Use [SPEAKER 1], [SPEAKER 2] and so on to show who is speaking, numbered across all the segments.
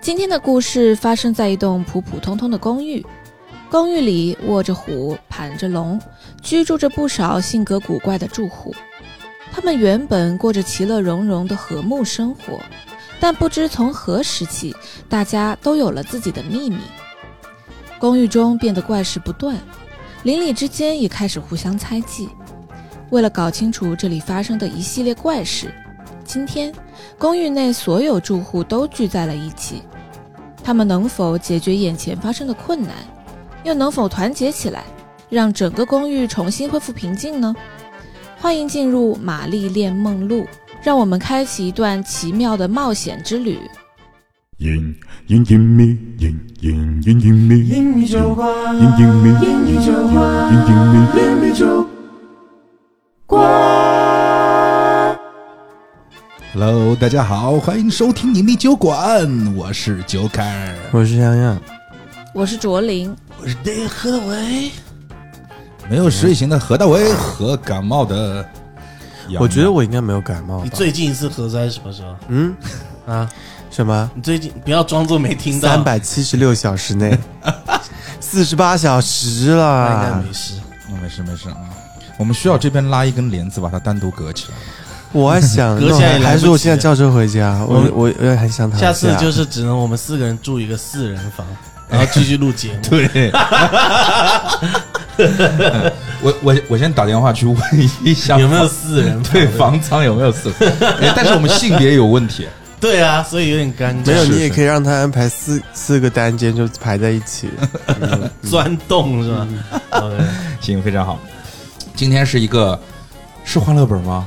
[SPEAKER 1] 今天的故事发生在一栋普普通通的公寓，公寓里卧着虎，盘着龙，居住着不少性格古怪的住户。他们原本过着其乐融融的和睦生活，但不知从何时起，大家都有了自己的秘密。公寓中变得怪事不断，邻里之间也开始互相猜忌。为了搞清楚这里发生的一系列怪事，今天公寓内所有住户都聚在了一起。他们能否解决眼前发生的困难，又能否团结起来，让整个公寓重新恢复平静呢？欢迎进入《玛丽恋梦录》，让我们开启一段奇妙的冒险之旅。
[SPEAKER 2] 隐隐隐秘，隐隐隐隐秘，
[SPEAKER 3] 英语酒馆，
[SPEAKER 2] 隐隐秘，
[SPEAKER 3] 英语酒馆，
[SPEAKER 2] 隐隐秘。
[SPEAKER 3] 英语酒
[SPEAKER 4] Hello，大家好，欢迎收听隐秘酒馆，我是九凯儿。
[SPEAKER 3] 我是洋洋，
[SPEAKER 1] 我是卓林，
[SPEAKER 4] 我是那个何大为，没有水型的何大为和感冒的啊洋洋，
[SPEAKER 3] 我觉得我应该没有感冒吧
[SPEAKER 5] 你。最近一次核灾什么时候？
[SPEAKER 3] 嗯啊，什么？
[SPEAKER 5] 你最近不要装作没听到，
[SPEAKER 3] 三 百七十六小时内，四十八小时
[SPEAKER 5] 那应该
[SPEAKER 3] 了
[SPEAKER 5] 哎没。事。
[SPEAKER 4] 嗯没事没事啊。我们需要这边拉一根帘子把它单独隔起来。
[SPEAKER 3] 我还想
[SPEAKER 5] 隔
[SPEAKER 3] 弄，
[SPEAKER 5] 起来也来
[SPEAKER 3] 还
[SPEAKER 5] 不及
[SPEAKER 3] 是我现在叫车回家。我
[SPEAKER 5] 嗯
[SPEAKER 3] 我我也很想躺
[SPEAKER 5] 下
[SPEAKER 4] 啊
[SPEAKER 5] 次就是是只能我们四个人住一个四人房，然后继续录节目。
[SPEAKER 4] 哎 对，我我我先打电话去问一下
[SPEAKER 5] 有没有四人房？
[SPEAKER 4] 啊对房仓有没有 四，哎但是我们性别有问题。
[SPEAKER 5] 对啊，所以有点尴
[SPEAKER 3] 没有，
[SPEAKER 5] 尬，
[SPEAKER 3] 你也可以让他安排四四个单间就排在一 起。
[SPEAKER 4] 嗯
[SPEAKER 5] 钻洞是吧？OK，
[SPEAKER 4] 行，非常好。今天是一个是欢乐本吗？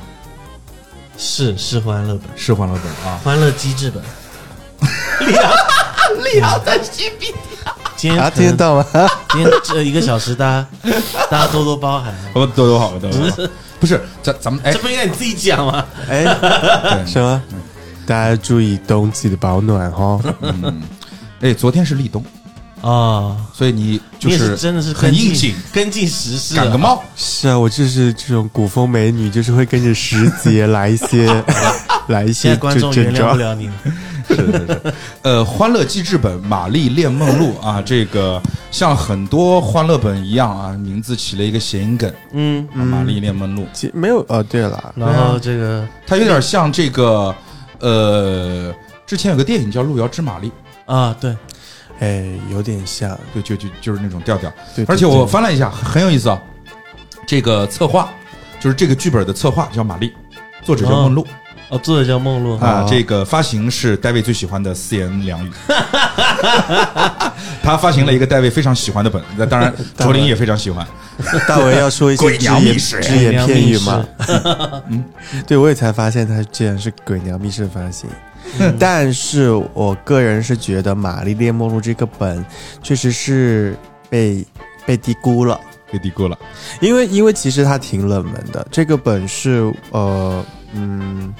[SPEAKER 5] 是是欢乐本，
[SPEAKER 4] 是欢乐本啊。
[SPEAKER 5] 欢乐机制本。 李阳， 李阳在新兵。今天
[SPEAKER 3] 啊，
[SPEAKER 5] 可
[SPEAKER 3] 听得
[SPEAKER 5] 能
[SPEAKER 3] 到吗？
[SPEAKER 5] 今天这一个小时，大家大家多多包涵啊。
[SPEAKER 4] 我多多好，多多好。不是，咱咱们哎
[SPEAKER 5] 这，不应该你自己讲吗？
[SPEAKER 3] 哎， 什么？大家注意冬季的保暖哦。
[SPEAKER 4] 嗯，哎，昨天是立冬，
[SPEAKER 5] 哦，
[SPEAKER 4] 所以你就
[SPEAKER 5] 你也
[SPEAKER 4] 是
[SPEAKER 5] 是真的是
[SPEAKER 4] 很
[SPEAKER 5] 跟进
[SPEAKER 4] 应景，
[SPEAKER 5] 跟进时事啊，
[SPEAKER 4] 赶个猫。
[SPEAKER 3] 是啊，我就是这种古风美女，就是会跟着时节来一 些，来一
[SPEAKER 5] 现
[SPEAKER 3] 些
[SPEAKER 5] 在哎观
[SPEAKER 3] 这
[SPEAKER 5] 众
[SPEAKER 3] 症
[SPEAKER 5] 原谅不
[SPEAKER 3] 状。
[SPEAKER 5] 了你了。
[SPEAKER 4] 是是是。 呃，《欢乐记事本》《玛丽恋梦录》啊，这个像很多欢乐本一样啊，名字起了一个谐音梗，
[SPEAKER 5] 嗯，
[SPEAKER 4] 啊《玛丽恋梦录》，
[SPEAKER 3] 其没有哦，对了，
[SPEAKER 5] 然后这个
[SPEAKER 4] 它有点像这个呃，之前有个电影叫《路遥知马力》，
[SPEAKER 5] 啊，对，
[SPEAKER 3] 哎，有点像，
[SPEAKER 4] 对，就就就是那种调调。
[SPEAKER 3] 对，
[SPEAKER 4] 而且
[SPEAKER 3] 对
[SPEAKER 4] 我
[SPEAKER 3] 对
[SPEAKER 4] 翻了一下，很有意思啊。这个策划就是这个剧本的策划叫玛丽，作者叫梦露、
[SPEAKER 5] 哦，作者叫梦露，
[SPEAKER 4] 啊
[SPEAKER 3] 哦。
[SPEAKER 4] 这个发行是戴维最喜欢的四言两语， 他发行了一个戴维非常喜欢的本，那当然
[SPEAKER 3] 当然
[SPEAKER 4] 卓林也非常喜欢。
[SPEAKER 3] 大伟要说一 些
[SPEAKER 4] 鬼
[SPEAKER 3] 只
[SPEAKER 4] 娘
[SPEAKER 3] 言
[SPEAKER 4] 密室
[SPEAKER 3] 只言片语
[SPEAKER 5] 鬼
[SPEAKER 3] 嘛
[SPEAKER 5] 娘，
[SPEAKER 3] 对我也才发现它竟然是《鬼娘密室》的发行。
[SPEAKER 5] 嗯
[SPEAKER 3] 但是我个人是觉得《玛丽莲梦露》这个本确实是被被低估了。
[SPEAKER 4] 被低估了，
[SPEAKER 3] 因为因为其实它挺冷门的，这个本是呃嗯，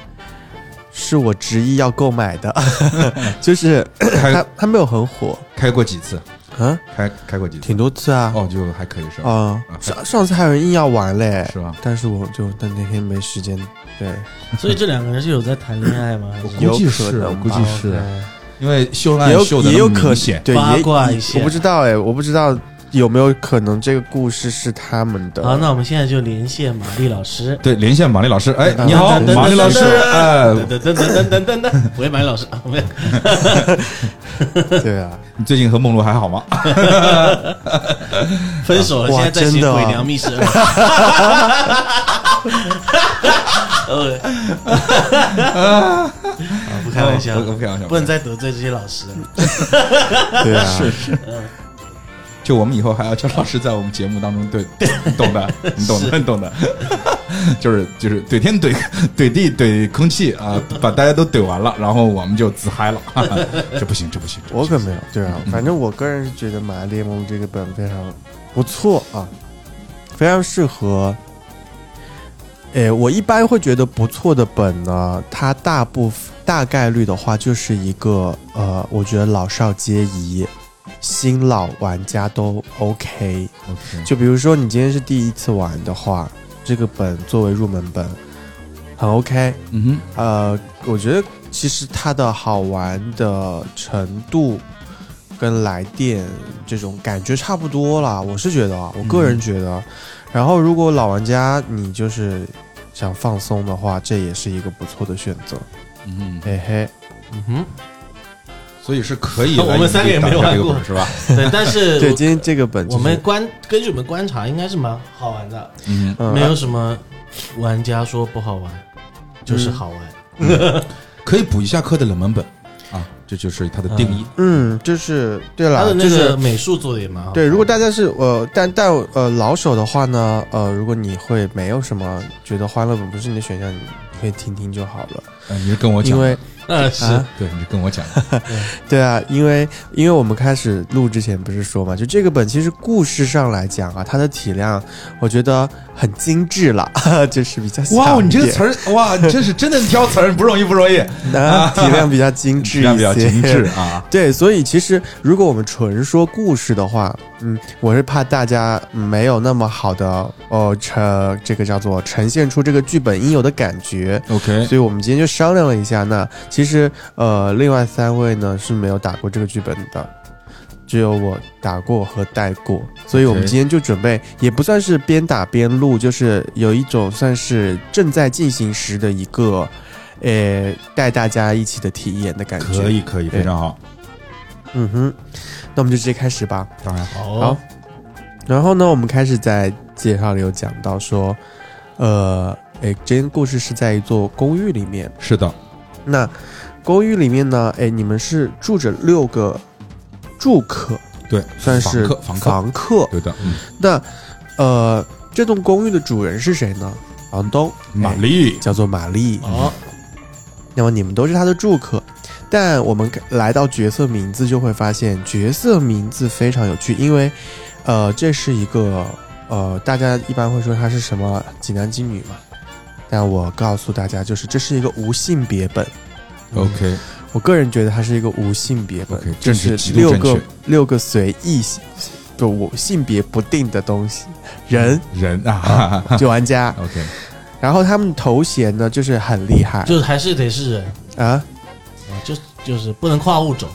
[SPEAKER 3] 是我执意要购买的， 就是它
[SPEAKER 4] 开
[SPEAKER 3] 它没有很火
[SPEAKER 4] 开过几次？
[SPEAKER 3] 啊，
[SPEAKER 4] 开开过几次？
[SPEAKER 3] 挺多次啊
[SPEAKER 4] 哦，就还可以是吧？
[SPEAKER 3] 啊、
[SPEAKER 4] 啊
[SPEAKER 3] 上上次还有人硬要玩嘞，
[SPEAKER 4] 是吧？
[SPEAKER 3] 但是我就但那天没时间，对，
[SPEAKER 5] 所以这两个人是有在谈恋爱吗？还是哎
[SPEAKER 3] 有
[SPEAKER 4] 估计
[SPEAKER 3] 可
[SPEAKER 4] 是，
[SPEAKER 3] 能
[SPEAKER 4] 估
[SPEAKER 3] 吧
[SPEAKER 4] 计是，
[SPEAKER 5] OK
[SPEAKER 4] 因为秀恩
[SPEAKER 3] 也
[SPEAKER 4] 爱
[SPEAKER 3] 有
[SPEAKER 4] 秀的
[SPEAKER 3] 也有可
[SPEAKER 4] 明显，
[SPEAKER 3] 对，
[SPEAKER 5] 八
[SPEAKER 3] 也
[SPEAKER 5] 卦一下
[SPEAKER 3] 我不知道哎，我不知道有没有可能这个故事是他们的。
[SPEAKER 5] 好，那我们现在就连线玛丽老师。
[SPEAKER 4] 对，连线玛丽老师，哎，
[SPEAKER 3] 嗯
[SPEAKER 4] 你好，
[SPEAKER 3] 嗯
[SPEAKER 4] 玛丽老师，哎，
[SPEAKER 3] 呃
[SPEAKER 5] 噔噔噔噔噔噔噔，喂，玛丽老师，啊没有
[SPEAKER 3] 对啊，
[SPEAKER 4] 你最近和梦露还好吗？
[SPEAKER 5] 分手了，
[SPEAKER 3] 哇
[SPEAKER 5] 现在在
[SPEAKER 3] 真
[SPEAKER 5] 写
[SPEAKER 3] 的
[SPEAKER 5] 《
[SPEAKER 3] 啊
[SPEAKER 5] 鬼娘密室 二》呃。啊不
[SPEAKER 3] 哦
[SPEAKER 5] 开玩 笑，
[SPEAKER 4] 不不开玩笑
[SPEAKER 5] 不能再得罪这些老师了。
[SPEAKER 3] 对啊，
[SPEAKER 4] 就我们以后还要叫老师在我们节目当中对，你懂的，你懂的，你懂的， 就是就是怼天怼怼地怼空气啊，把大家都怼完了，然后我们就自嗨了， 哈哈这不行，这不行，这不
[SPEAKER 3] 我
[SPEAKER 4] 行
[SPEAKER 3] 可没有，对 啊，反正我个人是觉得《玛丽梦》这个本非常不错啊，非常适合。诶，呃我一般会觉得不错的本呢，它大部分大概率的话就是一个呃，我觉得老少皆宜，新老玩家都 OK。
[SPEAKER 4] OK
[SPEAKER 3] 就比如说你今天是第一次玩的话，这个本作为入门本很 OK。
[SPEAKER 4] 嗯哼，
[SPEAKER 3] 呃，我觉得其实它的好玩的程度跟来电这种感觉差不多啦。我是觉得啊，我个人觉得。
[SPEAKER 5] 嗯
[SPEAKER 3] 然后，如果老玩家你就是想放松的话，这也是一个不错的选择。
[SPEAKER 4] 嗯，
[SPEAKER 3] 嘿嘿，
[SPEAKER 5] 嗯哼，
[SPEAKER 4] 所以是可以来
[SPEAKER 5] 我们三个也没有玩过
[SPEAKER 4] 打这个本是吧？
[SPEAKER 5] 对，但是
[SPEAKER 3] 对，今天这个本、就是、
[SPEAKER 5] 我们观根据我们观察，应该是蛮好玩的，
[SPEAKER 4] 嗯，
[SPEAKER 3] 嗯
[SPEAKER 5] 没有什么玩家说不好玩，就是好玩。
[SPEAKER 3] 嗯
[SPEAKER 4] 可以补一下课的冷门本啊，这就是它的定义。
[SPEAKER 3] 嗯，就是对
[SPEAKER 5] 他的
[SPEAKER 3] 了，
[SPEAKER 5] 那
[SPEAKER 3] 啊就是
[SPEAKER 5] 个嗯美术做的也蛮好的。
[SPEAKER 3] 对， 如果大家是呃，但但呃老手的话呢，呃，如果你会没有什么觉得欢乐本不是你的选项，你可以听听就好了。
[SPEAKER 4] 呃你是跟我讲
[SPEAKER 3] 因
[SPEAKER 4] 的，
[SPEAKER 3] 为
[SPEAKER 5] 呃是
[SPEAKER 3] 啊
[SPEAKER 4] 对，你是跟我 讲的，
[SPEAKER 3] 对啊，因为因为我们开始录之前不是说嘛，就这个本其实故事上来讲啊，它的体量我觉得很精致了， 就是比较
[SPEAKER 4] 哇，
[SPEAKER 3] 小一
[SPEAKER 4] 你这个
[SPEAKER 3] 点
[SPEAKER 4] 词儿， 哇，你真是真的挑词儿不容易，不容 易，
[SPEAKER 3] 啊，体量比较精致
[SPEAKER 4] 质
[SPEAKER 3] 一
[SPEAKER 4] 量
[SPEAKER 3] 些，
[SPEAKER 4] 比较精致。啊。
[SPEAKER 3] 对，所以其实如果我们纯说故事的话，嗯，我是怕大家没有那么好的哦呈这个叫做呈现出这个剧本应有的感觉，
[SPEAKER 4] OK，
[SPEAKER 3] 所以我们今天就商量了一下，那其实呃，另外三位呢是没有打过这个剧本的，只有我打过和带过，所以我们
[SPEAKER 4] OK
[SPEAKER 3] 今天就准备也不算是边打边录，就是有一种算是正在进行时的一个。呃，带大家一起的体验的感觉，
[SPEAKER 4] 可以，可以，
[SPEAKER 3] 对
[SPEAKER 4] 非常好，
[SPEAKER 3] 嗯哼，那我们就直接开始吧。
[SPEAKER 4] 当然好。
[SPEAKER 5] 好，
[SPEAKER 3] 然后呢，我们开始在介绍里有讲到说，呃，哎，这件故事是在一座公寓里面。
[SPEAKER 4] 是的，
[SPEAKER 3] 那公寓里面呢，哎，你们是住着六个住客，
[SPEAKER 4] 对，
[SPEAKER 3] 算是
[SPEAKER 4] 房客，房客，
[SPEAKER 3] 客
[SPEAKER 4] 对的，嗯
[SPEAKER 3] 那呃，这栋公寓的主人是谁呢？房东
[SPEAKER 4] 玛丽
[SPEAKER 3] 哎，叫做玛丽。
[SPEAKER 5] 哦，
[SPEAKER 3] 那么你们都是他的住客，但我们来到角色名字就会发现，角色名字非常有趣，因为，呃，这是一个呃，大家一般会说它是什么几男几女嘛，但我告诉大家，就是这是一个无性别本，
[SPEAKER 4] OK
[SPEAKER 3] 我个人觉得它是一个无性别本
[SPEAKER 4] OK，政
[SPEAKER 3] 就
[SPEAKER 4] 治
[SPEAKER 3] 是
[SPEAKER 4] 极度
[SPEAKER 3] 六
[SPEAKER 4] 正
[SPEAKER 3] 个
[SPEAKER 4] 确
[SPEAKER 3] 六个随意性就我性别不定的东西， 人
[SPEAKER 4] 人啊
[SPEAKER 3] 就玩家，
[SPEAKER 4] ，OK，
[SPEAKER 3] 然后他们头衔呢就是很厉害
[SPEAKER 5] 就是还是得是人，
[SPEAKER 3] 啊，
[SPEAKER 5] 啊就就是不能跨物种，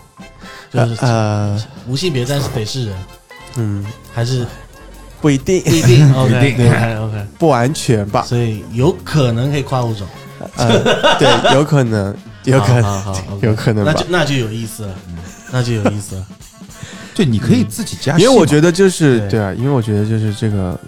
[SPEAKER 5] 就是
[SPEAKER 3] 呃呃，
[SPEAKER 5] 无性别，但是得是人，
[SPEAKER 3] 嗯，
[SPEAKER 5] 还是
[SPEAKER 3] 不一定
[SPEAKER 5] 不。一定
[SPEAKER 4] 一
[SPEAKER 5] ，OK
[SPEAKER 4] 定
[SPEAKER 5] OK OK，
[SPEAKER 3] 不完全吧，
[SPEAKER 5] 所以有可能可以跨物种，
[SPEAKER 3] 呃，对，有可能，有可能，
[SPEAKER 5] 好好好，OK
[SPEAKER 3] 有可能
[SPEAKER 5] 啊那
[SPEAKER 3] 吧嗯
[SPEAKER 5] 就。那就有意思了，那就有意思了。
[SPEAKER 4] 对，你可以自己加戏
[SPEAKER 3] 因
[SPEAKER 4] 嘛，
[SPEAKER 3] 为我觉得就是
[SPEAKER 5] 对
[SPEAKER 3] 对啊，因为我觉得就是这个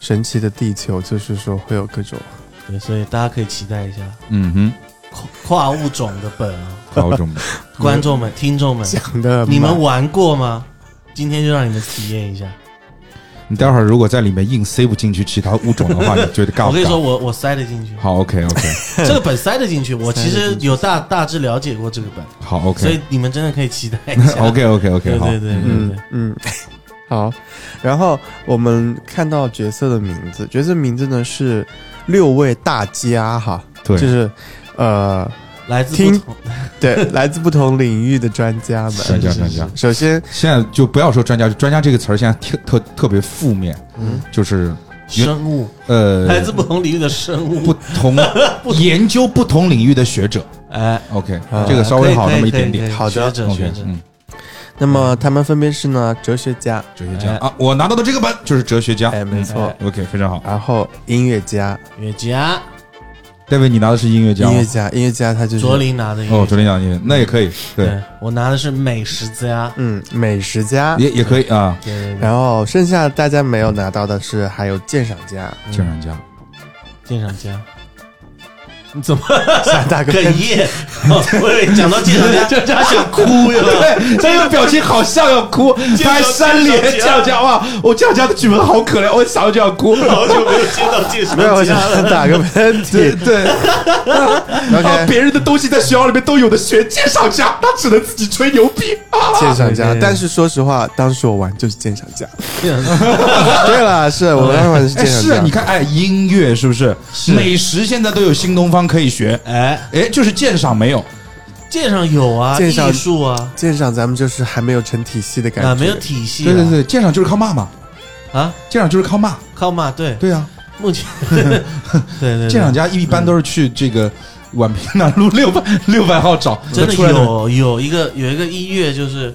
[SPEAKER 3] 神奇的地球，就是说会有各种
[SPEAKER 5] 对，所以大家可以期待一下
[SPEAKER 4] 嗯哼，
[SPEAKER 5] 跨跨物种的本啊，
[SPEAKER 4] 高 中的，
[SPEAKER 5] 观 众们、听众们，
[SPEAKER 3] 讲的。
[SPEAKER 5] 你们玩过吗？今天就让你们体验一下。
[SPEAKER 4] 你待会儿如果在里面硬塞不进去其他物种的话，你觉得尬
[SPEAKER 5] 我
[SPEAKER 4] 不
[SPEAKER 5] 跟你说，
[SPEAKER 4] 尬？
[SPEAKER 5] 我我塞得进去，
[SPEAKER 4] 好，OK OK，
[SPEAKER 5] 这个本塞得进去。我其
[SPEAKER 3] 塞得
[SPEAKER 5] 实
[SPEAKER 3] 进
[SPEAKER 5] 有大大致了解过这个本，
[SPEAKER 4] 好
[SPEAKER 5] 所以
[SPEAKER 4] ，OK
[SPEAKER 5] 你们真的可以期待一下。
[SPEAKER 4] OK OK OK，
[SPEAKER 5] 对
[SPEAKER 4] 好，
[SPEAKER 5] 对对
[SPEAKER 4] 嗯
[SPEAKER 3] 嗯嗯， 好。然后我们看到角色的名字，角色名字呢是六位大家哈，就
[SPEAKER 4] 对，
[SPEAKER 3] 是呃，
[SPEAKER 5] 来自不
[SPEAKER 3] 听
[SPEAKER 5] 同
[SPEAKER 3] 对，来自不同领域的专家
[SPEAKER 4] 专
[SPEAKER 3] 们。
[SPEAKER 4] 家
[SPEAKER 5] 是
[SPEAKER 4] 专
[SPEAKER 5] 是
[SPEAKER 4] 家，
[SPEAKER 3] 首先，
[SPEAKER 4] 现在就不要说专家，专家这个词儿现在特特特别负面，
[SPEAKER 5] 嗯
[SPEAKER 4] 就是
[SPEAKER 5] 生物，
[SPEAKER 4] 呃，
[SPEAKER 5] 来自不同领域的生
[SPEAKER 4] 不
[SPEAKER 5] 物。
[SPEAKER 4] 同研究不同领域的学者
[SPEAKER 5] 哎，
[SPEAKER 4] ，OK，
[SPEAKER 3] 啊
[SPEAKER 4] 这个稍微好那么一点点
[SPEAKER 5] 可以可以可以
[SPEAKER 3] 好的
[SPEAKER 5] 学者学
[SPEAKER 4] OK，
[SPEAKER 5] 者，
[SPEAKER 4] 嗯，
[SPEAKER 3] 那么他们分别是呢哲学家，
[SPEAKER 4] 哲学家啊，我拿到的这个本就是哲学家嗯
[SPEAKER 3] 哎，没错。
[SPEAKER 4] ，OK，非常好。
[SPEAKER 3] 然后音乐家，
[SPEAKER 5] 乐家，
[SPEAKER 4] 戴维，你拿的是音乐家
[SPEAKER 3] 音
[SPEAKER 4] 吗
[SPEAKER 3] 乐？家，音乐家他就是
[SPEAKER 5] 卓林拿的音乐
[SPEAKER 4] 哦，昨天讲音乐，那也可以，对，
[SPEAKER 5] 对我拿的是美食家，
[SPEAKER 3] 嗯，美食家。
[SPEAKER 4] 也也可以啊，
[SPEAKER 5] 对对对，
[SPEAKER 3] 然后剩下大家没有拿到的是还有鉴赏 家，
[SPEAKER 4] 鉴赏家。
[SPEAKER 5] 鉴赏家。你怎么
[SPEAKER 3] 夏大哥
[SPEAKER 5] 哽咽？哦，我以为讲到鉴赏家，就他想哭
[SPEAKER 3] 嗯
[SPEAKER 5] 了。
[SPEAKER 4] 对，这个表情好像要 哭，他还扇脸，
[SPEAKER 5] 接着
[SPEAKER 4] 这样讲哇，我这样讲的剧本好可怜，我想就要哭。
[SPEAKER 5] 好久没有见到鉴赏
[SPEAKER 3] 没有，我
[SPEAKER 5] 家
[SPEAKER 3] 想
[SPEAKER 5] 了。
[SPEAKER 3] 打个喷
[SPEAKER 4] 对
[SPEAKER 3] 嚏。
[SPEAKER 4] 对，啊，
[SPEAKER 3] OK，
[SPEAKER 4] 别人的东西在学校里面都有的学，鉴赏家 他只能自己吹牛逼啊。
[SPEAKER 3] 鉴赏家。
[SPEAKER 5] 对
[SPEAKER 3] 但是说实话，当时我玩就是鉴赏家。对了，是我当时玩的是
[SPEAKER 4] 哎，
[SPEAKER 3] 鉴赏
[SPEAKER 4] 是
[SPEAKER 3] 家。
[SPEAKER 4] 啊，你看，哎，音乐是不是？
[SPEAKER 5] 是
[SPEAKER 4] 美食现在都有新东方可以学，
[SPEAKER 5] 哎，
[SPEAKER 4] 哎，就是鉴赏没有。
[SPEAKER 3] 啊
[SPEAKER 5] 鉴赏有啊，
[SPEAKER 3] 鉴赏
[SPEAKER 5] 艺术啊，
[SPEAKER 3] 鉴赏咱们就是还没有成体系的感觉，
[SPEAKER 5] 啊，没有体系啊，
[SPEAKER 4] 对对对，鉴赏就是靠骂嘛，
[SPEAKER 5] 啊，
[SPEAKER 4] 鉴赏就是靠骂。
[SPEAKER 5] 靠骂对，
[SPEAKER 4] 对啊，
[SPEAKER 5] 目前对对对
[SPEAKER 4] 鉴赏家一般都是去这个宛平南路六百六百号找，
[SPEAKER 5] 真的
[SPEAKER 4] 出来的
[SPEAKER 5] 有有一个有一个音乐，就是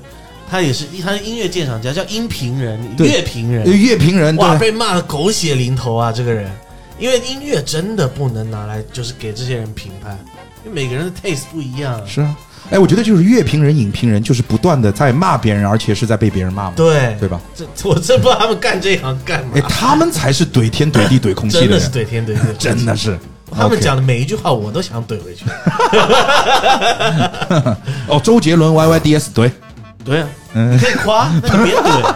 [SPEAKER 5] 他也是他是音乐鉴赏家，叫音评人、
[SPEAKER 4] 对
[SPEAKER 5] 乐评人，
[SPEAKER 4] 乐评人
[SPEAKER 5] 哇，
[SPEAKER 4] 对，
[SPEAKER 5] 被骂的狗血淋头啊！这个人，因为音乐真的不能拿来就是给这些人评判，因为每个人的 taste 不一样。
[SPEAKER 4] 是啊，哎，我觉得就是乐评人、影评人，就是不断的在骂别人，而且是在被别人骂嘛，
[SPEAKER 5] 对，
[SPEAKER 4] 对吧？
[SPEAKER 5] 这我真不知道他们干这一行干嘛
[SPEAKER 4] 哎，，他们才 是怼天怼地怼空气
[SPEAKER 5] 真的是
[SPEAKER 4] 人，
[SPEAKER 5] 怼天怼地，
[SPEAKER 4] 真的是。
[SPEAKER 5] 他们
[SPEAKER 4] OK
[SPEAKER 5] 讲的每一句话我都想怼回去。
[SPEAKER 4] 哦，周杰伦 Y Y D S 怼，
[SPEAKER 5] 对啊，
[SPEAKER 4] 嗯
[SPEAKER 5] 你可以 夸，那你别怼。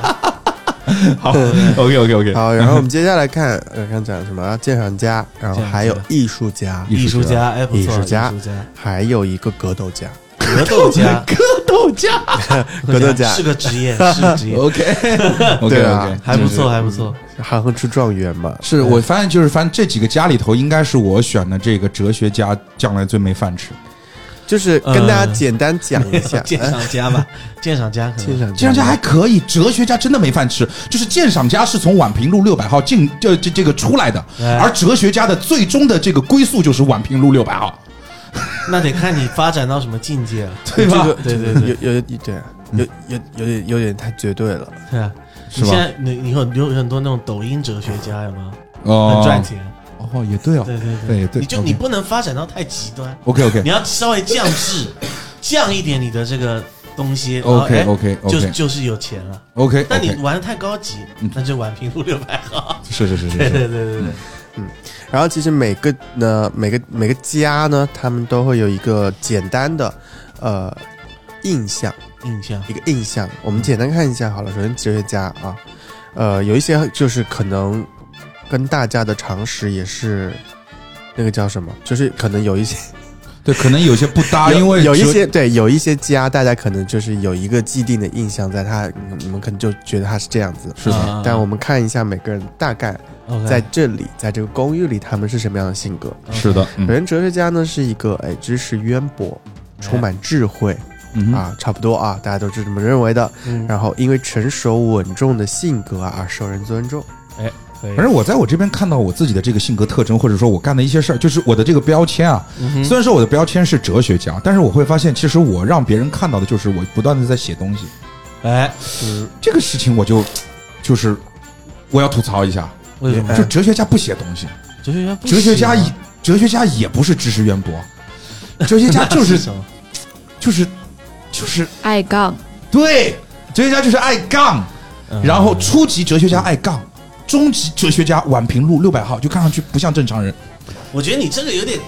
[SPEAKER 4] 好，OK OK OK，
[SPEAKER 3] 好，然后我们接下来看，呃，刚讲什么啊？鉴赏家，然后还有艺术家，
[SPEAKER 4] 艺
[SPEAKER 5] 艺
[SPEAKER 4] 术
[SPEAKER 5] 术
[SPEAKER 4] 家
[SPEAKER 5] 家，哎，不错，
[SPEAKER 3] 艺术家
[SPEAKER 5] 艺术家，
[SPEAKER 3] 还有一个格斗家，
[SPEAKER 5] 格斗家，
[SPEAKER 3] 格斗家
[SPEAKER 5] 是个职 业，是个职业，
[SPEAKER 4] OK OK
[SPEAKER 3] 对啊
[SPEAKER 4] OK，
[SPEAKER 5] 还不错，还不错。，
[SPEAKER 3] 行行出状元嘛，
[SPEAKER 4] 是我发现，就是反正这几个家里头，应该是我选的这个哲学家将来最没饭吃。
[SPEAKER 3] 就是跟大家简单讲一下
[SPEAKER 5] 鉴
[SPEAKER 3] 哎
[SPEAKER 5] 赏 家吧，呃鉴赏家可能
[SPEAKER 3] 鉴赏
[SPEAKER 4] 这
[SPEAKER 3] 家
[SPEAKER 4] 样家还可以，哲学家真的没饭吃。就是鉴赏家是从宛平路六百号进这这这个出来的，
[SPEAKER 5] 哎
[SPEAKER 4] 而哲学家的最终的这个归宿就是宛平路六百号。
[SPEAKER 5] 那得看你发展到什么境界啊了，
[SPEAKER 4] 对吧
[SPEAKER 5] 这个对对对，
[SPEAKER 3] 有有有对，啊有有有点有点太绝对了，
[SPEAKER 5] 对啊，
[SPEAKER 4] 是吧
[SPEAKER 5] 你现在你你有有很多那种抖音哲学家有吗？
[SPEAKER 4] 哦
[SPEAKER 5] 很赚钱，
[SPEAKER 4] 哦，也对哦，
[SPEAKER 5] 对对
[SPEAKER 4] 对对
[SPEAKER 5] 你就
[SPEAKER 4] OK
[SPEAKER 5] 你不能发展到太极端，
[SPEAKER 4] OK OK
[SPEAKER 5] 你要稍微降 质，降一点你的这个东西。然后
[SPEAKER 4] OK
[SPEAKER 5] 哎
[SPEAKER 4] OK
[SPEAKER 5] 就是
[SPEAKER 4] OK
[SPEAKER 5] 就是有钱了。
[SPEAKER 4] OK，
[SPEAKER 5] 但你玩的太高级
[SPEAKER 4] 嗯，
[SPEAKER 5] 那就玩平路六百号。
[SPEAKER 4] 是是是是
[SPEAKER 5] 对
[SPEAKER 4] 是
[SPEAKER 5] 对对对对，
[SPEAKER 3] 然后其实每个呢，每个每个家呢，他们都会有一个简单的呃印象，
[SPEAKER 5] 印象
[SPEAKER 3] 一个印象。我们简单看一下好了。首先，哲学家啊，呃，有一些就是可能跟大家的常识也是那个叫什么，就是可能有一些
[SPEAKER 4] 对，可能有些不搭，
[SPEAKER 3] 有
[SPEAKER 4] 啊因为
[SPEAKER 3] 有一
[SPEAKER 4] 哲
[SPEAKER 3] 些对有一些家，大家可能就是有一个既定的印象，在他你们可能就觉得他是这样子。
[SPEAKER 4] 是的，嗯
[SPEAKER 5] 啊
[SPEAKER 3] 但我们看一下每个人大概
[SPEAKER 5] OK，啊
[SPEAKER 3] 在这里，在这个公寓里，他们是什么样的性格。
[SPEAKER 5] OK
[SPEAKER 4] 是的，
[SPEAKER 3] 首
[SPEAKER 4] 嗯哎
[SPEAKER 3] 先，哲学家呢是一个哎知识渊博、充满智慧
[SPEAKER 4] 嗯哼，
[SPEAKER 3] 啊，差不多啊，大家都是这么认为的。
[SPEAKER 5] 嗯
[SPEAKER 3] 然后因为成熟稳重的性格啊而受人尊重。
[SPEAKER 5] 可以
[SPEAKER 4] 反正我在我这边看到我自己的这个性格特征，或者说我干的一些事儿，就是我的这个标签啊。
[SPEAKER 5] 嗯
[SPEAKER 4] 虽然说我的标签是哲学家，但是我会发现，其实我让别人看到的就是我不断的在写东西。
[SPEAKER 5] 哎，
[SPEAKER 3] 嗯，
[SPEAKER 4] 这个事情我就就是我要吐槽一下，
[SPEAKER 5] 为什么
[SPEAKER 3] 哎
[SPEAKER 4] 就哲学家不写东西，
[SPEAKER 5] 哲学家不
[SPEAKER 4] 哲学家
[SPEAKER 5] 行
[SPEAKER 4] 也
[SPEAKER 5] 啊
[SPEAKER 4] 哲学家也不是知识渊 博，哲学家就
[SPEAKER 5] 那
[SPEAKER 4] 是
[SPEAKER 5] 什么？
[SPEAKER 4] 就是就是
[SPEAKER 1] 爱杠，
[SPEAKER 4] 对，哲学家就是爱杠，
[SPEAKER 5] 嗯
[SPEAKER 4] 然后初级哲学家爱杠。中级哲学家宛平路六百号，就看上去不像正常人。
[SPEAKER 5] 我觉得你这个有点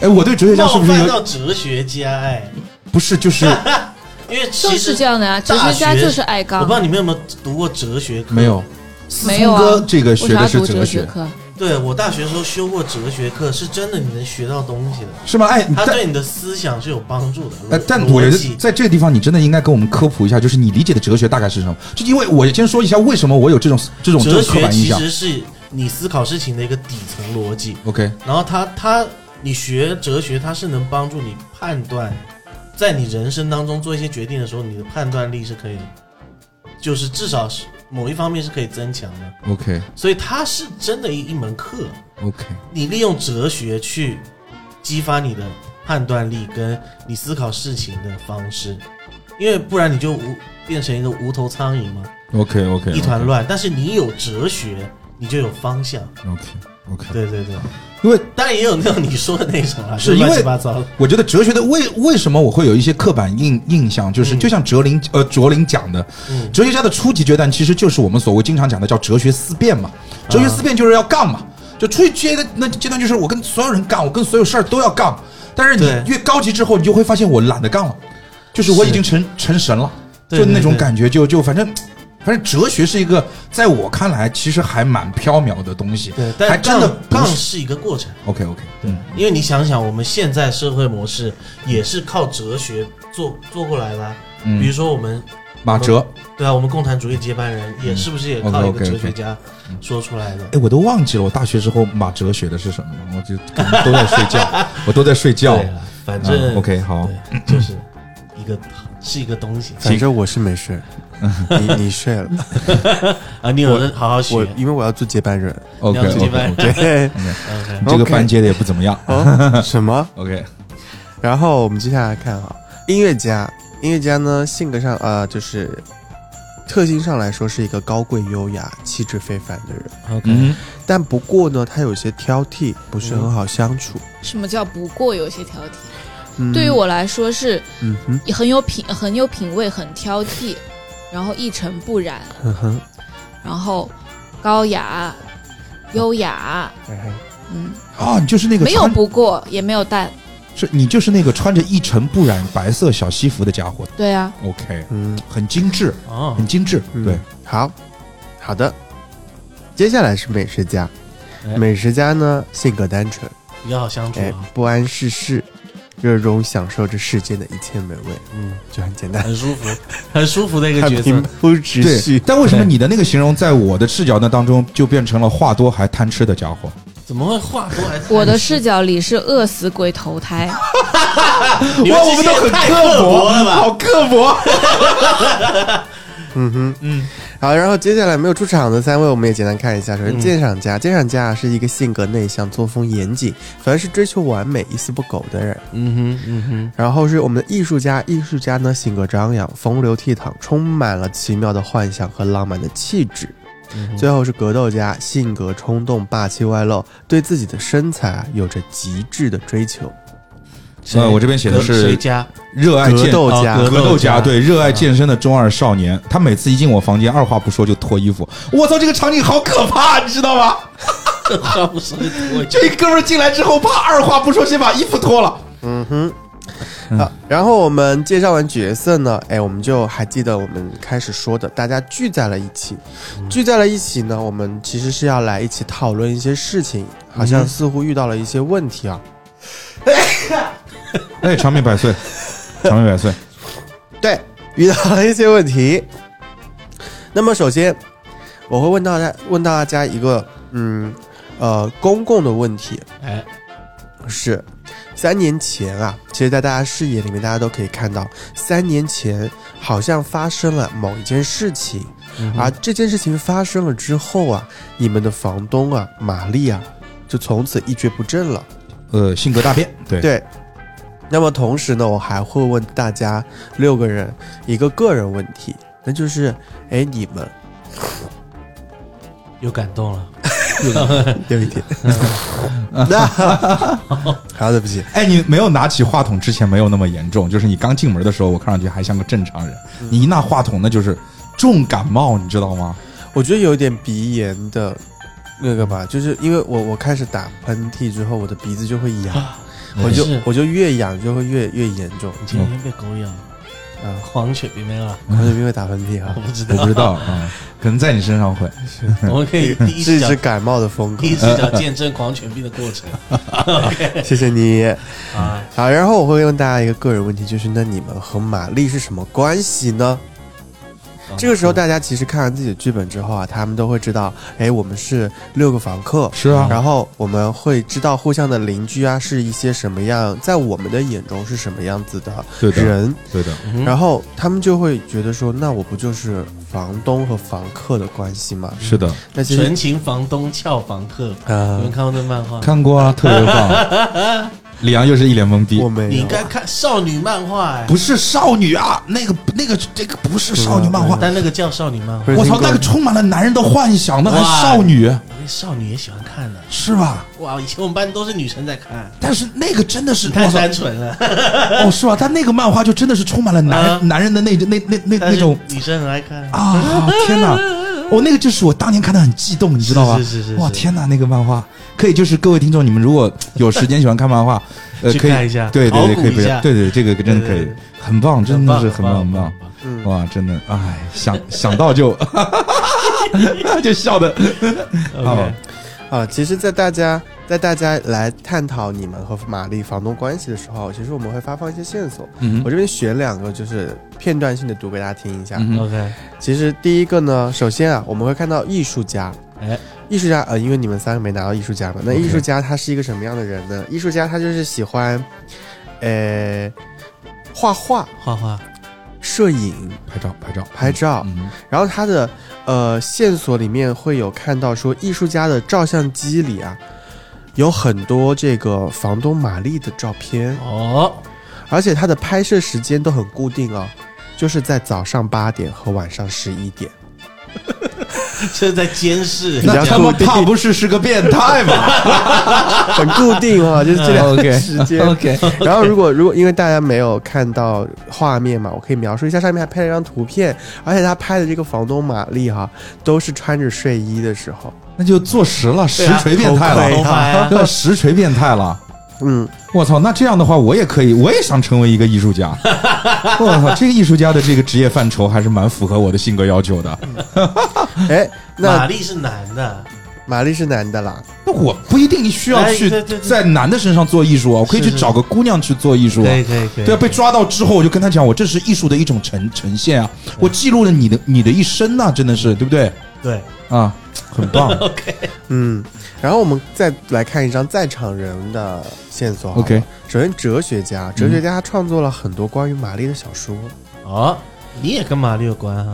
[SPEAKER 4] 哎，我对哲学家是
[SPEAKER 5] 冒
[SPEAKER 4] 不是
[SPEAKER 5] 犯
[SPEAKER 4] 有
[SPEAKER 5] 到哲学家哎，
[SPEAKER 4] 不是就是
[SPEAKER 5] 因为其
[SPEAKER 1] 就
[SPEAKER 5] 实
[SPEAKER 1] 是这样的啊，哲
[SPEAKER 5] 大
[SPEAKER 1] 学家
[SPEAKER 5] 学
[SPEAKER 1] 就是爱
[SPEAKER 5] 我不
[SPEAKER 1] 杠
[SPEAKER 5] 知，道你们有没有读过哲学课？
[SPEAKER 4] 没有。
[SPEAKER 1] 没有
[SPEAKER 4] 苏
[SPEAKER 1] 啊
[SPEAKER 4] 哥，这个
[SPEAKER 1] 为
[SPEAKER 4] 学
[SPEAKER 1] 啥
[SPEAKER 4] 的是
[SPEAKER 1] 读哲
[SPEAKER 4] 学，
[SPEAKER 1] 课？
[SPEAKER 5] 对我大学的时候修过哲学课，是真的你能学到东西的，
[SPEAKER 4] 是吗？哎，你
[SPEAKER 5] 它
[SPEAKER 4] 但
[SPEAKER 5] 啊对你的思想是有帮助的。
[SPEAKER 4] 呃，但
[SPEAKER 5] 逻
[SPEAKER 4] 我觉得
[SPEAKER 5] 辑
[SPEAKER 4] 在这个地方，你真的应该给我们科普一下，就是你理解的哲学大概是什么？就因为我先说一下为什么我有这种这种这
[SPEAKER 5] 哲
[SPEAKER 4] 种刻
[SPEAKER 5] 学
[SPEAKER 4] 板印
[SPEAKER 5] 其
[SPEAKER 4] 象。
[SPEAKER 5] 实是你思考事情的一个底层逻辑，
[SPEAKER 4] OK，
[SPEAKER 5] 然后它它你学哲学，它是能帮助你判断，在你人生当中做一些决定的时候，你的判断力是可以，就是至少是某一方面是可以增强的。
[SPEAKER 4] OK
[SPEAKER 5] 所以它是真的一一门课，
[SPEAKER 4] OK，
[SPEAKER 5] 你利用哲学去激发你的判断力跟你思考事情的方式，因为不然你就无变成一个无头苍蝇嘛，
[SPEAKER 4] OK OK，
[SPEAKER 5] 一团。乱。但是你有哲学，你就有方向。
[SPEAKER 4] OK OK，
[SPEAKER 5] 对对对，
[SPEAKER 4] 因为
[SPEAKER 5] 当然也有那种你说的那种啊，
[SPEAKER 4] 是
[SPEAKER 5] 就
[SPEAKER 4] 因为
[SPEAKER 5] 乱七八糟的。
[SPEAKER 4] 我觉得哲学的为为什么我会有一些刻板印印象，就是
[SPEAKER 5] 嗯
[SPEAKER 4] 就像哲林呃卓林讲的，
[SPEAKER 5] 嗯，
[SPEAKER 4] 哲学家的初级阶段其实就是我们所谓经常讲的叫哲学思辨嘛，
[SPEAKER 5] 啊
[SPEAKER 4] 哲学思辨就是要杠嘛，就初级阶段那阶段就是我跟所有人杠，我跟所有事儿都要杠，但是
[SPEAKER 5] 对
[SPEAKER 4] 你越高级之后，你就会发现我懒得杠了，就是我已
[SPEAKER 5] 是
[SPEAKER 4] 经成成神了，
[SPEAKER 5] 对
[SPEAKER 4] 就那
[SPEAKER 5] 对
[SPEAKER 4] 种
[SPEAKER 5] 对
[SPEAKER 4] 感觉就就反正。反正哲学是一个，在我看来其实还蛮缥缈的东西，
[SPEAKER 5] 对，
[SPEAKER 4] 还
[SPEAKER 5] 但
[SPEAKER 4] 真的
[SPEAKER 5] 杠
[SPEAKER 4] 不
[SPEAKER 5] 杠
[SPEAKER 4] 是。
[SPEAKER 5] 是一个过程，
[SPEAKER 4] OK OK，嗯，
[SPEAKER 5] 因为你想想，我们现在社会模式也是靠哲学做做过来的啊。
[SPEAKER 4] 嗯
[SPEAKER 5] 比如说我们
[SPEAKER 4] 马哲，
[SPEAKER 5] 对啊，我们共产主义接班人也是不是也
[SPEAKER 4] 嗯
[SPEAKER 5] 靠一个
[SPEAKER 4] OK，OK，OK
[SPEAKER 5] 哲学家说出来的？
[SPEAKER 4] 哎，我都忘记了我大学时候马哲学的是什么了，我就可能都在睡觉，我都在睡觉。
[SPEAKER 5] 对啊，反正、
[SPEAKER 4] 嗯 OK，好，
[SPEAKER 5] 对，就是一个是一个东西
[SPEAKER 3] 反正我是 没睡，你你睡了，
[SPEAKER 5] 啊，你有的好好学
[SPEAKER 3] 我。因为我要做接 班人。
[SPEAKER 4] OK
[SPEAKER 5] 了解
[SPEAKER 4] OK，
[SPEAKER 5] 吧
[SPEAKER 3] 对，
[SPEAKER 5] OK，
[SPEAKER 4] 你这个班
[SPEAKER 3] OK
[SPEAKER 4] 接的也不怎么样。
[SPEAKER 3] 哦，什么？
[SPEAKER 4] OK，
[SPEAKER 3] 然后我们接下来看哈，音乐家，音乐家呢，性格上啊、呃就是特性上来说是一个高贵、优雅、气质非凡的人，
[SPEAKER 4] 嗯哼，
[SPEAKER 3] 但不过呢，他有些挑剔，不是
[SPEAKER 4] 嗯
[SPEAKER 3] 很好相处。
[SPEAKER 1] 什么叫不过有些挑剔？
[SPEAKER 3] 嗯
[SPEAKER 1] 对于，我来说是
[SPEAKER 3] 嗯哼，
[SPEAKER 1] 很有品、很有品味、很挑剔，然后一尘不染，
[SPEAKER 3] 哼嗯哼，
[SPEAKER 1] 然后高雅、优雅，
[SPEAKER 3] 哎嘿
[SPEAKER 1] 嗯，
[SPEAKER 4] 啊，你就是那个
[SPEAKER 1] 没有
[SPEAKER 4] 穿，
[SPEAKER 1] 不过，也没有但，
[SPEAKER 4] 是你就是那个穿着一尘不染白色小西服的家伙
[SPEAKER 1] 对啊，
[SPEAKER 4] ，OK，
[SPEAKER 3] 嗯，
[SPEAKER 4] 很精致，
[SPEAKER 5] 哦
[SPEAKER 4] 很，精致，
[SPEAKER 3] 嗯
[SPEAKER 4] 对，，
[SPEAKER 3] 好，好的。接下来是美食家，
[SPEAKER 5] 哎
[SPEAKER 3] 美食家呢性格单纯，
[SPEAKER 5] 比较好相处
[SPEAKER 3] 哎
[SPEAKER 5] 啊，，
[SPEAKER 3] 不谙世事，热衷享受这世间的一切美味，嗯，就很简
[SPEAKER 4] 哎
[SPEAKER 3] 单，
[SPEAKER 5] 很舒服，很舒服的一个
[SPEAKER 3] 很
[SPEAKER 5] 角
[SPEAKER 3] 平
[SPEAKER 5] 色。
[SPEAKER 3] 铺直
[SPEAKER 4] 对
[SPEAKER 3] 叙，。
[SPEAKER 4] 但为什么你的那个形容在我的视角那当中就变成了话多还贪吃的家伙？
[SPEAKER 5] 怎么会话多还
[SPEAKER 1] 我的视角里是饿死鬼投胎，
[SPEAKER 5] 你们
[SPEAKER 4] 哇，
[SPEAKER 5] 这
[SPEAKER 4] 我们
[SPEAKER 5] 些
[SPEAKER 4] 都
[SPEAKER 5] 也
[SPEAKER 4] 很
[SPEAKER 5] 太
[SPEAKER 4] 刻
[SPEAKER 5] 薄了吧？
[SPEAKER 4] 好刻薄。
[SPEAKER 3] 嗯哼，
[SPEAKER 5] 嗯，
[SPEAKER 3] 好，然后接下来没有出场的三位，我们也简单看一下。首先，
[SPEAKER 5] 嗯
[SPEAKER 3] 鉴赏家，鉴赏家是一个性格内向、作风严谨，凡是追求完美、一丝不苟的人。
[SPEAKER 5] 嗯哼，嗯哼，
[SPEAKER 3] 然后是我们的艺术家，艺术家呢性格张扬，风流倜傥，充满了奇妙的幻想和浪漫的气质。
[SPEAKER 5] 嗯
[SPEAKER 3] 最后是格斗家，性格冲动、霸气外露，对自己的身材啊有着极致的追求。
[SPEAKER 5] 谁
[SPEAKER 4] 呃我这边写的是
[SPEAKER 5] 谁家？
[SPEAKER 4] 热爱
[SPEAKER 3] 格
[SPEAKER 4] 健
[SPEAKER 3] 斗家，
[SPEAKER 5] 啊格
[SPEAKER 4] 格斗家，啊
[SPEAKER 5] 家
[SPEAKER 4] 对，热爱健身的中二少年，他每次一进我房间，二话不说就脱衣服。我操，这个场景好可怕，你知道吗？
[SPEAKER 5] 这话不是我
[SPEAKER 4] 这哥们儿进来之后，怕二话不说先把衣服脱了。
[SPEAKER 3] 嗯哼。
[SPEAKER 4] 嗯
[SPEAKER 3] 好，然后我们介绍完角色呢，哎，我们就还记得我们开始说的，大家聚在了一起，聚在了一起呢，我们其实是要来一起讨论一些事情，好像似乎遇到了一些问题啊。
[SPEAKER 4] 哎，长命百 岁，长命百岁。
[SPEAKER 3] 对，遇到了一些问题。那么首先，我会问大家，问大家一个，嗯，呃，公共的问题，啊
[SPEAKER 5] 哎，
[SPEAKER 3] 是三年前啊，其实，在大家视野里面，大家都可以看到，三年前好像发生了某一件事情，而这件事情发生了之后啊，你们的房东啊，玛丽啊，就从此一蹶不振了。
[SPEAKER 4] 呃，性格大变，对，
[SPEAKER 3] 对。那么同时呢，我还会问大家六个人一个个人问题，那就是，哎，你们
[SPEAKER 5] 又感动了。
[SPEAKER 3] 有一点， 那 好，对不起，
[SPEAKER 4] 哎，你没有拿起话筒之前没有那么严重，就是你刚进门的时候，我看上去还像个正常人，你一拿话筒那就是重感冒，你知道 吗？
[SPEAKER 3] 我觉得有一点鼻炎的那个吧，就是因为我我开始打喷嚏之后，我的鼻子就会痒，
[SPEAKER 5] 嗯
[SPEAKER 3] 我就是嗯我就越痒就会越越严重
[SPEAKER 5] 你今天被狗咬了，
[SPEAKER 3] 啊！
[SPEAKER 5] 黄犬病没有啊？
[SPEAKER 3] 我就因为打喷嚏啊
[SPEAKER 5] 我，不知
[SPEAKER 4] 我
[SPEAKER 5] 道，
[SPEAKER 4] 不知道啊、可能在你身上会。
[SPEAKER 5] 我们可以第一
[SPEAKER 3] 是
[SPEAKER 5] 视
[SPEAKER 3] 一
[SPEAKER 5] 角
[SPEAKER 3] 只感冒的疯狗
[SPEAKER 5] 第。一视角见证狂犬病的过程。
[SPEAKER 3] 谢谢你。
[SPEAKER 5] 啊，
[SPEAKER 3] 好，然后我会问大家一个个人问题，就是那你们和玛丽是什么关系呢？
[SPEAKER 5] 嗯
[SPEAKER 3] 这个时候，大家其实看完自己的剧本之后啊，他们都会知道，哎，我们是六个房客，
[SPEAKER 4] 是啊
[SPEAKER 3] 然后我们会知道互相的邻居啊是一些什么样，在我们的眼中是什么样子的
[SPEAKER 4] 对的，
[SPEAKER 3] 人，
[SPEAKER 4] 对的，
[SPEAKER 5] 嗯
[SPEAKER 3] 然后他们就会觉得说，那我不就是房东和房客的关系吗？
[SPEAKER 4] 是的，
[SPEAKER 3] 那其实
[SPEAKER 5] 纯情房东俏房客，你
[SPEAKER 3] 啊
[SPEAKER 5] 们，看过那漫 画？
[SPEAKER 4] 看过啊，特别棒。 李阳又是一脸懵逼
[SPEAKER 3] 我，没有，
[SPEAKER 5] 你应该看少女漫画哎，
[SPEAKER 4] 不是少女啊，那个那个这个不是少女漫画，
[SPEAKER 5] 但那个叫少女漫画，
[SPEAKER 3] 不
[SPEAKER 4] 我
[SPEAKER 3] 是
[SPEAKER 4] 操，
[SPEAKER 3] 听过
[SPEAKER 4] 那个充满了男人的幻想，那还
[SPEAKER 5] 啊哇
[SPEAKER 4] 少女
[SPEAKER 5] 那少女也喜欢看的。
[SPEAKER 4] 是吧？
[SPEAKER 5] 哇，以前我们班都是女生在看，
[SPEAKER 4] 但是那个真的是
[SPEAKER 5] 你太
[SPEAKER 4] 我操
[SPEAKER 5] 单纯了。
[SPEAKER 4] 哦，是吧？但那个漫画就真的是充满了男、
[SPEAKER 5] 啊
[SPEAKER 4] 男人的那那那那那
[SPEAKER 5] 但是
[SPEAKER 4] 种
[SPEAKER 5] 女生很爱看，
[SPEAKER 4] 啊！天哪，哦，那个就是我当年看的很激动，你知道吧？
[SPEAKER 5] 是是是是
[SPEAKER 4] 哇，天哪，那个漫画可以就是各位听众，你们如果有时间喜欢看漫画，呃，
[SPEAKER 5] 去
[SPEAKER 4] 可以
[SPEAKER 5] 看一下
[SPEAKER 4] 对对对，
[SPEAKER 5] 考古
[SPEAKER 4] 可以不
[SPEAKER 5] 一
[SPEAKER 4] 要，
[SPEAKER 5] 下
[SPEAKER 4] 对对，这个真的可
[SPEAKER 5] 对
[SPEAKER 4] 以
[SPEAKER 5] 对对，
[SPEAKER 4] 很棒，真的是很棒
[SPEAKER 5] 棒
[SPEAKER 4] 很棒。
[SPEAKER 5] 棒。
[SPEAKER 3] 嗯
[SPEAKER 4] 哇，真的，哎，想想到就， 就笑的，
[SPEAKER 5] 棒
[SPEAKER 4] 好
[SPEAKER 5] OK，
[SPEAKER 3] 啊，其实，在大家在大家来探讨你们和玛丽房东关系的时候，其实我们会发放一些线索。
[SPEAKER 4] 嗯
[SPEAKER 3] 我
[SPEAKER 4] 哼
[SPEAKER 3] 这边选两个，就是片段性的读给大家听一下。
[SPEAKER 4] 嗯哼，
[SPEAKER 5] OK，
[SPEAKER 3] 其实第一个呢，首先啊，我们会看到艺术家，
[SPEAKER 5] 哎，
[SPEAKER 3] 艺术家，呃，因为你们三个没拿到艺术家嘛，那
[SPEAKER 4] OK
[SPEAKER 3] 艺术家他是一个什么样的人呢？艺术家他就是喜欢，呃，画画、
[SPEAKER 5] 画画，
[SPEAKER 3] 摄影、
[SPEAKER 4] 拍照拍照
[SPEAKER 3] 拍照，
[SPEAKER 4] 嗯哼
[SPEAKER 3] 然后他的呃线索里面会有看到说，艺术家的照相机里啊，有很多这个房东玛丽的照片，
[SPEAKER 5] 哦，
[SPEAKER 3] 而且它的拍摄时间都很固定哦，就是在早上八点和晚上十一点。
[SPEAKER 5] 这是在监视人
[SPEAKER 3] 比较
[SPEAKER 4] 那
[SPEAKER 5] 家
[SPEAKER 4] 他妈
[SPEAKER 3] 固定
[SPEAKER 4] 怕不是是个变态 吧
[SPEAKER 3] 很固定哈、就是这两
[SPEAKER 4] 哦 OK
[SPEAKER 3] 个时间。
[SPEAKER 4] ？OK，
[SPEAKER 3] 然后如果如果因为大家没有看到画面嘛，我可以描述一下，上面还拍了一张图片，而且他拍的这个房东玛丽哈、都是穿着睡衣的时候，
[SPEAKER 4] 那就坐实了，实
[SPEAKER 5] 对啊
[SPEAKER 4] 锤变态
[SPEAKER 3] 头
[SPEAKER 4] 了，
[SPEAKER 5] 偷拍啊，
[SPEAKER 4] 对，实锤变态了。
[SPEAKER 3] 嗯，
[SPEAKER 4] 我操，那这样的话，我也可以，我也想成为一个艺术 家。我操，这个艺术家的这个职业范畴还是蛮符合我的性格要求的。
[SPEAKER 3] 哎，
[SPEAKER 5] 玛
[SPEAKER 3] 那
[SPEAKER 5] 丽是男的，
[SPEAKER 3] 玛丽是男的啦，
[SPEAKER 4] 那我不一定需要
[SPEAKER 5] 哎
[SPEAKER 4] 去
[SPEAKER 5] 对对对
[SPEAKER 4] 在男的身上做艺术啊，我可以
[SPEAKER 5] 是
[SPEAKER 4] 去
[SPEAKER 5] 是
[SPEAKER 4] 找个姑娘去做艺术啊。
[SPEAKER 5] 可以可以
[SPEAKER 4] 对啊，被抓到之后我就跟他讲，我这是艺术的一种呈呈现啊，我记录了你的你的一生呐、真的是对不对
[SPEAKER 5] 对
[SPEAKER 4] 啊？很棒
[SPEAKER 5] ，OK，
[SPEAKER 3] 嗯，然后我们再来看一张在场人的线索好了。
[SPEAKER 4] ，OK，嗯
[SPEAKER 3] 首先哲学家，哲学家他创作了很多关于玛丽的小说，
[SPEAKER 5] 哦，你也跟玛丽有关啊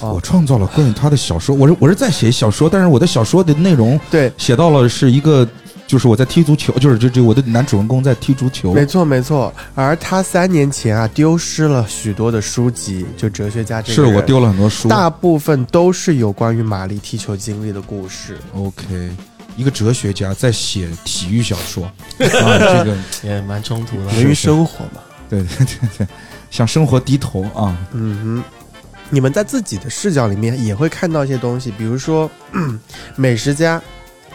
[SPEAKER 5] 哈，
[SPEAKER 3] 哦
[SPEAKER 4] 我创造了关于他的小说，我是我是在写小说，但是我的小说的内容
[SPEAKER 3] 对，
[SPEAKER 4] 写到了是一个，就是我在踢足球，就是这这我的男主人公在踢足球，
[SPEAKER 3] 没错没错。而他三年前啊丢失了许多的书籍，就哲学家这
[SPEAKER 4] 是
[SPEAKER 3] 个
[SPEAKER 4] 我
[SPEAKER 3] 人
[SPEAKER 4] 丢了很多书。
[SPEAKER 3] 大部分都是有关于玛丽踢球经历的故事。
[SPEAKER 4] OK，一个哲学家在写体育小 说，啊，这个
[SPEAKER 5] 也蛮冲突的。
[SPEAKER 3] 源于生活嘛。
[SPEAKER 4] 对对对对，向生活低头啊，
[SPEAKER 3] 嗯哼，你们在自己的视角里面也会看到一些东西，比如说、 嗯美食家，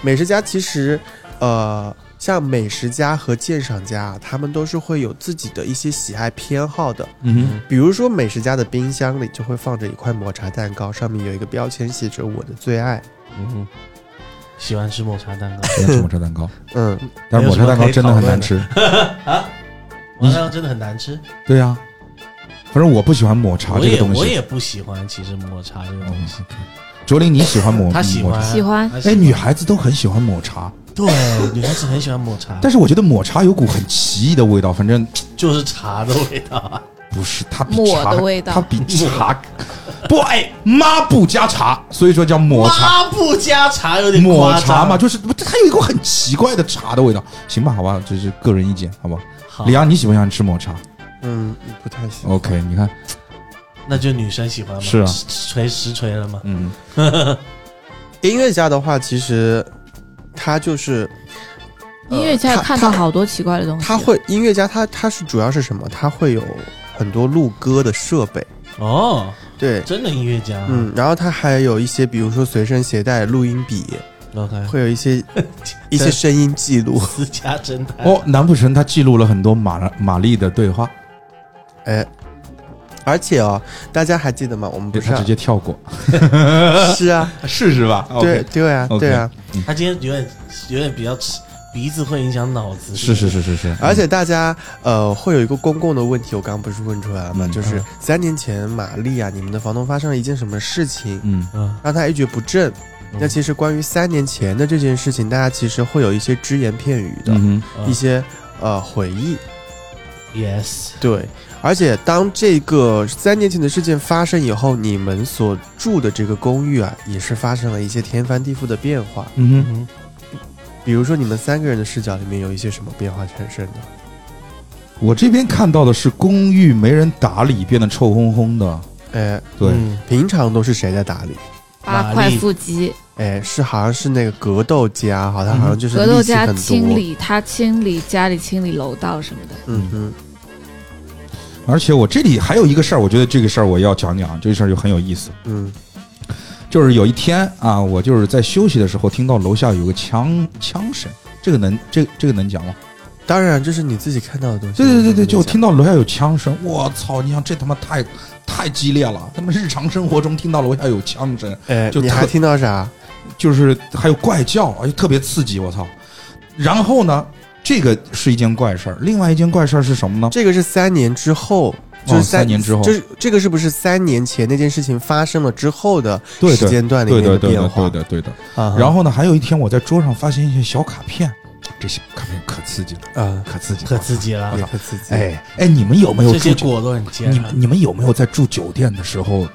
[SPEAKER 3] 美食家其实呃。像美食家和鉴赏家啊，他们都是会有自己的一些喜爱偏好的。
[SPEAKER 4] 嗯
[SPEAKER 3] 比如说，美食家的冰箱里就会放着一块抹茶蛋糕，上面有一个标签写着“我的最爱
[SPEAKER 5] 嗯，喜欢吃抹茶蛋 糕，
[SPEAKER 4] 喜欢吃抹茶蛋 糕，”。
[SPEAKER 3] 嗯，
[SPEAKER 4] 但是抹茶蛋糕真的很难吃，
[SPEAKER 5] 抹茶蛋糕真的很难吃。
[SPEAKER 4] 对呀、反正我不喜欢抹茶
[SPEAKER 5] 我
[SPEAKER 4] 这个
[SPEAKER 5] 也
[SPEAKER 4] 东
[SPEAKER 5] 我
[SPEAKER 4] 西。
[SPEAKER 5] 也不喜欢，其实抹茶这个东西，
[SPEAKER 4] 卓林，你喜欢抹？
[SPEAKER 5] 他喜
[SPEAKER 4] 抹
[SPEAKER 5] 欢
[SPEAKER 4] 茶。
[SPEAKER 1] 喜欢
[SPEAKER 5] 他
[SPEAKER 4] 嗯
[SPEAKER 5] 喜
[SPEAKER 4] 哎，
[SPEAKER 5] 欢
[SPEAKER 4] 女孩子都很喜欢抹茶，
[SPEAKER 5] 对女孩子很喜欢抹茶，
[SPEAKER 4] 但是我觉得抹茶有股很奇异的味道，反正
[SPEAKER 5] 就是茶的味道啊。
[SPEAKER 4] 不是它比
[SPEAKER 1] 抹
[SPEAKER 4] 茶
[SPEAKER 1] 的味道
[SPEAKER 4] 它比茶 不哎抹布加茶，所以说叫抹茶。
[SPEAKER 5] 抹布加茶有点
[SPEAKER 4] 抹
[SPEAKER 5] 夸
[SPEAKER 4] 茶
[SPEAKER 5] 张
[SPEAKER 4] 嘛，，就是不它有一股很奇怪的茶的味道。行吧，好吧，这是个人意见，好吧。
[SPEAKER 5] 好
[SPEAKER 4] 李，阳，你喜不喜欢吃抹茶
[SPEAKER 3] 嗯，不太行。
[SPEAKER 4] ？OK，你看，
[SPEAKER 5] 那就女生喜欢嘛，
[SPEAKER 4] 是啊
[SPEAKER 5] 实锤实锤了嘛。
[SPEAKER 4] 嗯，
[SPEAKER 3] 音乐家的话，其实他就是呃
[SPEAKER 1] 音乐家也
[SPEAKER 3] 他
[SPEAKER 1] 看
[SPEAKER 3] 他
[SPEAKER 1] 到好多奇怪的东西。
[SPEAKER 3] 他会音乐家他他是主要是什么？他会有很多录歌的设备，
[SPEAKER 5] 哦，
[SPEAKER 3] 对，
[SPEAKER 5] 真的音乐家，啊
[SPEAKER 3] 嗯，然后他还有一些，比如说随身携带录音笔，
[SPEAKER 5] ，OK，
[SPEAKER 3] 会有 一些一些声音记录。
[SPEAKER 5] 私家侦探
[SPEAKER 4] 哦，难不成他记录了很多玛玛丽的对话？
[SPEAKER 3] 哎，而且哦，大家还记得吗？我们不是
[SPEAKER 4] 他
[SPEAKER 3] 啊
[SPEAKER 4] 直接跳过，
[SPEAKER 3] 是啊，
[SPEAKER 4] 试试吧。
[SPEAKER 3] 对，对啊，
[SPEAKER 4] OK
[SPEAKER 3] 对啊，
[SPEAKER 5] 他今天有点有点比较吃鼻子会影响脑子，
[SPEAKER 4] 是是是是是，
[SPEAKER 3] 而且大家呃会有一个公共的问题，我刚刚不是问出来了吗？
[SPEAKER 4] 嗯
[SPEAKER 3] 就是三年前玛丽啊，你们的房东发生了一件什么事情？
[SPEAKER 4] 嗯，
[SPEAKER 5] 嗯，
[SPEAKER 3] 让他一蹶不振。
[SPEAKER 5] 嗯
[SPEAKER 3] 那其实关于三年前的这件事情，大家其实会有一些只言片语的、
[SPEAKER 4] 嗯
[SPEAKER 5] 嗯
[SPEAKER 3] 一些呃回忆。
[SPEAKER 5] yes，
[SPEAKER 3] 对，而且当这个三年前的事件发生以后，你们所住的这个公寓啊，也是发生了一些天翻地覆的变化。
[SPEAKER 4] 嗯哼。
[SPEAKER 5] 嗯，
[SPEAKER 3] 比如说，你们三个人的视角里面有一些什么变化产生的？
[SPEAKER 4] 我这边看到的是公寓没人打理，变得臭烘烘的。
[SPEAKER 3] 哎，
[SPEAKER 4] 对，
[SPEAKER 5] 嗯
[SPEAKER 3] 平常都是谁在打理？
[SPEAKER 1] 八块腹肌，
[SPEAKER 3] 哎，是好像是那个格斗家，好像好像就是
[SPEAKER 1] 嗯格斗
[SPEAKER 3] 力气
[SPEAKER 1] 家
[SPEAKER 3] 很
[SPEAKER 1] 清
[SPEAKER 3] 多。
[SPEAKER 1] 理他清理家里清理楼道什么的，
[SPEAKER 3] 嗯嗯，
[SPEAKER 4] 而且我这里还有一个事儿，我觉得这个事儿我要讲讲，这个事儿就很有意思。
[SPEAKER 3] 嗯
[SPEAKER 4] 就是有一天啊，我就是在休息的时候听到楼下有个枪枪声，这个能这这个能讲吗？
[SPEAKER 3] 当然这是你自己看到的东西。
[SPEAKER 4] 对对对对，就
[SPEAKER 3] 我
[SPEAKER 4] 我
[SPEAKER 3] 们
[SPEAKER 4] 听到楼下有枪声，我操！你想这他妈太太激烈了，他们日常生活中听到楼下有枪声，
[SPEAKER 3] 没讲。哎，
[SPEAKER 4] 就
[SPEAKER 3] 你还
[SPEAKER 4] 特
[SPEAKER 3] 听到啥？
[SPEAKER 4] 就是还有怪叫，哎，特别刺激，我操！然后呢，这个是一件怪事儿，另外一件怪事儿是什么呢？
[SPEAKER 3] 这个是三年之后，就是
[SPEAKER 4] 哦三年之后
[SPEAKER 3] 就是这个是不是三年前那件事情发生了之后的
[SPEAKER 4] 对对
[SPEAKER 3] 时间段里
[SPEAKER 4] 对
[SPEAKER 3] 面
[SPEAKER 4] 的，对
[SPEAKER 3] 变
[SPEAKER 4] 的，
[SPEAKER 3] 化？
[SPEAKER 4] 对的，对的。
[SPEAKER 3] 啊哈
[SPEAKER 4] 然后呢，还有一天我在桌上发现一些小卡片，这些卡片可刺激了，
[SPEAKER 3] 啊，
[SPEAKER 4] 可刺激了，
[SPEAKER 5] 可刺激了
[SPEAKER 3] 也，可刺激。，
[SPEAKER 4] 哎哎，你们有没有
[SPEAKER 5] 这
[SPEAKER 4] 住
[SPEAKER 5] 些
[SPEAKER 4] 酒？
[SPEAKER 5] 果都很
[SPEAKER 4] 你
[SPEAKER 5] 尖啊
[SPEAKER 4] 们，你们有没有在住酒店的时候，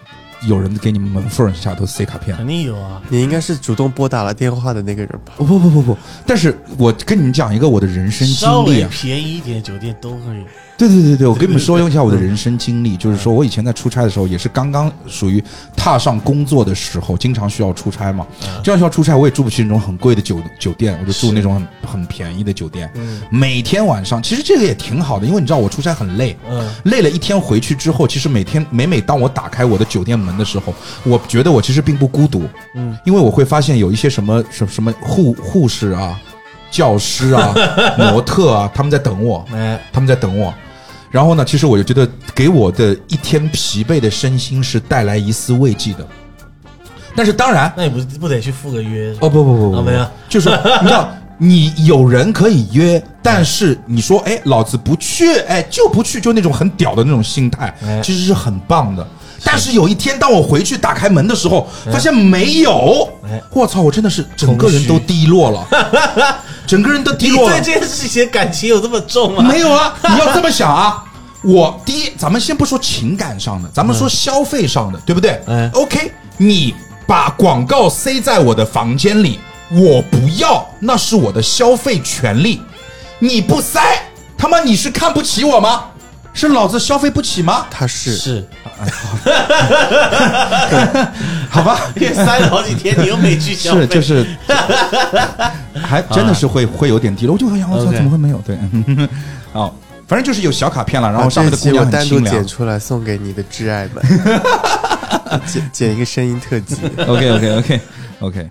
[SPEAKER 4] 有人给你们门缝下头塞卡片。
[SPEAKER 5] 肯定有啊。
[SPEAKER 3] 你应该是主动拨打了电话的那个人吧？
[SPEAKER 4] 不不不不，但是我跟你们讲一个我的人生
[SPEAKER 5] 稍
[SPEAKER 4] 经历
[SPEAKER 5] 微
[SPEAKER 4] 啊，
[SPEAKER 5] 便宜一点的酒店都会有，
[SPEAKER 4] 对对对对，我跟你们说一下我的人生经历，就是说我以前在出差的时候，也是刚刚属于踏上工作的时候，经常需要出差嘛，
[SPEAKER 5] 嗯
[SPEAKER 4] 经常需要出差，我也住不去那种很贵的酒酒店，我就住那种很很便宜的酒店。
[SPEAKER 5] 嗯
[SPEAKER 4] 每天晚上，其实这个也挺好的，因为你知道我出差很累，
[SPEAKER 5] 嗯，
[SPEAKER 4] 累了一天回去之后，其实每天每每当我打开我的酒店门的时候，我觉得我其实并不孤独，
[SPEAKER 5] 嗯，
[SPEAKER 4] 因为我会发现有一些什么什么什么护护士啊、教师啊、模特啊，他们在等我，
[SPEAKER 5] 哎，
[SPEAKER 4] 他们在等我。然后呢，其实我就觉得给我的一天疲惫的身心是带来一丝慰藉的，但是当然，
[SPEAKER 5] 那你不不得去赴个约？
[SPEAKER 4] 哦不不不不，
[SPEAKER 5] 啊
[SPEAKER 4] 不
[SPEAKER 5] 没有，
[SPEAKER 4] 就是你知道，你有人可以约，但是你说，哎，老子不去，哎，就不去，就那种很屌的那种心态
[SPEAKER 5] 哎，
[SPEAKER 4] 其实是很棒的。但是有一天，当我回去打开门的时候，发现没有
[SPEAKER 5] 哎，
[SPEAKER 4] 我操，我真的是整个人都低落了， 整个人都低
[SPEAKER 5] 你
[SPEAKER 4] 落了
[SPEAKER 5] 对。这件事情感情有这么重 吗？
[SPEAKER 4] 没有啊，你要这么想啊。我第一，咱们先不说情感上的，咱们说消费上的，对不对？
[SPEAKER 5] 嗯
[SPEAKER 4] o k 你把广告塞在我的房间里，我不要，那是我的消费权利。你不塞，他妈你是看不起我吗？是老子消费不起吗？
[SPEAKER 3] 他是
[SPEAKER 5] 是，
[SPEAKER 4] 好吧，
[SPEAKER 5] 因为塞了好几天，你又没去消费，
[SPEAKER 4] 是就是， 还真的是会会有点低落，我就会想，我操，
[SPEAKER 5] OK
[SPEAKER 4] 怎么会没有？对， 哦，反正就是有小卡片了，然后
[SPEAKER 3] 把
[SPEAKER 4] 上面
[SPEAKER 3] 这
[SPEAKER 4] 的姑
[SPEAKER 3] 期我
[SPEAKER 4] 娘很
[SPEAKER 3] 单独
[SPEAKER 4] 清凉
[SPEAKER 3] 剪。出来送给你的挚爱们， 剪剪一个声音特辑。
[SPEAKER 4] OK OK OK OK，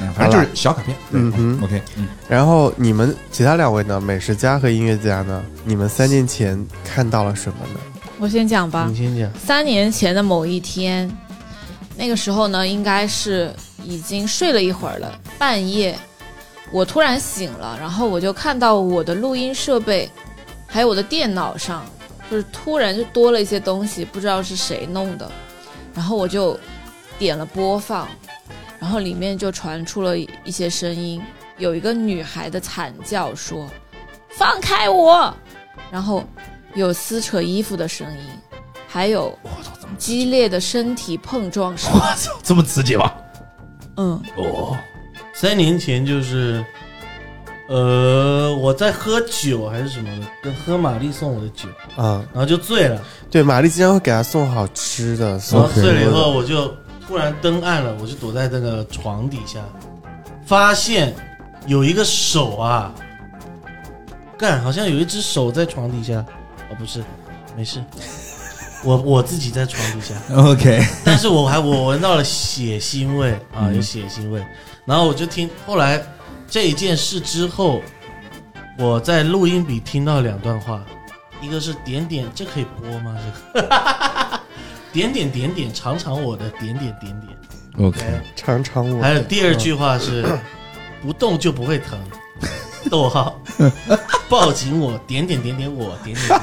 [SPEAKER 4] 嗯，反正就是小卡片。
[SPEAKER 3] 嗯哼，
[SPEAKER 4] OK，嗯，
[SPEAKER 3] 然后你们其他两位呢？美食家和音乐家呢？你们三年前看到了什么呢？
[SPEAKER 1] 我先讲吧
[SPEAKER 5] 你。先讲，
[SPEAKER 1] 三年前的某一天，那个时候呢，应该是已经睡了一会儿了，半夜，我突然醒了，然后我就看到我的录音设备，还有我的电脑上，就是突然就多了一些东西，不知道是谁弄的，然后我就点了播放，然后里面就传出了一些声音，有一个女孩的惨叫说：“放开我！”然后有撕扯衣服的声音，还有
[SPEAKER 4] 我操，怎么
[SPEAKER 1] 激烈的身体碰撞 声。
[SPEAKER 4] 我操这么刺激吗？
[SPEAKER 1] 嗯，
[SPEAKER 4] 哦，
[SPEAKER 5] 三年前就是，呃，我在喝酒还是什么的，跟喝玛丽送我的酒，
[SPEAKER 3] 啊、
[SPEAKER 5] 然后就醉了，
[SPEAKER 3] 对，玛丽经常会给他送好吃的，
[SPEAKER 5] 然
[SPEAKER 3] 送
[SPEAKER 5] 后
[SPEAKER 4] OK
[SPEAKER 5] 醉了以后，我就突然灯暗了，我就躲在那个床底下，发现有一个手啊，干，好像有一只手在床底下，哦，不是，没事，我我自己在床底下，
[SPEAKER 4] OK，
[SPEAKER 5] 但是我还我闻到了血腥味啊，
[SPEAKER 4] 嗯
[SPEAKER 5] 有血腥味。然后我就听，后来这一件事之后，我在录音笔听到两段话，一个是点点，这可以播吗？这个 点点点点尝尝我的点点点点。
[SPEAKER 4] OK
[SPEAKER 3] 尝尝我。
[SPEAKER 5] 还有第二句话是，不动就不会疼。逗号，抱紧我，点点点点我，点点点点。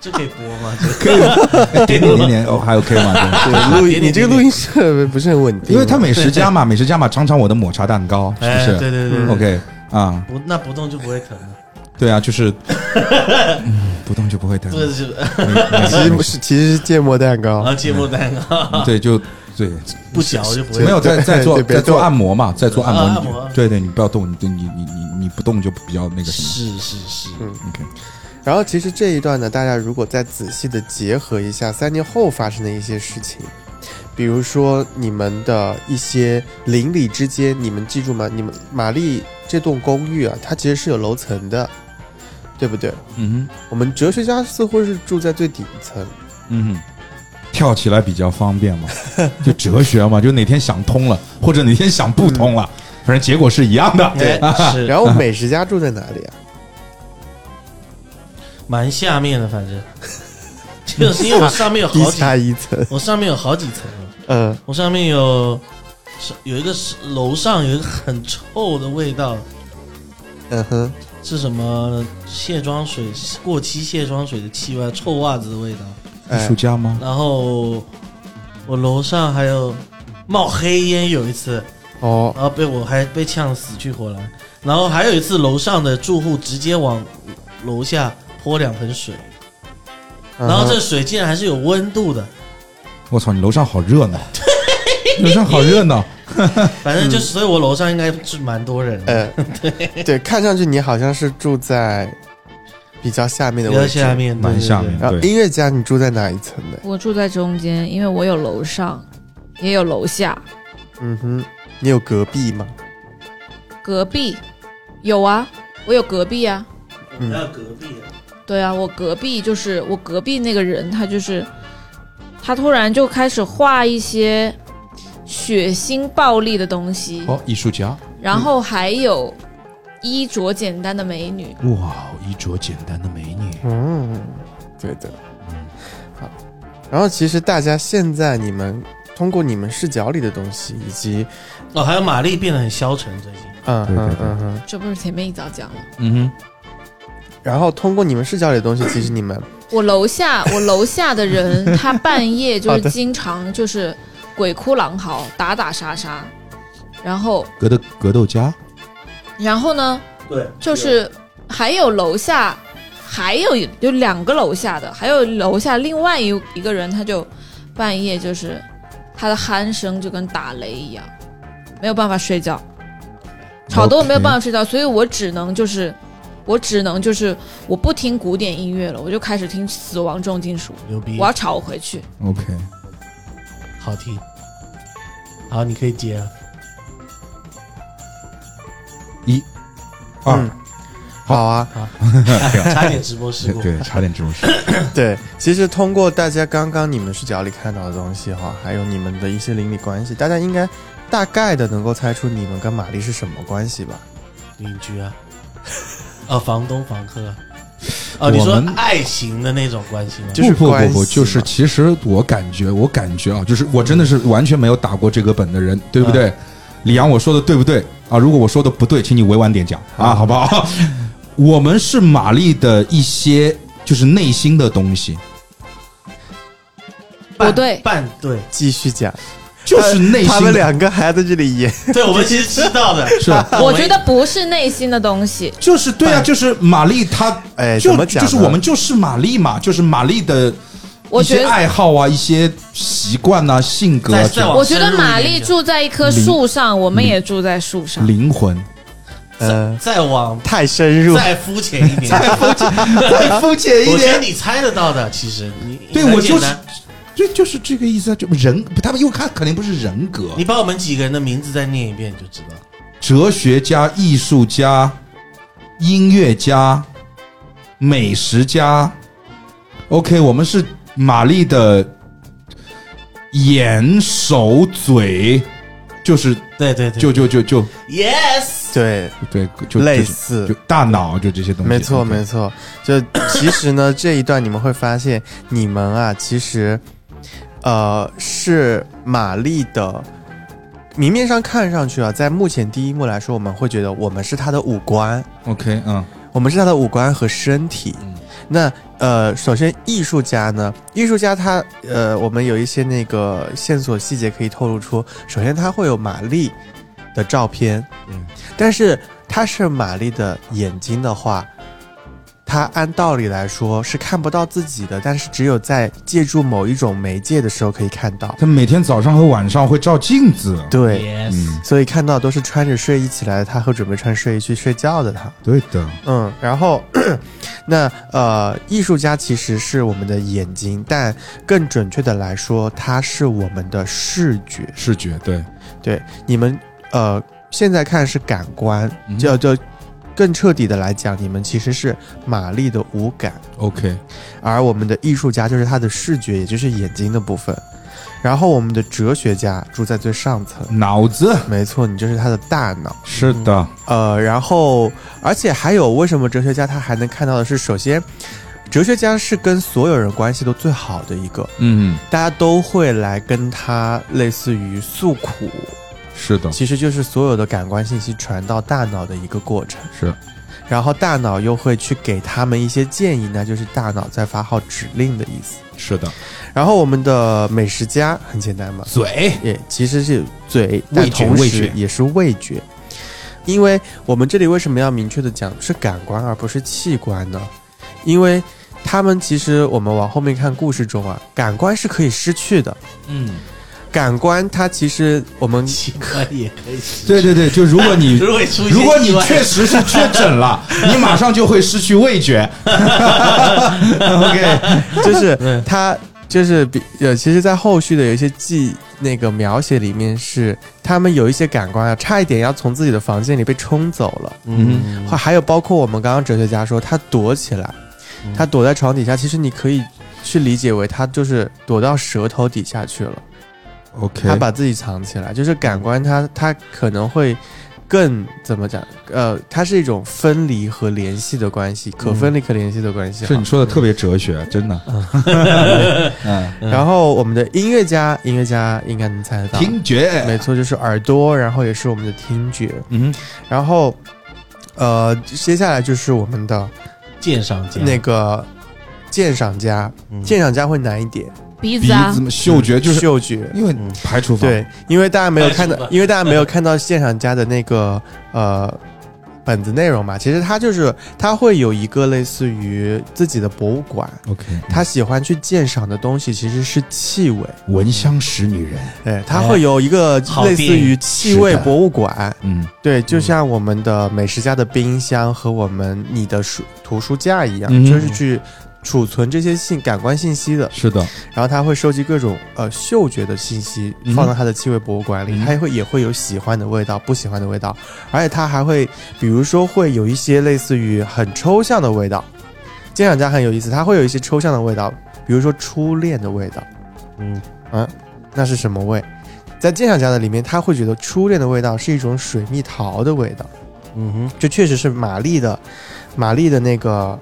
[SPEAKER 5] 这可以播吗？这个
[SPEAKER 4] 可以，哎点点点点，哦，还 OK 吗？
[SPEAKER 3] 对，录
[SPEAKER 5] 点点
[SPEAKER 3] 音，你这个
[SPEAKER 5] 点
[SPEAKER 3] 录音设备不是很稳定，啊
[SPEAKER 4] 因为他美食家嘛，美食家嘛，尝尝我的抹茶蛋糕，是
[SPEAKER 5] 哎，
[SPEAKER 4] 不
[SPEAKER 5] 对
[SPEAKER 4] 是
[SPEAKER 5] 对对对
[SPEAKER 4] ？OK，啊，
[SPEAKER 5] 不，那不动就不会疼了。
[SPEAKER 4] 对啊，就是，嗯不动就不会疼。
[SPEAKER 5] 对，是
[SPEAKER 4] 没没
[SPEAKER 3] 其实不是，其实是芥末蛋糕。
[SPEAKER 5] 啊，芥末蛋糕，
[SPEAKER 4] 对，就对，
[SPEAKER 5] 不嚼就不会
[SPEAKER 4] 嗯没有在在做
[SPEAKER 3] 对别
[SPEAKER 4] 在
[SPEAKER 3] 动
[SPEAKER 4] 做按摩嘛，在做按
[SPEAKER 5] 啊
[SPEAKER 4] 摩
[SPEAKER 5] 按
[SPEAKER 4] 你
[SPEAKER 5] 摩
[SPEAKER 4] 就，对对，你不要动，你你你你你不动就比较那个什么。
[SPEAKER 5] 是是是，
[SPEAKER 4] OK，
[SPEAKER 3] 然后其实这一段呢，大家如果再仔细的结合一下三年后发生的一些事情，比如说你们的一些邻里之间，你们记住吗？你们玛丽这栋公寓啊，它其实是有楼层的，对不对？
[SPEAKER 4] 嗯哼。
[SPEAKER 3] 我们哲学家似乎是住在最底层，
[SPEAKER 4] 嗯哼，跳起来比较方便嘛， 就哲学嘛，就哪天想通了，或者哪天想不通了，反正结果是一样的。
[SPEAKER 5] 对，哎是，
[SPEAKER 3] 然后美食家住在哪里啊？
[SPEAKER 5] 蛮下面的，反正就是因为我上面有
[SPEAKER 3] 一
[SPEAKER 5] 好几，
[SPEAKER 3] 下一层，
[SPEAKER 5] 我上面有好几层，啊
[SPEAKER 3] 嗯，
[SPEAKER 5] 我上面有是有一个是楼上有一个很臭的味道，
[SPEAKER 3] 嗯哼，
[SPEAKER 5] 是什么卸妆水过期卸妆水的气味，臭袜子的味道，
[SPEAKER 4] 艺
[SPEAKER 3] 哎
[SPEAKER 4] 术，家吗？
[SPEAKER 5] 然后我楼上还有冒黑烟，有一次。
[SPEAKER 3] 哦，
[SPEAKER 5] 然后被我还被呛死去活来。然后还有一次，楼上的住户直接往楼
[SPEAKER 4] 嗯
[SPEAKER 5] 下泼两盆水，然后这水竟然还是有温度的，
[SPEAKER 4] 我操，你楼上好热 闹，楼上好热闹，
[SPEAKER 5] 反正
[SPEAKER 4] 嗯
[SPEAKER 5] 就是，所以我楼上应该是蛮多人
[SPEAKER 4] 哎
[SPEAKER 5] 的，
[SPEAKER 3] 呃， 对，看上去你好像是住在比较下面的
[SPEAKER 5] 比
[SPEAKER 3] 位
[SPEAKER 5] 较
[SPEAKER 3] 置，
[SPEAKER 5] 下。面，对
[SPEAKER 4] 蛮下面。
[SPEAKER 3] 然后
[SPEAKER 4] 对，
[SPEAKER 3] 音乐家，你住在哪一层的？
[SPEAKER 1] 我住在中间，因为我有楼上，也有楼下。
[SPEAKER 3] 嗯哼，你有隔壁吗？
[SPEAKER 1] 隔壁有啊，我有隔壁啊。
[SPEAKER 3] 嗯
[SPEAKER 5] 还有隔壁的，
[SPEAKER 1] 对啊，我隔壁就是我隔壁那个人，他就是他突然就开始画一些血腥暴力的东西，
[SPEAKER 4] 哦，艺术家，
[SPEAKER 1] 然后还有衣着简单的美女。
[SPEAKER 4] 哇，衣着简单的美女，
[SPEAKER 3] 嗯，对的。好，然后其实大家现在你们通过你们视角里的东西，以及
[SPEAKER 5] 哦，还有玛丽变得很消沉，最近
[SPEAKER 3] 嗯
[SPEAKER 4] 对对
[SPEAKER 3] 嗯
[SPEAKER 4] 对
[SPEAKER 3] 嗯嗯，
[SPEAKER 1] 这不是前面一早讲了，
[SPEAKER 4] 嗯
[SPEAKER 3] 然后通过你们视角里的东西，其实你们
[SPEAKER 1] 我楼下我楼下的 人，他半夜就
[SPEAKER 3] 好
[SPEAKER 1] 是
[SPEAKER 3] 的
[SPEAKER 1] 经常就是鬼哭狼嚎、打打杀杀，然后
[SPEAKER 4] 哼，格斗格斗家，
[SPEAKER 1] 然后呢，
[SPEAKER 5] 对，
[SPEAKER 1] 就是还有楼下，还有有两个楼下的，还有楼下另外一一个人，他就半夜就是他的鼾声就跟打雷一样，没有办法睡觉，吵得我没有办法睡觉，所以我只能就是。我只能就是我不听古典音乐了，我就开始听死亡重金属，
[SPEAKER 5] 牛逼
[SPEAKER 1] 我，要吵回去。
[SPEAKER 4] OK，
[SPEAKER 5] 好听。好，你可以接啊。
[SPEAKER 4] 二啊
[SPEAKER 3] 嗯，好啊，
[SPEAKER 5] 差一点直播事故。
[SPEAKER 4] 对，差点这种事，
[SPEAKER 3] 对，其实通过大家刚刚你们视角里看到的东西哈，还有你们的一些邻里关系，大家应该大概的能够猜出你们跟玛丽是什么关系吧？
[SPEAKER 5] 邻居啊，哦，房东、房客啊，哦，你说
[SPEAKER 4] 我们
[SPEAKER 5] 爱情的那种关系吗？
[SPEAKER 3] 就是
[SPEAKER 4] 不不
[SPEAKER 3] 关
[SPEAKER 4] 不
[SPEAKER 3] 系
[SPEAKER 4] 不，就是
[SPEAKER 3] 嘛
[SPEAKER 4] 其实我感觉，我感觉啊，就是我真的是完全没有打过这个本的人，对不
[SPEAKER 3] 嗯
[SPEAKER 4] 对？李阳，我说的对不对啊？如果我说的不对，请你委婉点讲啊，好不好？ 我们是玛丽的一些就是内心的东西，
[SPEAKER 5] 半
[SPEAKER 1] 不嗯对
[SPEAKER 5] 半对，
[SPEAKER 3] 继续讲，
[SPEAKER 4] 就是内
[SPEAKER 3] 他
[SPEAKER 4] 心
[SPEAKER 3] 们
[SPEAKER 4] 的，
[SPEAKER 3] 两个还在这 里演，
[SPEAKER 5] 对我们其实知道的。
[SPEAKER 4] 是啊
[SPEAKER 1] 我觉得不是内心的东西，
[SPEAKER 4] 就是对啊，就是玛丽她
[SPEAKER 3] 哎，
[SPEAKER 4] 就
[SPEAKER 3] 怎么讲
[SPEAKER 4] 就
[SPEAKER 3] 呢？
[SPEAKER 4] 是我们就是玛丽嘛，就是玛丽的
[SPEAKER 1] 我
[SPEAKER 4] 一
[SPEAKER 1] 觉
[SPEAKER 4] 些
[SPEAKER 1] 得
[SPEAKER 4] 爱好啊，一些习惯啊，性格啊
[SPEAKER 5] 再再
[SPEAKER 4] 这
[SPEAKER 5] 往
[SPEAKER 1] 我觉得
[SPEAKER 5] 深入一
[SPEAKER 1] 玛
[SPEAKER 5] 点嗯
[SPEAKER 1] 丽
[SPEAKER 5] 讲
[SPEAKER 1] 住在一棵
[SPEAKER 4] 灵
[SPEAKER 1] 树上，我们也住在树上。
[SPEAKER 4] 灵魂，
[SPEAKER 3] 呃
[SPEAKER 5] 再往
[SPEAKER 3] 太深入，
[SPEAKER 5] 再肤浅一点，
[SPEAKER 4] 再肤浅
[SPEAKER 5] 我觉得你猜得到的，其实你
[SPEAKER 4] 对
[SPEAKER 5] 很
[SPEAKER 4] 我
[SPEAKER 5] 简
[SPEAKER 4] 就是
[SPEAKER 5] 单
[SPEAKER 4] 对，就是这个意思啊，就人，他们又看肯定不是人格，
[SPEAKER 5] 你把我们几个人的名字再念一遍，你就知道。
[SPEAKER 4] 哲学家、艺术家、音乐家、美食家。OK，我们是玛丽的眼、手、嘴，就是
[SPEAKER 5] 对对对，
[SPEAKER 4] 就就就就
[SPEAKER 5] yes，
[SPEAKER 3] 对，
[SPEAKER 4] 对，就
[SPEAKER 3] 类
[SPEAKER 4] 就
[SPEAKER 3] 似
[SPEAKER 4] 就大脑啊就这些东西。
[SPEAKER 3] 没错，没
[SPEAKER 4] 错。
[SPEAKER 3] 错。就其实呢，这一段你们会发现，你们啊，其实，呃，是玛丽的。明面上看上去啊，在目前第一幕来说，我们会觉得我们是她的五官，
[SPEAKER 4] OK，嗯，
[SPEAKER 3] 我们是她的五官和身体。那呃，首先艺术家呢，艺术家他呃，我们有一些那个线索细节可以透露出，首先他会有玛丽的照片，
[SPEAKER 4] 嗯
[SPEAKER 3] 但是他是玛丽的眼睛的话，他按道理来说是看不到自己的，但是只有在借助某一种媒介的时候可以看到。
[SPEAKER 4] 他每天早上和晚上会照镜子。
[SPEAKER 3] 对，
[SPEAKER 5] yes，
[SPEAKER 2] Mm.
[SPEAKER 4] 嗯，
[SPEAKER 3] 所以看到都是穿着睡衣起来的他和准备穿睡衣去睡觉的他。
[SPEAKER 4] 对的，
[SPEAKER 3] 嗯，然后 那呃，艺术家其实是我们的眼睛，但更准确的来说，它是我们的视觉。
[SPEAKER 4] 视觉对，
[SPEAKER 3] 你们呃，现在看是感官，
[SPEAKER 4] 嗯
[SPEAKER 3] 就就更彻底的来讲，你们其实是玛丽的五感，
[SPEAKER 4] OK，
[SPEAKER 3] 而我们的艺术家就是他的视觉，也就是眼睛的部分。然后我们的哲学家住在最上层，
[SPEAKER 4] 脑子
[SPEAKER 3] 没错，你就是他的大脑。
[SPEAKER 4] 是的，
[SPEAKER 3] 呃，然后而且还有，为什么哲学家他还能看到的是，首先，哲学家是跟所有人关系都最好的一个，
[SPEAKER 4] 嗯，
[SPEAKER 3] 大家都会来跟他类似于诉苦，
[SPEAKER 4] 是的，
[SPEAKER 3] 其实就是所有的感官信息传到大脑的一个过程，
[SPEAKER 4] 是
[SPEAKER 3] 然后大脑又会去给他们一些建议，那就是大脑在发号指令的意思。
[SPEAKER 4] 是的，
[SPEAKER 3] 然后我们的美食家很简单嘛，
[SPEAKER 4] 嘴
[SPEAKER 3] 也其实是嘴，但
[SPEAKER 4] 味觉
[SPEAKER 3] 同
[SPEAKER 4] 味
[SPEAKER 3] 时
[SPEAKER 4] 觉
[SPEAKER 3] 也是味觉。因为我们这里为什么要明确的讲是感官而不是器官呢？因为他们其实我们往后面看故事中啊，感官是可以失去的。
[SPEAKER 6] 嗯，
[SPEAKER 3] 感官它其实 我们
[SPEAKER 5] 奇怪也可以。
[SPEAKER 4] 对对对，就 如果你
[SPEAKER 5] 如果出现
[SPEAKER 4] 如果你
[SPEAKER 5] 意外
[SPEAKER 4] 确实是确诊 了，你马上就会失去味觉。OK，
[SPEAKER 5] 嗯
[SPEAKER 3] 就是它就是比呃，其实，在后续的有一些记那个描写里面是，他们有一些感官啊，差一点要从自己的房间里被冲走了。
[SPEAKER 4] 嗯
[SPEAKER 3] 还还有包括我们刚刚哲学家说，他躲起来，
[SPEAKER 5] 嗯
[SPEAKER 3] 他躲在床底下，其实你可以去理解为他就是躲到舌头底下去了，他
[SPEAKER 4] OK，嗯
[SPEAKER 3] 把自己藏起来，就是感官他他可能会。更怎么讲？呃，它是一种分离和联系的关系，可
[SPEAKER 4] 嗯
[SPEAKER 3] 分离可联系的关系。
[SPEAKER 4] 是你说的特别哲学，真的。 嗯，
[SPEAKER 3] 然后我们的音乐家，音乐家应该能猜得到，
[SPEAKER 4] 听觉，
[SPEAKER 3] 没错，就是耳朵，然后也是我们的听觉，
[SPEAKER 4] 嗯，
[SPEAKER 3] 然后，呃，接下来就是我们的
[SPEAKER 5] 鉴赏家
[SPEAKER 3] 那个鉴赏家，
[SPEAKER 5] 嗯
[SPEAKER 3] 鉴赏家会难一点，
[SPEAKER 1] 鼻
[SPEAKER 4] 鼻
[SPEAKER 1] 子啊，
[SPEAKER 4] 子、嗅觉就是，
[SPEAKER 3] 嗅觉，
[SPEAKER 4] 因为
[SPEAKER 5] 嗯
[SPEAKER 4] 排除法。
[SPEAKER 3] 对，因为大家没有看
[SPEAKER 5] 哎是
[SPEAKER 3] 到
[SPEAKER 5] 吧，
[SPEAKER 3] 因为大家没有看到鉴赏家的那个呃本子内容嘛，其实他就是他会有一个类似于自己的博物馆，
[SPEAKER 4] ，OK，
[SPEAKER 3] 他喜欢去鉴赏的东西其实是气味，
[SPEAKER 4] 闻香识女人。
[SPEAKER 3] 对，他会有一个
[SPEAKER 5] 哎好
[SPEAKER 3] 类似
[SPEAKER 5] 电
[SPEAKER 3] 于气
[SPEAKER 4] 是
[SPEAKER 3] 味
[SPEAKER 4] 的
[SPEAKER 3] 博物馆。
[SPEAKER 4] 嗯，
[SPEAKER 3] 对，就像我们的美食家的冰箱和我们你的书图书架一样，
[SPEAKER 4] 嗯
[SPEAKER 3] 就是去储存这些信感官信息的。
[SPEAKER 4] 是的，
[SPEAKER 3] 然后他会收集各种呃嗅觉的信息，
[SPEAKER 4] 嗯
[SPEAKER 3] 放到他的气味博物馆里，
[SPEAKER 4] 嗯
[SPEAKER 3] 他也会也会有喜欢的味道，不喜欢的味道，而且他还会比如说会有一些类似于很抽象的味道。鉴赏家很有意思，他会有一些抽象的味道，比如说初恋的味道。啊
[SPEAKER 5] 嗯
[SPEAKER 3] 那是什么味？在鉴赏家的里面，他会觉得初恋的味道是一种水蜜桃的味道，
[SPEAKER 5] 嗯哼
[SPEAKER 3] 这确实是玛丽的玛丽的那个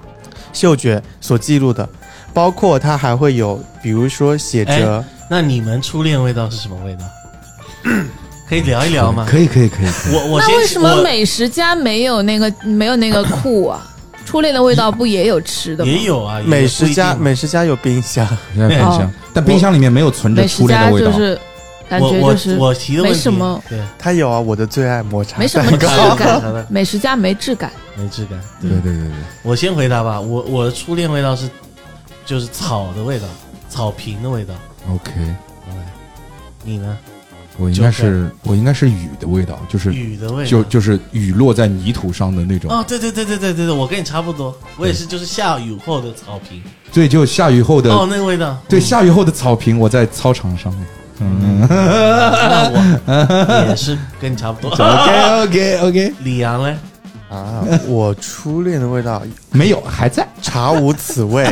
[SPEAKER 3] 嗅觉所记录的，包括他还会有，比如说写着，
[SPEAKER 5] 那你们初恋味道是什么味道？可以聊一聊吗？
[SPEAKER 4] 可以，可以，可以，可以
[SPEAKER 5] 我我
[SPEAKER 1] 那
[SPEAKER 5] 先
[SPEAKER 1] 为什么
[SPEAKER 5] 我
[SPEAKER 1] 美食家没有那个没有那 个酷啊？初恋的味道不也有吃的吗？
[SPEAKER 5] 也有啊？也
[SPEAKER 3] 美
[SPEAKER 5] 有不
[SPEAKER 3] 食
[SPEAKER 5] 一
[SPEAKER 3] 家
[SPEAKER 5] 定
[SPEAKER 3] 美食家有冰 箱，
[SPEAKER 4] 人家冰箱，但冰箱里面没有存着
[SPEAKER 1] 美食
[SPEAKER 4] 初恋
[SPEAKER 1] 家
[SPEAKER 4] 的味道
[SPEAKER 1] 就。是感
[SPEAKER 5] 我
[SPEAKER 1] 觉
[SPEAKER 5] 我
[SPEAKER 1] 就是
[SPEAKER 5] 我提的问题
[SPEAKER 1] 没什么
[SPEAKER 5] 对
[SPEAKER 3] 他有啊，我的最爱抹茶
[SPEAKER 1] 没什么
[SPEAKER 3] 蛋
[SPEAKER 1] 质
[SPEAKER 3] 糕
[SPEAKER 1] 感，美食家没质感。
[SPEAKER 5] 没质感。
[SPEAKER 4] 对对对对，
[SPEAKER 5] 我先回答吧，我我的初恋味道是就是草的味道，草坪的味道。
[SPEAKER 4] ，OK，
[SPEAKER 5] 你呢？
[SPEAKER 4] 我应该是我应该是雨的味道，
[SPEAKER 3] 嗯
[SPEAKER 4] 就是
[SPEAKER 5] 雨的味道。
[SPEAKER 4] 就就是雨落在泥土上的那种。
[SPEAKER 5] 哦，对对对对对对对，我跟你差不多，我也是，就是下雨后的草坪。
[SPEAKER 4] 对，就下雨后的，
[SPEAKER 5] 哦，那个味道。
[SPEAKER 4] 对，下雨后的草坪，我在操场上面。
[SPEAKER 5] 那我也是跟你 差不多。
[SPEAKER 4] OK OK OK，
[SPEAKER 5] 李阳嘞？
[SPEAKER 3] 啊，我初恋的味道，
[SPEAKER 4] 没有，还在。
[SPEAKER 3] 查无此 味，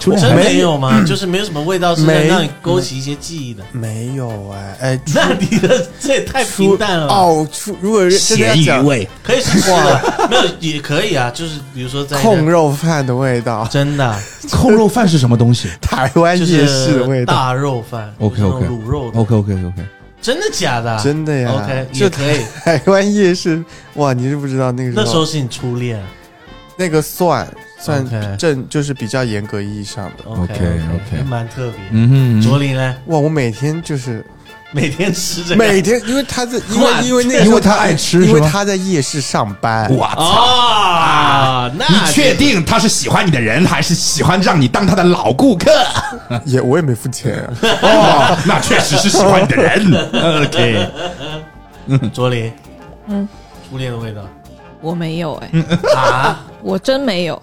[SPEAKER 4] 初恋
[SPEAKER 5] 真
[SPEAKER 4] 还在
[SPEAKER 5] 没有吗？就是没有什么味道是能
[SPEAKER 3] 没
[SPEAKER 5] 让你勾起一些记忆的。
[SPEAKER 3] 没有哎哎，初
[SPEAKER 5] 那你的这也太平淡了吧。
[SPEAKER 3] 哦，初如果是真的要讲
[SPEAKER 6] 味，
[SPEAKER 5] 可以是吃的，没有也可以啊，就是比如说在
[SPEAKER 3] 控肉饭的味 道，
[SPEAKER 5] 真的啊
[SPEAKER 4] 控肉饭是什么东西
[SPEAKER 3] 台湾
[SPEAKER 5] 就
[SPEAKER 3] 夜市的味
[SPEAKER 5] 是
[SPEAKER 3] 道。
[SPEAKER 5] 大肉饭
[SPEAKER 4] OK，OK
[SPEAKER 5] 就是那种卤肉的
[SPEAKER 4] ？OK OK OK，
[SPEAKER 5] 真的假的啊？
[SPEAKER 3] 真的呀
[SPEAKER 5] OK，
[SPEAKER 3] 就
[SPEAKER 5] 也可以。
[SPEAKER 3] 台湾夜市，哇，你是不知道那个
[SPEAKER 5] 那时候是你初恋
[SPEAKER 3] 那个算算
[SPEAKER 5] OK
[SPEAKER 3] 正就是比较严格意义上的。
[SPEAKER 5] ，OK
[SPEAKER 4] OK，OK
[SPEAKER 5] 还蛮特别。
[SPEAKER 4] 嗯
[SPEAKER 5] 卓
[SPEAKER 4] 哼，
[SPEAKER 5] 林嘞，
[SPEAKER 3] 哇，我每天就是
[SPEAKER 5] 每天吃这个，
[SPEAKER 3] 每天，因为他在因为因为那
[SPEAKER 4] 因
[SPEAKER 3] 个时
[SPEAKER 4] 为
[SPEAKER 3] 候
[SPEAKER 4] 他爱吃，
[SPEAKER 3] 因为
[SPEAKER 4] 是吗
[SPEAKER 3] 他在夜市上班，
[SPEAKER 4] 哇
[SPEAKER 5] 啊，那
[SPEAKER 4] 你确定他是喜欢你的人，还是喜欢让你当他的老顾客？
[SPEAKER 3] 也我也没付钱啊。
[SPEAKER 4] 哦， 那确实是喜欢你的人。OK，
[SPEAKER 5] 卓林？
[SPEAKER 1] 嗯，
[SPEAKER 5] 初恋的味道
[SPEAKER 1] 我没有 哎，
[SPEAKER 5] 啊，
[SPEAKER 1] 我真没 有。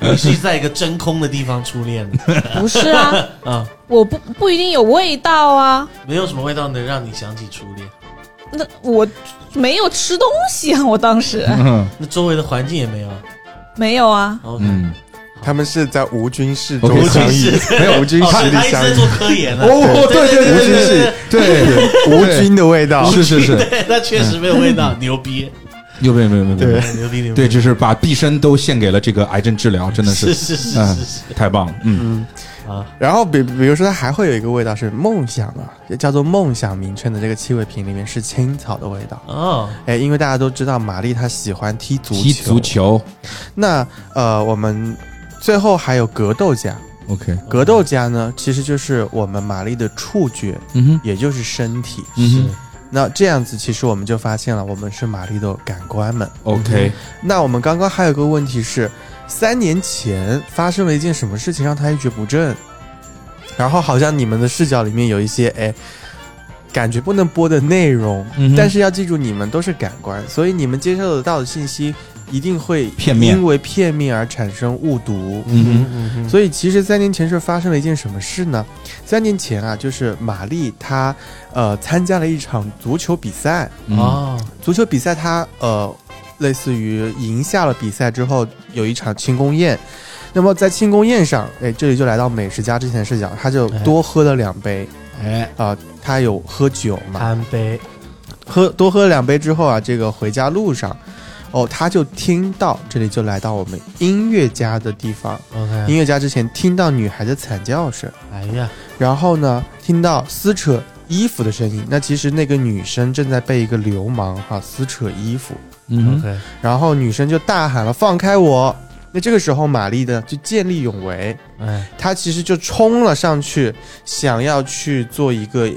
[SPEAKER 5] 你是在一个真空的地方 初恋的
[SPEAKER 1] 不是啊，
[SPEAKER 5] 啊，
[SPEAKER 1] 我不不一定有味道啊。
[SPEAKER 5] 没有什么味道能让你想起初恋，
[SPEAKER 1] 那我没有吃东西啊，我当 时
[SPEAKER 4] 嗯
[SPEAKER 5] 那周围的环境也没有。
[SPEAKER 1] 没有啊。
[SPEAKER 5] OK，
[SPEAKER 4] 嗯，
[SPEAKER 3] 他们是在无菌室
[SPEAKER 4] OK，
[SPEAKER 3] 中相遇，
[SPEAKER 5] 是
[SPEAKER 4] 没 有
[SPEAKER 3] 无菌
[SPEAKER 5] 哦，
[SPEAKER 3] 室
[SPEAKER 5] 对
[SPEAKER 3] 里
[SPEAKER 5] 他一直
[SPEAKER 3] 相
[SPEAKER 5] 在
[SPEAKER 3] 遇
[SPEAKER 5] 做，科研呢。啊
[SPEAKER 4] 哦，对对对对对对对，
[SPEAKER 3] 无菌的味道。
[SPEAKER 4] 是是是，
[SPEAKER 5] 对，那确实没有味道，牛逼，
[SPEAKER 4] 有没有没有没有
[SPEAKER 3] 对
[SPEAKER 5] 牛逼牛逼，
[SPEAKER 4] 嗯对，就是把毕生都献给了这个癌症治疗，真的
[SPEAKER 5] 是
[SPEAKER 4] 是
[SPEAKER 5] 是是
[SPEAKER 4] 嗯
[SPEAKER 5] 是是
[SPEAKER 4] 太棒了，嗯，
[SPEAKER 5] 啊，
[SPEAKER 3] 然后比比如说，它还会有一个味道是梦想啊，也叫做梦想名称的这个气味瓶里面是青草的味道。
[SPEAKER 4] 嗯
[SPEAKER 5] 哦，
[SPEAKER 3] 哎，因为大家都知道玛丽她喜欢踢足球，
[SPEAKER 4] 踢足球
[SPEAKER 3] 那呃，我们最后还有格斗家，
[SPEAKER 4] ，OK，
[SPEAKER 3] 格斗家呢，其实就是我们玛丽的触觉，
[SPEAKER 4] 嗯哼，
[SPEAKER 3] 也就是身体。
[SPEAKER 4] 嗯哼
[SPEAKER 3] 那这样子，其实我们就发现了，我们是玛丽的感官们。
[SPEAKER 4] ，OK，
[SPEAKER 3] 那我们刚刚还有个问题是，三年前发生了一件什么事情让他一蹶不振，然后好像你们的视角里面有一些哎，感觉不能播的内容，
[SPEAKER 4] 嗯哼
[SPEAKER 3] 但是要记住你们都是感官，所以你们接受得到的信息一定会
[SPEAKER 4] 片面
[SPEAKER 3] 因为片面而产生误读。
[SPEAKER 4] 嗯哼，
[SPEAKER 5] 嗯哼
[SPEAKER 3] 所以其实三年前是发生了一件什么事呢？三年前啊，就是玛丽她呃参加了一场足球比赛，
[SPEAKER 4] 嗯，
[SPEAKER 5] 哦，
[SPEAKER 3] 足球比赛她呃类似于赢下了比赛之后有一场庆功宴，那么在庆功宴上，哎，这里就来到美食家之前的视角，她就
[SPEAKER 5] 哎
[SPEAKER 3] 多喝了两杯
[SPEAKER 5] 哎，
[SPEAKER 3] 啊、她有喝酒嘛，
[SPEAKER 5] 干杯！
[SPEAKER 3] 喝多喝了两杯之后啊，这个回家路上，哦，他就听到这里就来到我们音乐家的地方，音
[SPEAKER 5] OK，
[SPEAKER 3] 乐家之前听到女孩的惨叫声，
[SPEAKER 5] 哎呀，
[SPEAKER 3] 然后呢听到撕扯衣服的声音，那其实那个女生正在被一个流氓哈、撕扯衣服，
[SPEAKER 4] 嗯哼
[SPEAKER 5] OK，
[SPEAKER 3] 然后女生就大喊了放开我，那这个时候玛丽呢就见义勇为，
[SPEAKER 5] 哎，
[SPEAKER 3] 她其实就冲了上去，想要去做一个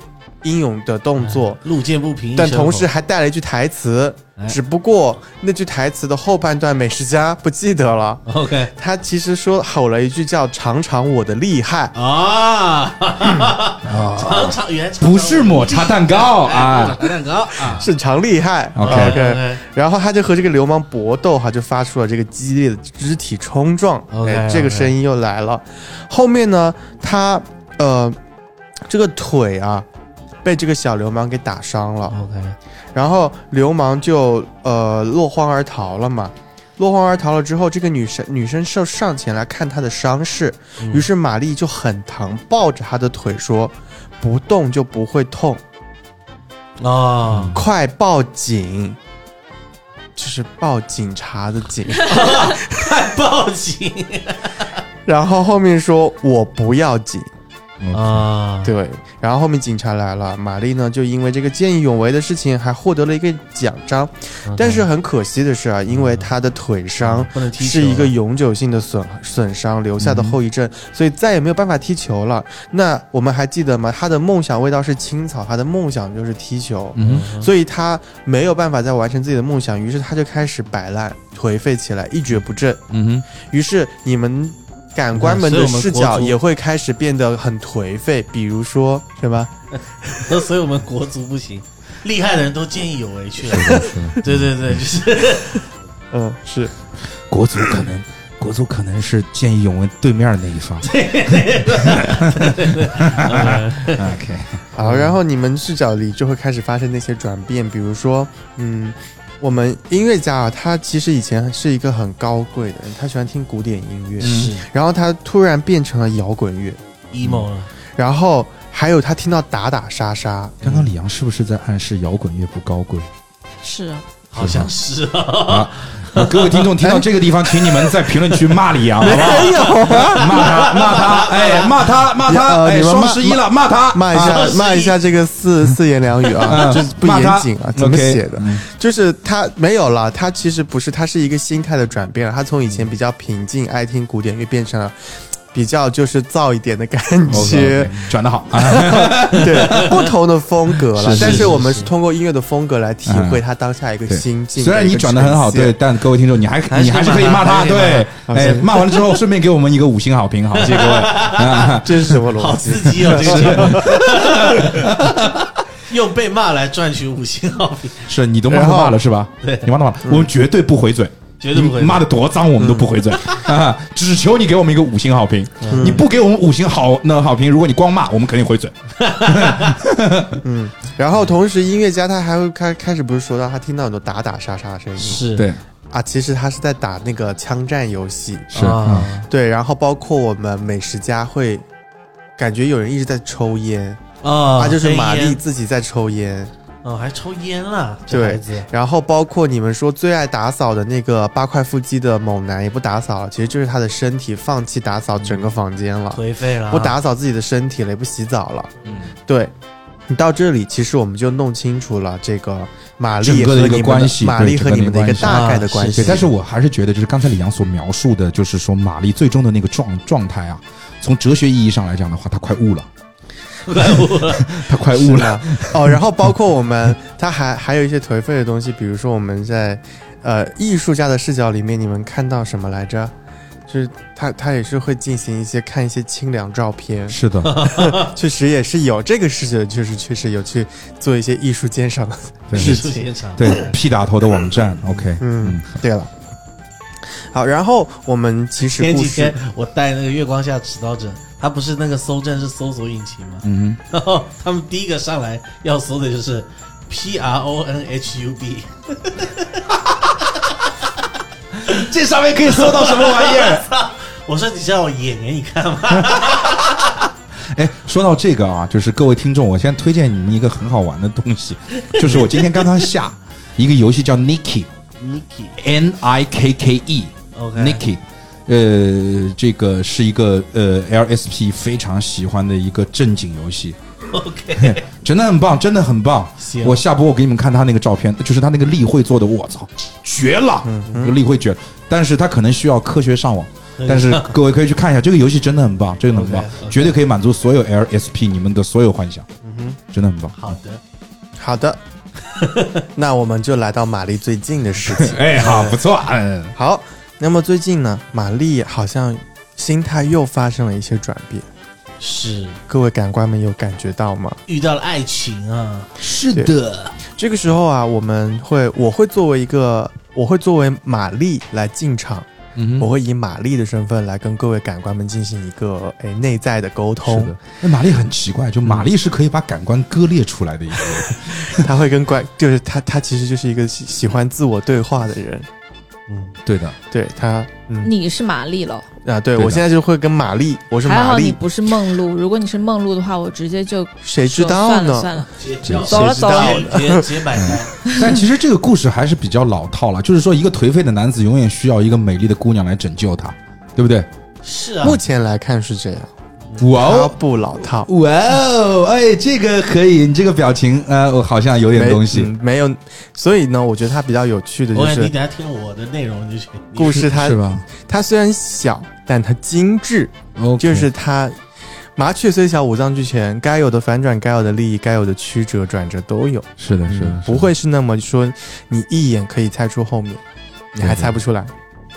[SPEAKER 3] 英勇的动作。
[SPEAKER 5] 路见不平一声
[SPEAKER 3] 但
[SPEAKER 5] 吼，
[SPEAKER 3] 同时还带了一句台词
[SPEAKER 5] 哎，
[SPEAKER 3] 只不过那句台词的后半段美食家不记得了。
[SPEAKER 5] OK
[SPEAKER 3] 他其实说吼了一句叫“尝尝我的厉害
[SPEAKER 5] 啊，
[SPEAKER 4] 啊，
[SPEAKER 5] 尝尝原来尝尝
[SPEAKER 4] 不是抹茶蛋糕
[SPEAKER 5] 哎
[SPEAKER 4] 啊，
[SPEAKER 5] 不是抹茶蛋糕啊”，
[SPEAKER 3] 是尝厉害。啊
[SPEAKER 4] OK
[SPEAKER 3] OK 然后他就和这个流氓搏斗哈，就发出了这个激烈的肢体冲撞。
[SPEAKER 5] OK，
[SPEAKER 3] 哎
[SPEAKER 5] OK
[SPEAKER 3] 这个声音又来了。后面呢，他呃，这个腿啊，被这个小流氓给打伤了。
[SPEAKER 5] OK，
[SPEAKER 3] 然后流氓就呃落荒而逃了嘛。落荒而逃了之后，这个女生女生上上前来看她的伤势，
[SPEAKER 5] 嗯
[SPEAKER 3] 于是玛丽就很疼，抱着她的腿说：“不动就不会痛，
[SPEAKER 5] 哦，
[SPEAKER 3] 快报警！”就是报警察的警。
[SPEAKER 5] 快报警
[SPEAKER 3] 然后后面说：“我不要紧。”
[SPEAKER 5] 啊！
[SPEAKER 3] 对，然后后面警察来了，玛丽呢就因为这个见义勇为的事情还获得了一个奖章，但是很可惜的是啊，因为她的腿伤
[SPEAKER 5] 不能踢球
[SPEAKER 3] 是
[SPEAKER 5] 了嗯
[SPEAKER 3] 一个永久性的损损伤留下的后遗症，所以再也没有办法踢球了。那我们还记得吗？他的梦想味道是青草，他的梦想就是踢球，
[SPEAKER 4] 嗯
[SPEAKER 3] 所以他没有办法再完成自己的梦想，于是他就开始摆烂、颓废起来，一蹶不振。
[SPEAKER 4] 嗯
[SPEAKER 3] 于是你们感官们的
[SPEAKER 5] 嗯所以我们
[SPEAKER 3] 视
[SPEAKER 5] 国
[SPEAKER 3] 角
[SPEAKER 5] 足
[SPEAKER 3] 也会开始变得很颓废，比如说什么？
[SPEAKER 5] 那 所以我们国足不行，厉害的人都见义勇为去了。
[SPEAKER 4] 哼，是的
[SPEAKER 5] 对对对，就是
[SPEAKER 3] 嗯，是
[SPEAKER 4] 国足可能，国足可能是见义勇为对面那一方。OK，嗯
[SPEAKER 3] 好，然后你们视角里就会开始发生那些转变，比如说，嗯，我们音乐家啊，他其实以前是一个很高贵的人，他喜欢听古典音乐，
[SPEAKER 4] 嗯
[SPEAKER 3] 然后他突然变成了摇滚乐，
[SPEAKER 5] emo 了。
[SPEAKER 3] 然后还有他听到打打杀杀，
[SPEAKER 4] 刚刚李阳是不是在暗示摇滚乐不高贵？
[SPEAKER 1] 是啊，
[SPEAKER 5] 好像是啊，
[SPEAKER 4] 啊，各位听众听到这个地方，请你们在评论区骂李阳，好不好？
[SPEAKER 3] 没有啊，
[SPEAKER 4] 骂他，骂他，哎，骂他，骂他，
[SPEAKER 3] 呃
[SPEAKER 4] 哎，
[SPEAKER 3] 你们
[SPEAKER 4] 双
[SPEAKER 3] 骂
[SPEAKER 4] 十一了，骂他，
[SPEAKER 3] 骂一
[SPEAKER 4] 啊，
[SPEAKER 3] 下
[SPEAKER 5] 啊
[SPEAKER 3] 骂一下这个四四言两语啊，
[SPEAKER 4] 嗯
[SPEAKER 3] 就是不
[SPEAKER 4] 骂他
[SPEAKER 3] 严谨啊，怎么
[SPEAKER 4] OK，
[SPEAKER 3] 写的？
[SPEAKER 4] 嗯
[SPEAKER 3] 就是他没有了，他其实不是，他是一个心态的转变了。啊他从以前比较平静、爱听古典乐，变成了比较就是燥一点的感
[SPEAKER 4] OK，OK，
[SPEAKER 3] 觉，
[SPEAKER 4] 转的好啊，
[SPEAKER 3] 对，不同的风格了。
[SPEAKER 4] 是是
[SPEAKER 3] 但
[SPEAKER 4] 是
[SPEAKER 3] 我们
[SPEAKER 5] 是
[SPEAKER 3] 是通过音乐的风格来体会他当下一个
[SPEAKER 4] 对
[SPEAKER 3] 心境。
[SPEAKER 4] 虽然你转的很好，
[SPEAKER 3] 一个呈
[SPEAKER 4] 对，
[SPEAKER 3] 现，
[SPEAKER 4] 但各位听众，你还
[SPEAKER 5] 还是
[SPEAKER 4] 你还是可以骂他，
[SPEAKER 5] 骂他
[SPEAKER 4] 对，
[SPEAKER 3] 还是
[SPEAKER 4] 哎，骂完了之后，顺便给我们一个五星好评，好，谢谢各位。啊，
[SPEAKER 3] 这是什么逻
[SPEAKER 5] 好
[SPEAKER 3] 辑
[SPEAKER 5] 刺？激哦，这个节目。 用被骂来赚取五星好评，
[SPEAKER 4] 是你都骂他
[SPEAKER 3] 然后
[SPEAKER 4] 骂了是吧？
[SPEAKER 5] 对
[SPEAKER 4] 你骂他骂了，我们绝对不回嘴。
[SPEAKER 5] 绝对不会
[SPEAKER 4] 你骂的多脏，我们都不回嘴 啊！只求你给我们一个五星好评。你不给我们五星好那好评，如果你光骂，我们肯定回嘴。
[SPEAKER 3] 嗯，然后同时音乐家他还会开开始不是说到他听到很多打打杀杀的声音
[SPEAKER 5] 是
[SPEAKER 4] 对，
[SPEAKER 3] 啊，其实他是在打那个枪战游戏。
[SPEAKER 4] 是嗯
[SPEAKER 5] 啊，
[SPEAKER 3] 对，然后包括我们美食家会感觉有人一直在抽烟。
[SPEAKER 5] 啊
[SPEAKER 3] 啊，就是玛
[SPEAKER 5] 抽
[SPEAKER 3] 丽
[SPEAKER 5] 烟
[SPEAKER 3] 自己在抽烟，
[SPEAKER 5] 哦，还抽烟啦，这孩
[SPEAKER 3] 对
[SPEAKER 5] 子，
[SPEAKER 3] 然后包括你们说最爱打扫的那个八块腹肌的猛男也不打扫了，其实就是他的身体放弃打扫整个房间了，
[SPEAKER 5] 颓废了，啊
[SPEAKER 3] 不， 打扫自己的身体了，也不洗澡了。
[SPEAKER 4] 嗯，
[SPEAKER 3] 对，你到这里，其实我们就弄清楚了这个玛
[SPEAKER 4] 整
[SPEAKER 3] 丽
[SPEAKER 4] 个
[SPEAKER 3] 和
[SPEAKER 4] 的一
[SPEAKER 3] 你
[SPEAKER 4] 个
[SPEAKER 3] 们的
[SPEAKER 4] 关系
[SPEAKER 3] 玛丽
[SPEAKER 4] 对
[SPEAKER 3] 和你们的一个
[SPEAKER 4] 整个的一个
[SPEAKER 3] 大概的关
[SPEAKER 5] 关系
[SPEAKER 3] 系
[SPEAKER 4] 对。。但是我还是觉得，就是刚才李阳所描述的，就是说玛丽最终的那个状状态啊，从哲学意义上来讲的话，她快悟了，她快悟了。
[SPEAKER 3] 了哦，然后包括我们，他还还有一些颓废的东西，比如说我们在呃艺术家的视角里面，你们看到什么来着？就是他他也是会进行一些看一些清凉照 片，
[SPEAKER 4] 是的，
[SPEAKER 3] 确实也是有这个事情，确实确实有去做一些艺术鉴赏。
[SPEAKER 4] 对
[SPEAKER 3] 是
[SPEAKER 5] 出现场，
[SPEAKER 4] 对 P 打头的网 站，OK，
[SPEAKER 3] 嗯，对了，好，然后我们其实
[SPEAKER 5] 前
[SPEAKER 3] 故
[SPEAKER 5] 几
[SPEAKER 3] 事
[SPEAKER 5] 天我带那个月光下持刀者，他不是那个搜证是搜索引擎吗？
[SPEAKER 4] 嗯
[SPEAKER 5] 然后他们第一个上来要搜的就是 P R O N H U B，
[SPEAKER 4] 哼， 这上面可以搜到什么玩意儿？
[SPEAKER 5] 我说你让我演给你看吗？
[SPEAKER 4] 哎，说到这个啊，就是各位听众，我先推荐你们一个很好玩的东西，就是我今天刚刚下一个游戏叫 Niki，N
[SPEAKER 5] Niki，OK，、
[SPEAKER 4] I K K E。
[SPEAKER 5] OK
[SPEAKER 4] Niki，呃，这个是一个呃 LSP 非常喜欢的一个正经游戏，
[SPEAKER 5] OK，
[SPEAKER 4] 真的很棒，真的很棒。
[SPEAKER 5] 行
[SPEAKER 4] 我下播我给你们看他那个照片，就是他那个例会做的，我操，绝了！
[SPEAKER 5] 嗯
[SPEAKER 4] 那个例会绝了，但是他可能需要科学上网。但是各位可以去看一下，这个游戏真的很棒，真的很棒
[SPEAKER 5] 哎 OK，OK 嗯
[SPEAKER 4] 绝对可以满足所有 LSP 你们的所有幻想，真的很棒。
[SPEAKER 5] 好的，
[SPEAKER 3] 好的，那我们就来到玛丽最近的事 情。
[SPEAKER 4] 哎，好，不错，嗯，
[SPEAKER 3] 好，那么最近呢，玛丽好像心态又发生了一些转变，
[SPEAKER 5] 是
[SPEAKER 3] 各位感官们有感觉到吗？
[SPEAKER 5] 遇到了爱情啊，
[SPEAKER 4] 是
[SPEAKER 3] 对
[SPEAKER 4] 的，
[SPEAKER 3] 这个时候啊，我们会，我会作为一个，我会作为玛丽来进场，
[SPEAKER 4] 嗯
[SPEAKER 3] 我会以玛丽的身份来跟各位感官们进行一个诶内在的沟
[SPEAKER 4] 是
[SPEAKER 3] 通，
[SPEAKER 4] 的。嗯那玛丽很奇怪，就玛丽是可以把感官割裂出来的一个人。
[SPEAKER 3] 他会跟怪，就是他，他其实就是一个喜喜欢自我对话的人，
[SPEAKER 5] 嗯，
[SPEAKER 4] 对的，
[SPEAKER 3] 对他，嗯
[SPEAKER 1] 你是玛丽喽，
[SPEAKER 3] 啊，对
[SPEAKER 4] 对的
[SPEAKER 3] 我现在就会跟玛丽，我是
[SPEAKER 1] 还
[SPEAKER 3] 玛
[SPEAKER 1] 好你
[SPEAKER 3] 丽，
[SPEAKER 1] 不是梦露。如果你是梦露的话，我直接就
[SPEAKER 3] 谁知
[SPEAKER 1] 说
[SPEAKER 3] 道
[SPEAKER 1] 算
[SPEAKER 3] 呢
[SPEAKER 1] 了？算了，
[SPEAKER 5] 接
[SPEAKER 4] 走
[SPEAKER 1] 走了
[SPEAKER 3] 谁知
[SPEAKER 1] 走
[SPEAKER 3] 道
[SPEAKER 1] 了
[SPEAKER 3] 呢
[SPEAKER 5] 接接接买单，
[SPEAKER 4] 但其实这个故事还是比较老套了，就是说一个颓废的男子永远需要一个美丽的姑娘来拯救他，对不对？
[SPEAKER 5] 是啊，
[SPEAKER 3] 目前来看是这样，
[SPEAKER 4] 哇
[SPEAKER 3] 他
[SPEAKER 4] 哦，
[SPEAKER 3] 不老套，
[SPEAKER 4] 哇哦，哎，这个可以，你这个表情，呃，我好像有点
[SPEAKER 3] 没
[SPEAKER 4] 东西。
[SPEAKER 3] 嗯没有，所以呢，我觉得他比较有趣的
[SPEAKER 5] 我
[SPEAKER 3] 就
[SPEAKER 5] 感觉你
[SPEAKER 3] 是
[SPEAKER 5] 等下听我的内容就行。
[SPEAKER 3] 故事它，
[SPEAKER 4] 是
[SPEAKER 3] 它
[SPEAKER 4] 吧？
[SPEAKER 3] 虽然小，但它精致，
[SPEAKER 4] 哦，
[SPEAKER 3] 就是它麻雀虽小，五脏俱全，该有的反转，该有的利益，该有的曲折转折都有，
[SPEAKER 4] 是的，是的，嗯是的
[SPEAKER 3] 不会是那么说你一眼可以猜出后面，你还
[SPEAKER 4] 对
[SPEAKER 3] 猜不出来，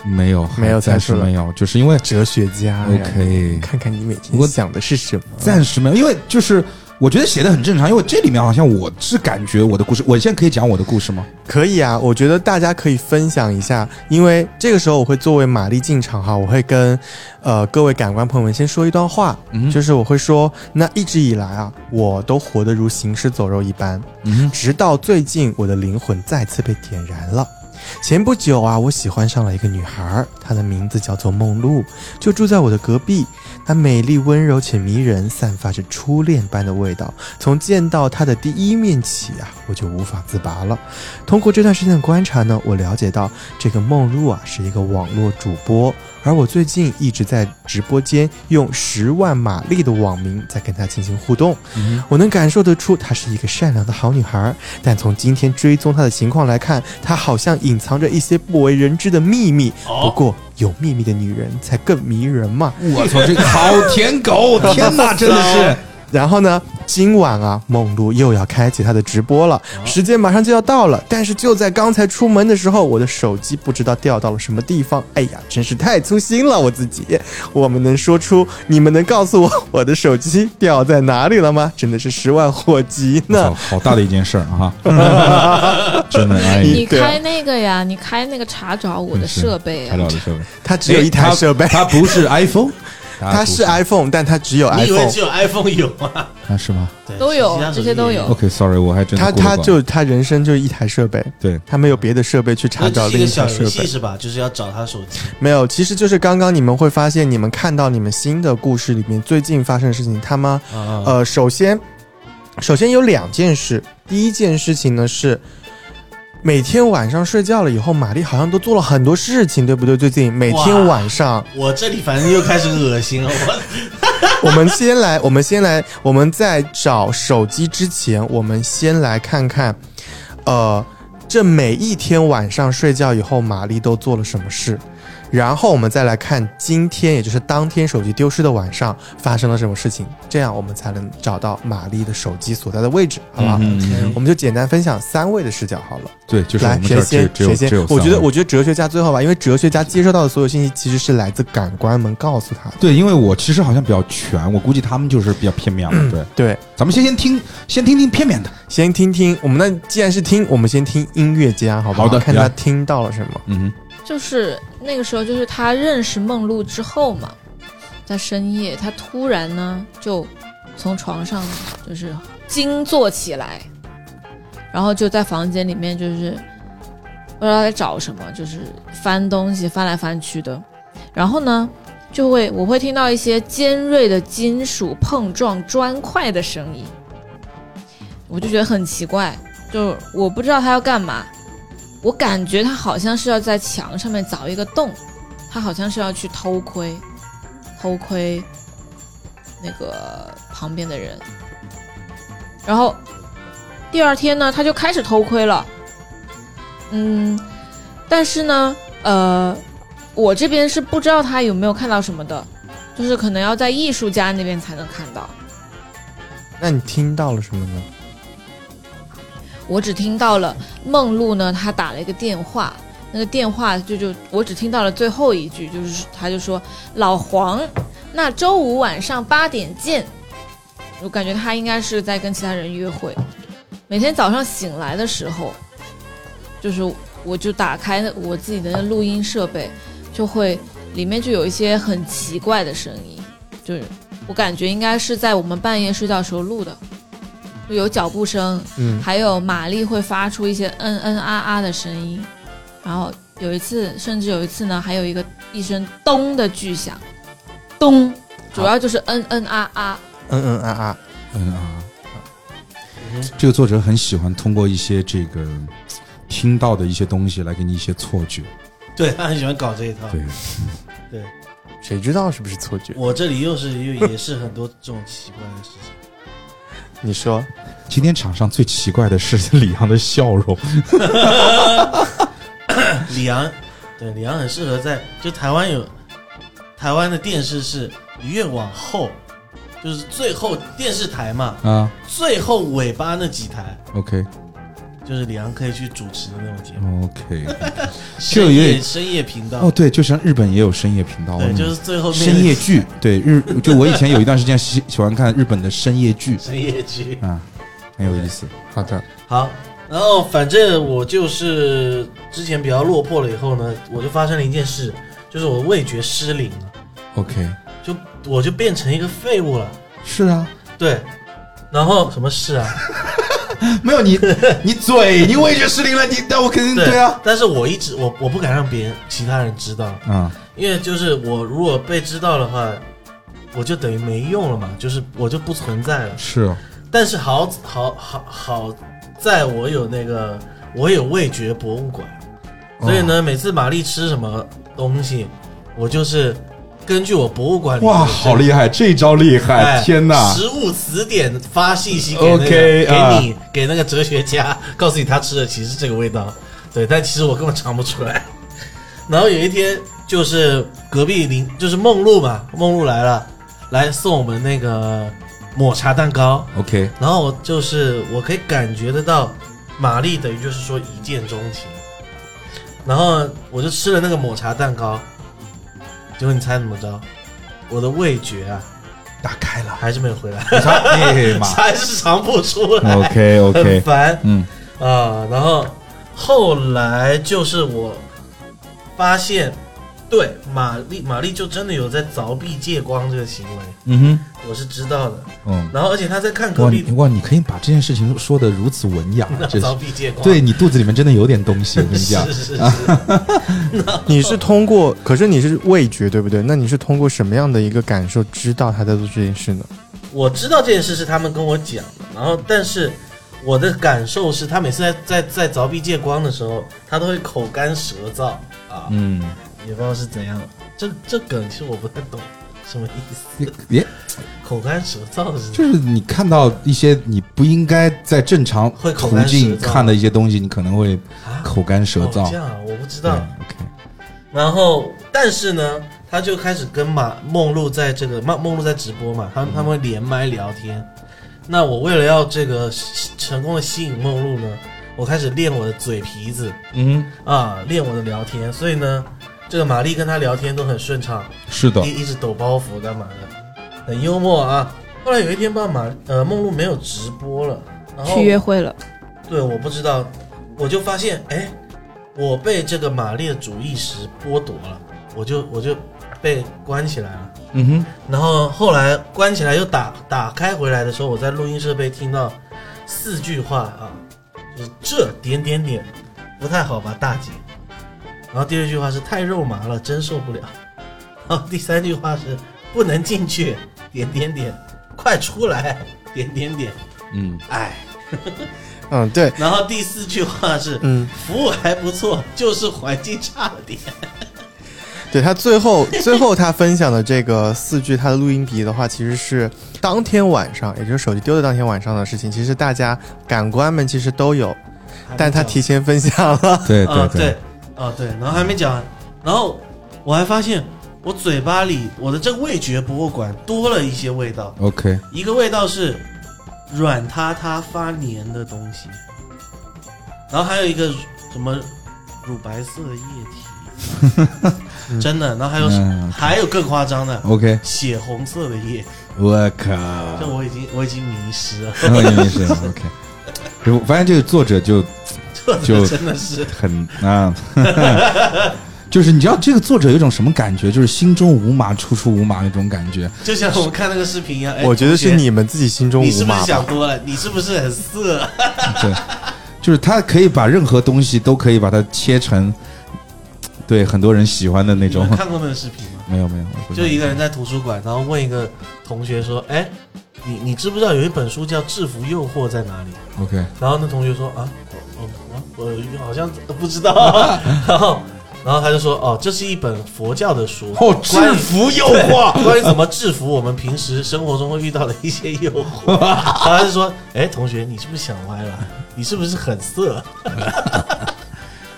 [SPEAKER 4] 没有，
[SPEAKER 3] 没有
[SPEAKER 4] 暂
[SPEAKER 3] 猜
[SPEAKER 4] 时
[SPEAKER 3] 出来
[SPEAKER 4] 没有，就是因为
[SPEAKER 3] 哲学家呀
[SPEAKER 4] OK，
[SPEAKER 3] 看看你每
[SPEAKER 4] 我
[SPEAKER 3] 天想的是什么。
[SPEAKER 4] 暂时没有，因为就是我觉得写的很正常，因为这里面好像我是感觉我的故事，我现在可以讲我的故事吗？
[SPEAKER 3] 可以啊，我觉得大家可以分享一下，因为这个时候我会作为玛丽进场哈，我会跟呃各位感官朋友们先说一段话，
[SPEAKER 4] 嗯
[SPEAKER 3] 就是我会说，那一直以来啊，我都活得如行尸走肉一般，
[SPEAKER 4] 嗯
[SPEAKER 3] 直到最近我的灵魂再次被点燃了。前不久啊，我喜欢上了一个女孩儿，她的名字叫做梦露，就住在我的隔壁。她美丽、温柔且迷人，散发着初恋般的味道。从见到她的第一面起啊，我就无法自拔了。通过这段时间的观察呢，我了解到这个梦露啊是一个网络主播，而我最近一直在直播间用十万马力的网名在跟她进行互动。
[SPEAKER 4] 嗯
[SPEAKER 3] 我能感受得出她是一个善良的好女孩，但从今天追踪她的情况来看，她好像隐藏着一些不为人知的秘密。不
[SPEAKER 5] 哦，
[SPEAKER 3] 过有秘密的女人才更迷人嘛。
[SPEAKER 4] 哼，我操，这个好舔狗，天 哪，真的是。
[SPEAKER 3] 然后呢，今晚啊，梦露又要开启她的直播了，时间马上就要到了。但是就在刚才出门的时候，我的手机不知道掉到了什么地方。哎呀，真是太粗心了我自己。我们能说出，你们能告诉我我的手机掉在哪里了吗？真的是十万火急呢
[SPEAKER 4] 好。好大的一件事儿啊！真的，哎，嗯
[SPEAKER 1] 你
[SPEAKER 3] 对
[SPEAKER 1] 开那个呀，你开那个查找我的
[SPEAKER 4] 是
[SPEAKER 1] 设备
[SPEAKER 4] 材
[SPEAKER 1] 啊。
[SPEAKER 4] 料的设备，
[SPEAKER 3] 它只有一
[SPEAKER 4] 哎
[SPEAKER 3] 台
[SPEAKER 4] 它
[SPEAKER 3] 设备，
[SPEAKER 4] 它不是 iPhone，
[SPEAKER 3] 它
[SPEAKER 4] 它
[SPEAKER 3] 是
[SPEAKER 4] i，
[SPEAKER 3] iPhone，但它只有
[SPEAKER 5] 啊你以为
[SPEAKER 3] iPhone
[SPEAKER 5] 只。有 iPhone 有啊？
[SPEAKER 4] 它是吗
[SPEAKER 5] 对
[SPEAKER 1] 都有
[SPEAKER 5] 其他手机
[SPEAKER 1] 这些都
[SPEAKER 5] 也
[SPEAKER 1] 有
[SPEAKER 4] ？OK，Sorry，我还真的
[SPEAKER 3] 他
[SPEAKER 4] 过了
[SPEAKER 3] 他
[SPEAKER 4] 吧
[SPEAKER 3] 就他人生就一台设备，
[SPEAKER 4] 对，
[SPEAKER 3] 他没有别的设备去查
[SPEAKER 5] 那
[SPEAKER 3] 找
[SPEAKER 5] 这
[SPEAKER 3] 另
[SPEAKER 5] 是一个
[SPEAKER 3] 一
[SPEAKER 5] 小
[SPEAKER 3] 台设
[SPEAKER 5] 游戏
[SPEAKER 3] 备。
[SPEAKER 5] 是吧？就是要找他手机。
[SPEAKER 3] 没有，其实就是刚刚你们会发现，你们看到你们新的故事里面最近发生的事情，他妈
[SPEAKER 5] 啊
[SPEAKER 3] 呃，首先首先有两件事，第一件事情呢是。每天晚上睡觉了以后，玛丽好像都做了很多事情，对不对？最近每天晚上，
[SPEAKER 5] 我这里反正又开始恶心了，我
[SPEAKER 3] 我们先来，我们先来，我们在找手机之前，我们先来看看，呃，这每一天晚上睡觉以后，玛丽都做了什么事？然后我们再来看今天，也就是当天手机丢失的晚上发生了什么事情，这样我们才能找到玛丽的手机所在的位置，好不好？
[SPEAKER 4] 嗯嗯
[SPEAKER 3] 我们就简单分享三位的视角好了。
[SPEAKER 4] 对，就是我
[SPEAKER 3] 来，
[SPEAKER 4] 们这
[SPEAKER 3] 谁
[SPEAKER 4] 儿只有只
[SPEAKER 3] 先？
[SPEAKER 4] 有
[SPEAKER 3] 谁
[SPEAKER 4] 只有
[SPEAKER 3] 先
[SPEAKER 4] 三？位，
[SPEAKER 3] 我觉得，我觉得哲学家最后吧，因为哲学家接收到的所有信息其实是来自感官们告诉他的。
[SPEAKER 4] 对，因为我其实好像比较全，我估计他们就是比较片面了。对，
[SPEAKER 3] 对，
[SPEAKER 4] 咱们先先听，先听听片面的。
[SPEAKER 3] 先听听我们那既然是听，我们先听音乐家，好不好？
[SPEAKER 4] 好的
[SPEAKER 3] 看他
[SPEAKER 4] 呀
[SPEAKER 3] 听到了什么。
[SPEAKER 4] 嗯
[SPEAKER 1] 就是那个时候，就是他认识梦露之后嘛，在深夜，他突然呢就从床上就是惊坐起来，然后就在房间里面就是不知道在找什么，就是翻东西翻来翻去的，然后呢就会我会听到一些尖锐的金属碰撞砖块的声音，我就觉得很奇怪，就我不知道他要干嘛。我感觉他好像是要在墙上面凿一个洞，他好像是要去偷窥，偷窥那个旁边的人。然后第二天呢，他就开始偷窥了。嗯，但是呢，呃，我这边是不知道他有没有看到什么的，就是可能要在艺术家那边才能看到。
[SPEAKER 3] 那你听到了什么呢？
[SPEAKER 1] 我只听到了梦露呢，她打了一个电话，那个电话就就我只听到了最后一句，就是她就说老黄，那周五晚上八点见。我感觉她应该是在跟其他人约会。每天早上醒来的时候，就是我就打开我自己的录音设备，就会里面就有一些很奇怪的声音，就是我感觉应该是在我们半夜睡觉时候录的，就有脚步声，
[SPEAKER 3] 嗯，
[SPEAKER 1] 还有玛丽会发出一些嗯嗯啊啊的声音，然后有一次，甚至有一次呢，还有一个一声咚的巨响，咚，主要就是嗯嗯啊啊，
[SPEAKER 3] 嗯嗯啊啊，
[SPEAKER 4] 嗯啊，
[SPEAKER 5] 嗯
[SPEAKER 4] 这个作者很喜欢通过一些这个听到的一些东西来给你一些错觉。
[SPEAKER 5] 对他很喜欢搞这一套。
[SPEAKER 4] 对，
[SPEAKER 3] 谁知道是不是错觉？
[SPEAKER 5] 我这里又是又也是很多这种奇怪的事情。
[SPEAKER 3] 你说，
[SPEAKER 4] 今天场上最奇怪的是李阳的笑容。
[SPEAKER 5] 李阳，对李阳很适合在就台湾有台湾的电视是，你越往后就是最后电视台嘛，
[SPEAKER 4] 啊
[SPEAKER 5] 最后尾巴那几台
[SPEAKER 4] ，OK
[SPEAKER 5] 就是李阳可以去主持的那种节目，
[SPEAKER 4] OK，就有
[SPEAKER 5] 深
[SPEAKER 4] 点
[SPEAKER 5] 夜深夜频道
[SPEAKER 4] 哦，，对，就像日本也有深夜频道，
[SPEAKER 5] 对，
[SPEAKER 4] 嗯
[SPEAKER 5] 就是最后面的
[SPEAKER 4] 深夜剧。对日，就我以前有一段时间喜喜欢看日本的深夜剧
[SPEAKER 5] 深夜剧。
[SPEAKER 4] 啊，很有意思。
[SPEAKER 3] 好的，
[SPEAKER 5] 好，然后反正我就是之前比较落魄了以后呢，我就发生了一件事，就是我味觉失灵了，
[SPEAKER 4] OK，
[SPEAKER 5] 就我就变成一个废物了，
[SPEAKER 4] 是啊，
[SPEAKER 5] 对。然后什么 事啊？
[SPEAKER 4] 没有你， 你嘴，你味觉失灵了，你那我肯定对啊，
[SPEAKER 5] 但是我一直我我不敢让别人其他人知道，
[SPEAKER 4] 啊，
[SPEAKER 5] 因为就是我如果被知道的话，我就等于没用了嘛，就是我就不存在了。
[SPEAKER 4] 是啊，
[SPEAKER 5] 但是好好好好在我有那个我有味觉博物馆，所以
[SPEAKER 4] 哦
[SPEAKER 5] 呢，每次玛丽吃什么东西，我就是根据我博物馆里
[SPEAKER 4] 哇，
[SPEAKER 5] 的
[SPEAKER 4] 好厉害，这招厉害，
[SPEAKER 5] 哎，
[SPEAKER 4] 天哪！
[SPEAKER 5] 食物词典发信息给那个
[SPEAKER 4] OK，啊
[SPEAKER 5] 给你、给那个哲学家， 告诉你他吃的其实是这个味道，对，但其实我根本尝不出来。 然后有一天就是隔壁邻就是梦露嘛，梦露来了，来送我们那个抹茶蛋糕，
[SPEAKER 4] OK，
[SPEAKER 5] 然后我就是我可以感觉得到，玛丽等于就是说一见钟情，然后我就吃了那个抹茶蛋糕，结果你猜怎么着？我的味觉啊
[SPEAKER 4] 打开了，
[SPEAKER 5] 还是没有回来。
[SPEAKER 4] 哎 妈
[SPEAKER 5] 还是尝不出来
[SPEAKER 4] ，OK
[SPEAKER 5] 很
[SPEAKER 4] OK，
[SPEAKER 5] 烦
[SPEAKER 4] 嗯，
[SPEAKER 5] 啊。然后后来就是我发现，对玛丽，玛丽就真的有在凿壁借光这个行为，
[SPEAKER 4] 嗯
[SPEAKER 5] 我是知道的。
[SPEAKER 4] 哼，嗯，
[SPEAKER 5] 然后而且她在看隔
[SPEAKER 4] 哇
[SPEAKER 5] 壁
[SPEAKER 4] 你哇，你可以把这件事情说的如此文 雅，真是
[SPEAKER 5] 凿，壁借光，
[SPEAKER 4] 对你肚子里面真的有点东西，我跟你讲
[SPEAKER 5] 是， 是是，
[SPEAKER 3] 你是通过，可是你是味觉对不对？那你是通过什么样的一个感受知道他在做这件事呢？
[SPEAKER 5] 我知道这件事是他们跟我讲的，然后但是。我的感受是，他每次在在在凿壁借光的时候，他都会口干舌燥啊，
[SPEAKER 4] 嗯，
[SPEAKER 5] 也不知道是怎样的。这这梗其实我不太懂什么意思。
[SPEAKER 4] 也
[SPEAKER 5] 口干舌燥的人，
[SPEAKER 4] 就是你看到一些你不应该在正常
[SPEAKER 5] 会口
[SPEAKER 4] 途
[SPEAKER 5] 干舌
[SPEAKER 4] 径
[SPEAKER 5] 燥
[SPEAKER 4] 看的一些东西，你可能会
[SPEAKER 5] 啊
[SPEAKER 4] 口干舌燥
[SPEAKER 5] 哦这。样啊我不知
[SPEAKER 4] 对
[SPEAKER 5] 道。
[SPEAKER 4] ，OK，
[SPEAKER 5] 然后，但是呢，他就开始跟马梦露在这个梦梦露在直播嘛，他
[SPEAKER 4] 嗯
[SPEAKER 5] 们他们会连麦聊天。那我为了要这个吸成功的吸引梦露呢，我开始练我的嘴皮子
[SPEAKER 4] 嗯，
[SPEAKER 5] 啊，练我的聊天。所以呢，这个玛丽跟他聊天都很顺畅，
[SPEAKER 4] 是的，
[SPEAKER 5] 一一直抖包袱干嘛的，很幽默啊。后来有一天，爸马呃梦露没有直播了，然后
[SPEAKER 1] 去约会了，
[SPEAKER 5] 对，我不知道，我就发现，哎，我被这个玛丽的主意识剥夺了，我就我就被关起来了。
[SPEAKER 4] 嗯哼，
[SPEAKER 5] 然后后来关起来又打打开回来的时候，我在录音设备听到四句话啊，就是这点点点不太好吧，大姐。然后第二句话是太肉麻了，真受不了。然后第三句话是不能进去，点点点，快出来，点点点，
[SPEAKER 4] 嗯，
[SPEAKER 5] 哎。
[SPEAKER 3] 嗯，对，
[SPEAKER 5] 然后第四句话是，
[SPEAKER 3] 嗯，
[SPEAKER 5] 服务还不错，就是环境差了点。
[SPEAKER 3] 对他最后 最后他分享的这个四句他的录音笔的话，其实是当天晚上，也就是手机丢的当天晚上的事情。其实大家感官们其实都有，但他提前分享 了。
[SPEAKER 4] 对
[SPEAKER 5] 啊
[SPEAKER 4] 对
[SPEAKER 5] 对，啊对，然后还没讲完，然后我还发现我嘴巴里我的这个味觉博物馆多了一些味道，
[SPEAKER 4] ，OK，
[SPEAKER 5] 一个味道是软塌塌发黏的东西，然后还有一个什么乳白色的液体，真的，然后还有、
[SPEAKER 4] 嗯
[SPEAKER 5] 还有更夸张的
[SPEAKER 4] ，OK，
[SPEAKER 5] 血红色的液体，
[SPEAKER 4] 我靠，
[SPEAKER 5] 这我已经我已经迷失了。
[SPEAKER 4] 很有意思，OK。就我发现这个作者就
[SPEAKER 5] 这
[SPEAKER 4] 就
[SPEAKER 5] 真的是
[SPEAKER 4] 很啊， 就是你知道这个作者有一种什么感觉，就是心中无马，处处无马那种感觉。
[SPEAKER 5] 就像我们看那个视频一样。哎
[SPEAKER 3] 我觉得是，
[SPEAKER 5] 同
[SPEAKER 3] 你们自己心中
[SPEAKER 5] 学你
[SPEAKER 3] 无
[SPEAKER 5] 是不是
[SPEAKER 3] 码
[SPEAKER 5] 想
[SPEAKER 3] 吧。
[SPEAKER 5] 多了？你是不是很色？
[SPEAKER 4] 对，就是他可以把任何东西都可以把它切成，对很多人喜欢的那
[SPEAKER 5] 你
[SPEAKER 4] 种
[SPEAKER 5] 们。看过那个视频吗？
[SPEAKER 4] 没有没有，我不知
[SPEAKER 5] 嗯就
[SPEAKER 4] 道
[SPEAKER 5] 一个人在图书馆，然后问一个同学说：“哎，你你知不知道有一本书叫《制服诱惑》在哪里
[SPEAKER 4] OK，？”
[SPEAKER 5] 然后那同学说：“啊，哦哦，我我好像不知道。” 然后然后他就说：“哦，这是一本佛教的书，
[SPEAKER 4] 哦，
[SPEAKER 5] 关于
[SPEAKER 4] 制服诱
[SPEAKER 5] 对
[SPEAKER 4] 惑，
[SPEAKER 5] 关于怎么制服我们平时生活中会遇到的一些诱 惑。他就说：“哎，同学，你是不是想歪了？你是不是很色？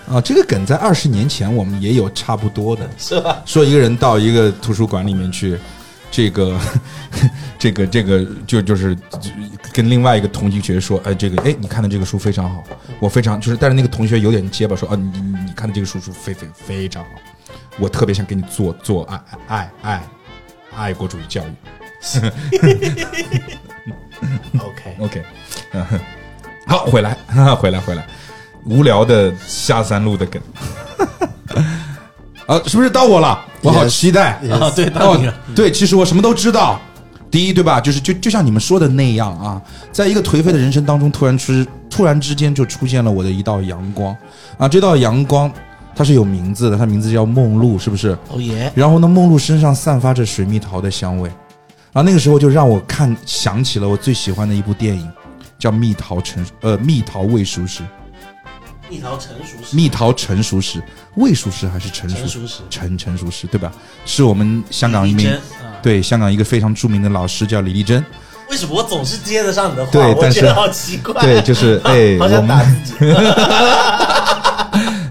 [SPEAKER 4] 啊，这个梗在二十年前我们也有差不多的，
[SPEAKER 5] 是吧？
[SPEAKER 4] 说一个人到一个图书馆里面去，这个 这个这个就就是跟另外一个同性学说，哎，这个哎，你看的这个书非常好，我非常就是，但是那个同学有点结巴，说啊，你你你看的这个书书非非非常好，我特别想跟你做做爱爱爱爱国主义教育
[SPEAKER 5] OK，
[SPEAKER 4] ，OK，嗯 哼好，回来 回来回来，无聊的下三路的梗。 啊，是不是到我了？我好
[SPEAKER 3] Yes
[SPEAKER 4] 期待。
[SPEAKER 5] 啊，对，到
[SPEAKER 4] 哦
[SPEAKER 5] 你了。，
[SPEAKER 4] 对，其实我什么都知道。第一，对吧？就是就就像你们说的那样啊，在一个颓废的人生当中，突然之突然之间就出现了我的一道阳光啊！这道阳光它是有名字的，它名字叫梦露，是不是？
[SPEAKER 5] 哦耶，
[SPEAKER 4] 然后呢，梦露身上散发着水蜜桃的香味，然后那个时候就让我看想起了我最喜欢的一部电影，叫《蜜桃成呃蜜桃未熟时》，
[SPEAKER 5] 蜜桃成熟时，
[SPEAKER 4] 蜜桃成熟时，未熟时还是成熟
[SPEAKER 5] 成
[SPEAKER 4] 时？
[SPEAKER 5] 熟时，
[SPEAKER 4] 成成熟时，对吧？是我们香港一
[SPEAKER 5] 一
[SPEAKER 4] 名
[SPEAKER 5] 针啊，
[SPEAKER 4] 对，香港一个非常著名的老师叫李丽 珍，
[SPEAKER 5] 为什么我总是接得上你的话？
[SPEAKER 4] 对
[SPEAKER 5] 我
[SPEAKER 4] 但
[SPEAKER 5] 觉
[SPEAKER 4] 是
[SPEAKER 5] 得好奇怪。
[SPEAKER 4] 对，就是哎，
[SPEAKER 5] 好
[SPEAKER 4] 我
[SPEAKER 5] 想打
[SPEAKER 4] 们，
[SPEAKER 5] 自己。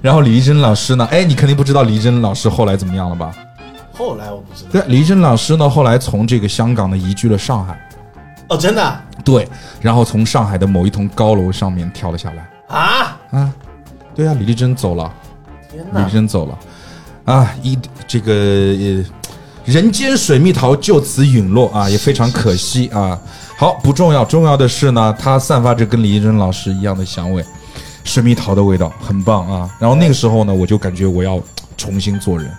[SPEAKER 4] 然后李丽珍老师呢，哎，你肯定不知道李丽珍老师后来怎么样了吧？
[SPEAKER 5] 后来我不知道。
[SPEAKER 4] 对，李丽珍老师呢，后来从这个香港呢移居了上海，
[SPEAKER 5] 哦，真的啊
[SPEAKER 4] 对，然后从上海的某一栋高楼上面跳了下来
[SPEAKER 5] 啊！
[SPEAKER 4] 啊，对啊，李丽珍走了，
[SPEAKER 5] 天
[SPEAKER 4] 李丽
[SPEAKER 5] 哪！
[SPEAKER 4] 珍走了，啊，一这个、呃、人间水蜜桃就此陨落啊，也非常可惜啊。好，不重要，重要的是呢，它散发着跟李丽珍老师一样的香味，水蜜桃的味道，很棒啊。然后那个时候呢，我就感觉我要重新做人。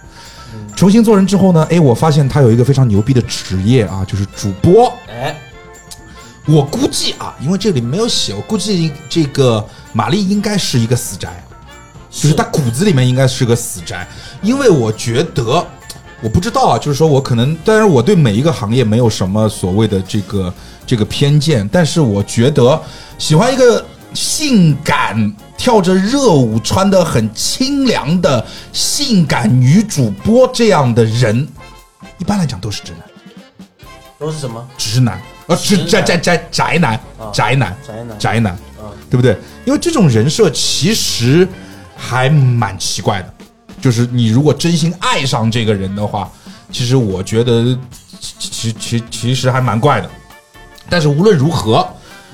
[SPEAKER 4] 重新做人之后呢，哎，我发现他有一个非常牛逼的职业啊，就是主播。
[SPEAKER 5] 哎，
[SPEAKER 4] 我估计啊，因为这里没有写，我估计这个玛丽应该是一个死宅，就是她骨子里面应该是个死宅，因为我觉得。我不知道啊，就是说我可能，当然我对每一个行业没有什么所谓的这个这个偏见，但是我觉得喜欢一个性感、跳着热舞、穿得很清凉的性感女主播这样的人，一般来讲都是直男。
[SPEAKER 5] 都是什么
[SPEAKER 4] 直男，呃，
[SPEAKER 5] 直
[SPEAKER 4] 直
[SPEAKER 5] 男
[SPEAKER 4] 宅宅宅宅男
[SPEAKER 5] 啊，
[SPEAKER 4] 宅男，
[SPEAKER 5] 宅男？
[SPEAKER 4] 宅男，
[SPEAKER 5] 啊，
[SPEAKER 4] 对不对？因为这种人设其实还蛮奇怪的，就是你如果真心爱上这个人的话，其实我觉得其其其其实还蛮怪的。但是无论如何，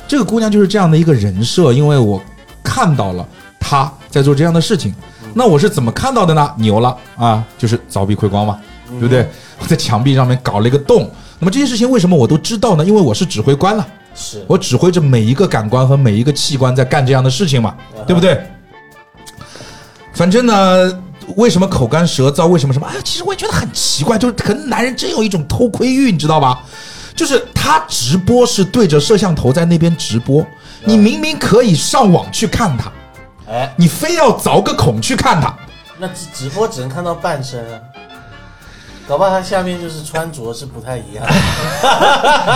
[SPEAKER 4] 这个姑娘就是这样的一个人设，因为我看到了她在做这样的事情。那我是怎么看到的呢？牛了啊，就是凿壁窥光嘛，对不对？我在墙壁上面搞了一个洞。那么这些事情为什么我都知道呢？因为我是指挥官了。
[SPEAKER 5] 是
[SPEAKER 4] 我指挥着每一个感官和每一个器官在干这样的事情嘛，
[SPEAKER 5] 嗯
[SPEAKER 4] 对不对？反正呢，为什么口干舌燥？为什么什么？啊，其实我也觉得很奇怪，就是可能男人真有一种偷窥欲，你知道吧？就是他直播是对着摄像头在那边直
[SPEAKER 5] 嗯
[SPEAKER 4] 播，你明明可以上网去看他，
[SPEAKER 5] 哎，
[SPEAKER 4] 你非要凿个孔去看 他。
[SPEAKER 5] 那直直播只能看到半身啊，搞不好他下面就是穿着是不太一 样的。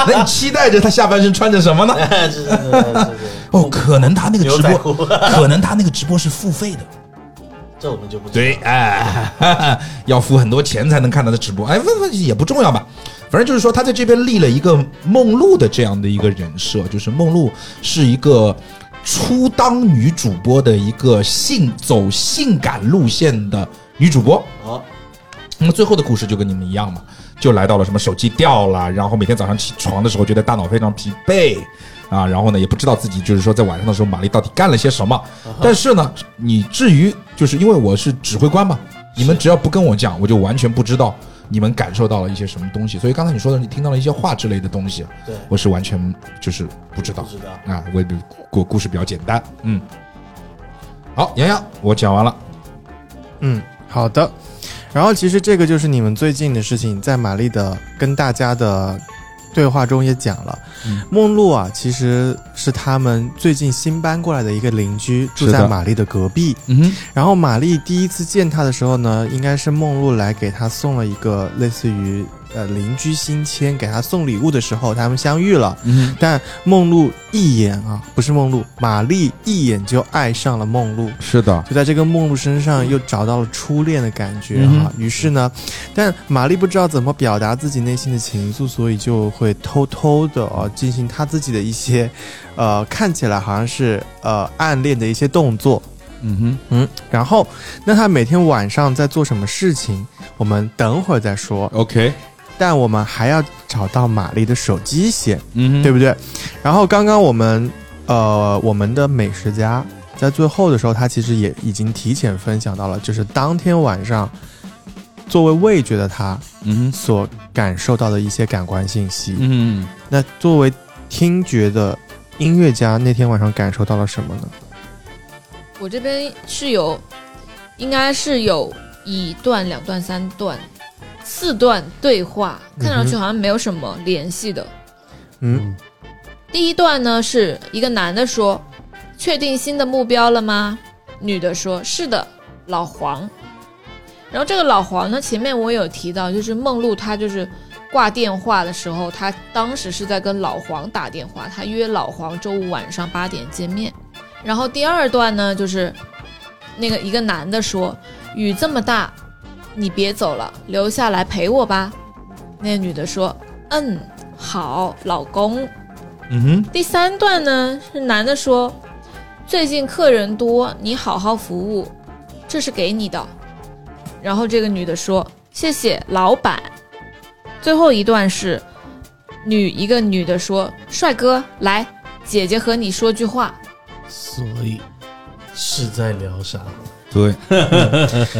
[SPEAKER 4] 那你期待着他下半身穿着什 么呢？
[SPEAKER 5] 是是是是是，
[SPEAKER 4] 哦，可能他那个直
[SPEAKER 5] 牛仔裤
[SPEAKER 4] 播，可能他那个直播是付费的。
[SPEAKER 5] 这我们就不知道
[SPEAKER 4] 对，哎，哈哈要付很多钱才能看他的直播。 哎，问问也不重要吧，反正就是说他在这边立了一个梦露的这样的一个人设，就是梦露是一个初当女主播的一个性走性感路线的女主播。
[SPEAKER 5] 哦，
[SPEAKER 4] 那么最后的故事就跟你们一样嘛，就来到了什么手机掉了，然后每天早上起床的时候觉得大脑非常疲惫啊，然后呢也不知道自己就是说在晚上的时候玛丽到底干了些什么。但是呢，你至于就是因为我是指挥官嘛，你们只要不跟我讲，我就完全不知道你们感受到了一些什么东西。所以刚才你说的，你听到了一些话之类的东西，
[SPEAKER 5] 对，
[SPEAKER 4] 我是完全就是不知
[SPEAKER 5] 不
[SPEAKER 4] 道
[SPEAKER 5] 知道。
[SPEAKER 4] 啊。我故故事比较简单，嗯。好，洋洋，我讲完了。
[SPEAKER 3] 嗯，好的。然后其实这个就是你们最近的事情，在玛丽的跟大家的对话中也讲了。
[SPEAKER 4] 嗯
[SPEAKER 3] 梦露啊，其实是他们最近新搬过来的一个邻居，住
[SPEAKER 4] 是的
[SPEAKER 3] 在玛丽的隔壁。
[SPEAKER 4] 嗯哼，
[SPEAKER 3] 然后玛丽第一次见他的时候呢，应该是梦露来给他送了一个类似于呃邻居新签给他送礼物的时候，他们相遇了。
[SPEAKER 4] 嗯哼，
[SPEAKER 3] 但梦露一眼啊，不是梦露，玛丽一眼就爱上了梦露。
[SPEAKER 4] 是的，
[SPEAKER 3] 就在这个梦露身上又找到了初恋的感觉
[SPEAKER 4] 嗯哼
[SPEAKER 3] 啊。于是呢，但玛丽不知道怎么表达自己内心的情愫，所以就会偷偷的啊进行她自己的一些，呃，看起来好像是呃暗恋的一些动作。
[SPEAKER 4] 嗯哼。
[SPEAKER 3] 嗯，然后那她每天晚上在做什么事情，我们等会儿再说。
[SPEAKER 4] OK，
[SPEAKER 3] 但我们还要找到玛丽的手机先。
[SPEAKER 4] 嗯哼，
[SPEAKER 3] 对不对？然后刚刚我们呃，我们的美食家在最后的时候，他其实也已经提前分享到了，就是当天晚上作为味觉的他
[SPEAKER 4] 嗯哼，
[SPEAKER 3] 所感受到的一些感官信息。
[SPEAKER 4] 嗯
[SPEAKER 3] 那作为听觉的音乐家，那天晚上感受到了什么呢？
[SPEAKER 1] 我这边是有，应该是有一段、两段、三段、四段对话，看上去
[SPEAKER 3] 嗯
[SPEAKER 1] 好像没有什么联系的。
[SPEAKER 3] 嗯
[SPEAKER 1] 第一段呢是一个男的说：“确定新的目标了吗？”女的说：“是的，老黄。”然后这个老黄呢，前面我有提到，就是梦露她就是挂电话的时候，她当时是在跟老黄打电话，她约老黄周五晚上八点见面。然后第二段呢，就是那个一个男的说：“雨这么大，你别走了，留下来陪我吧。”那个女的说：“嗯，好，老公。”
[SPEAKER 4] 哼，嗯哼，
[SPEAKER 1] 第三段呢是男的说：“最近客人多，你好好服务，这是给你的。”然后这个女的说：“谢谢老板。”最后一段是女一个女的说：“帅哥，来，姐姐和你说句话。
[SPEAKER 5] 所以是在聊啥？
[SPEAKER 4] 对，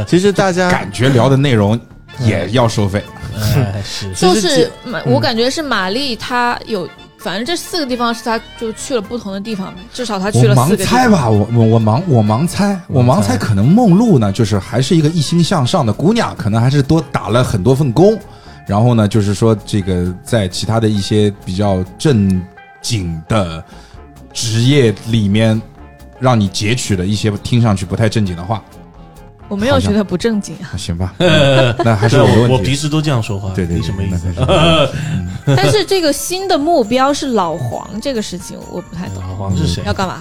[SPEAKER 3] 其实大家
[SPEAKER 4] 感觉聊的内容也要收费，
[SPEAKER 5] 哎，是”
[SPEAKER 3] 其
[SPEAKER 1] 就
[SPEAKER 3] 实
[SPEAKER 1] 是
[SPEAKER 3] 姐
[SPEAKER 1] 玛，
[SPEAKER 3] 嗯
[SPEAKER 1] 我感觉是玛丽她有，反正这四个地方是她就去了不同的地方呗，至少她
[SPEAKER 4] 我
[SPEAKER 1] 去了四
[SPEAKER 4] 盲
[SPEAKER 1] 个地
[SPEAKER 4] 猜
[SPEAKER 1] 方。
[SPEAKER 4] 吧，我我我盲我盲猜，我盲猜可能梦露呢，就是还是一个一心向上的姑娘，可能还是多打了很多份工，然后呢，就是说这个在其他的一些比较正经的职业里面，让你截取了一些听上去不太正经的话，
[SPEAKER 1] 我没有觉得不正经啊。
[SPEAKER 4] 那 行吧，那还是我的
[SPEAKER 5] 我我
[SPEAKER 4] 问
[SPEAKER 5] 平
[SPEAKER 4] 题。
[SPEAKER 5] 时都这样说话，
[SPEAKER 4] 对对
[SPEAKER 5] 你
[SPEAKER 4] 对，
[SPEAKER 5] 什么意
[SPEAKER 4] 那
[SPEAKER 5] 思？
[SPEAKER 4] 还是
[SPEAKER 1] 但是这个新的目标是老黄这个事情，我不太懂
[SPEAKER 5] 老黄是谁？
[SPEAKER 1] 要干嘛。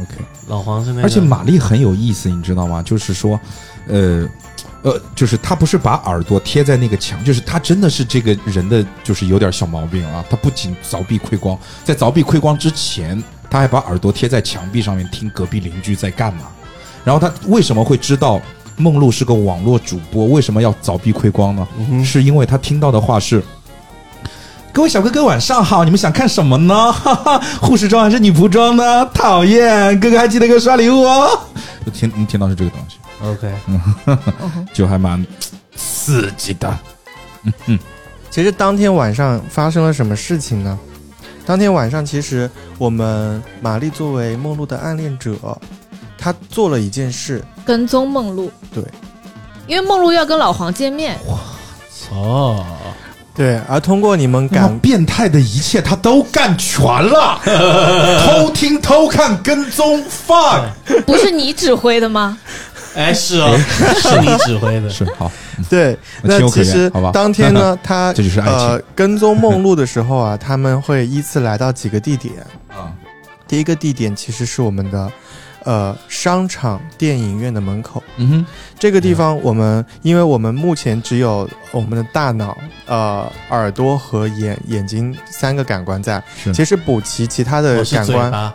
[SPEAKER 4] OK。
[SPEAKER 5] 老黄是那个，
[SPEAKER 4] 而且玛丽很有意思，你知道吗？就是说，呃，呃，就是他不是把耳朵贴在那个墙，就是他真的是这个人的，就是有点小毛病啊。他不仅凿壁窥光，在凿壁窥光之前，他还把耳朵贴在墙壁上面听隔壁邻居在干嘛。然后他为什么会知道梦露是个网络主播？为什么要凿壁窥光呢？是因为他听到的话是。各位小哥哥，晚上好！你们想看什么呢？ 哈哈，护士装还是女仆装呢？讨厌，哥哥还记得给我刷礼物哦。就 听能听到是这个东西，
[SPEAKER 3] OK，
[SPEAKER 4] 就还蛮刺激的。
[SPEAKER 3] 其实当天晚上发生了什么事情呢？当天晚上，其实我们玛丽作为梦露的暗恋者，她做了一件事，
[SPEAKER 1] 跟踪梦露，
[SPEAKER 3] 对，
[SPEAKER 1] 因为梦露要跟老黄见面，
[SPEAKER 5] 哦，
[SPEAKER 3] 对，而通过你们
[SPEAKER 4] 敢
[SPEAKER 3] 感
[SPEAKER 4] 变态的一切他都干全 了，偷听、偷看、跟踪，fuck，
[SPEAKER 1] 不是你指挥的吗？
[SPEAKER 5] 哎，是哦， 是你指挥 的，
[SPEAKER 4] 是好，
[SPEAKER 3] 对，
[SPEAKER 4] 那情
[SPEAKER 3] 那
[SPEAKER 4] 有可
[SPEAKER 3] 其
[SPEAKER 4] 原
[SPEAKER 3] 实
[SPEAKER 4] 好吧
[SPEAKER 3] 当 天呢，他
[SPEAKER 4] 这就是爱情
[SPEAKER 3] 呃跟踪梦露的时候啊， 他们会依次来到几个地点。
[SPEAKER 4] 啊，
[SPEAKER 3] 第一个地点其实是我们的呃商场电影院的门口。
[SPEAKER 4] 嗯哼，
[SPEAKER 3] 这个地方我们，因为我们目前只有我们的大脑、呃耳朵和眼眼睛三个感官在，
[SPEAKER 4] 是
[SPEAKER 3] 其实补齐其他的
[SPEAKER 5] 我是
[SPEAKER 3] 呃感
[SPEAKER 5] 嘴
[SPEAKER 3] 官，
[SPEAKER 5] 巴，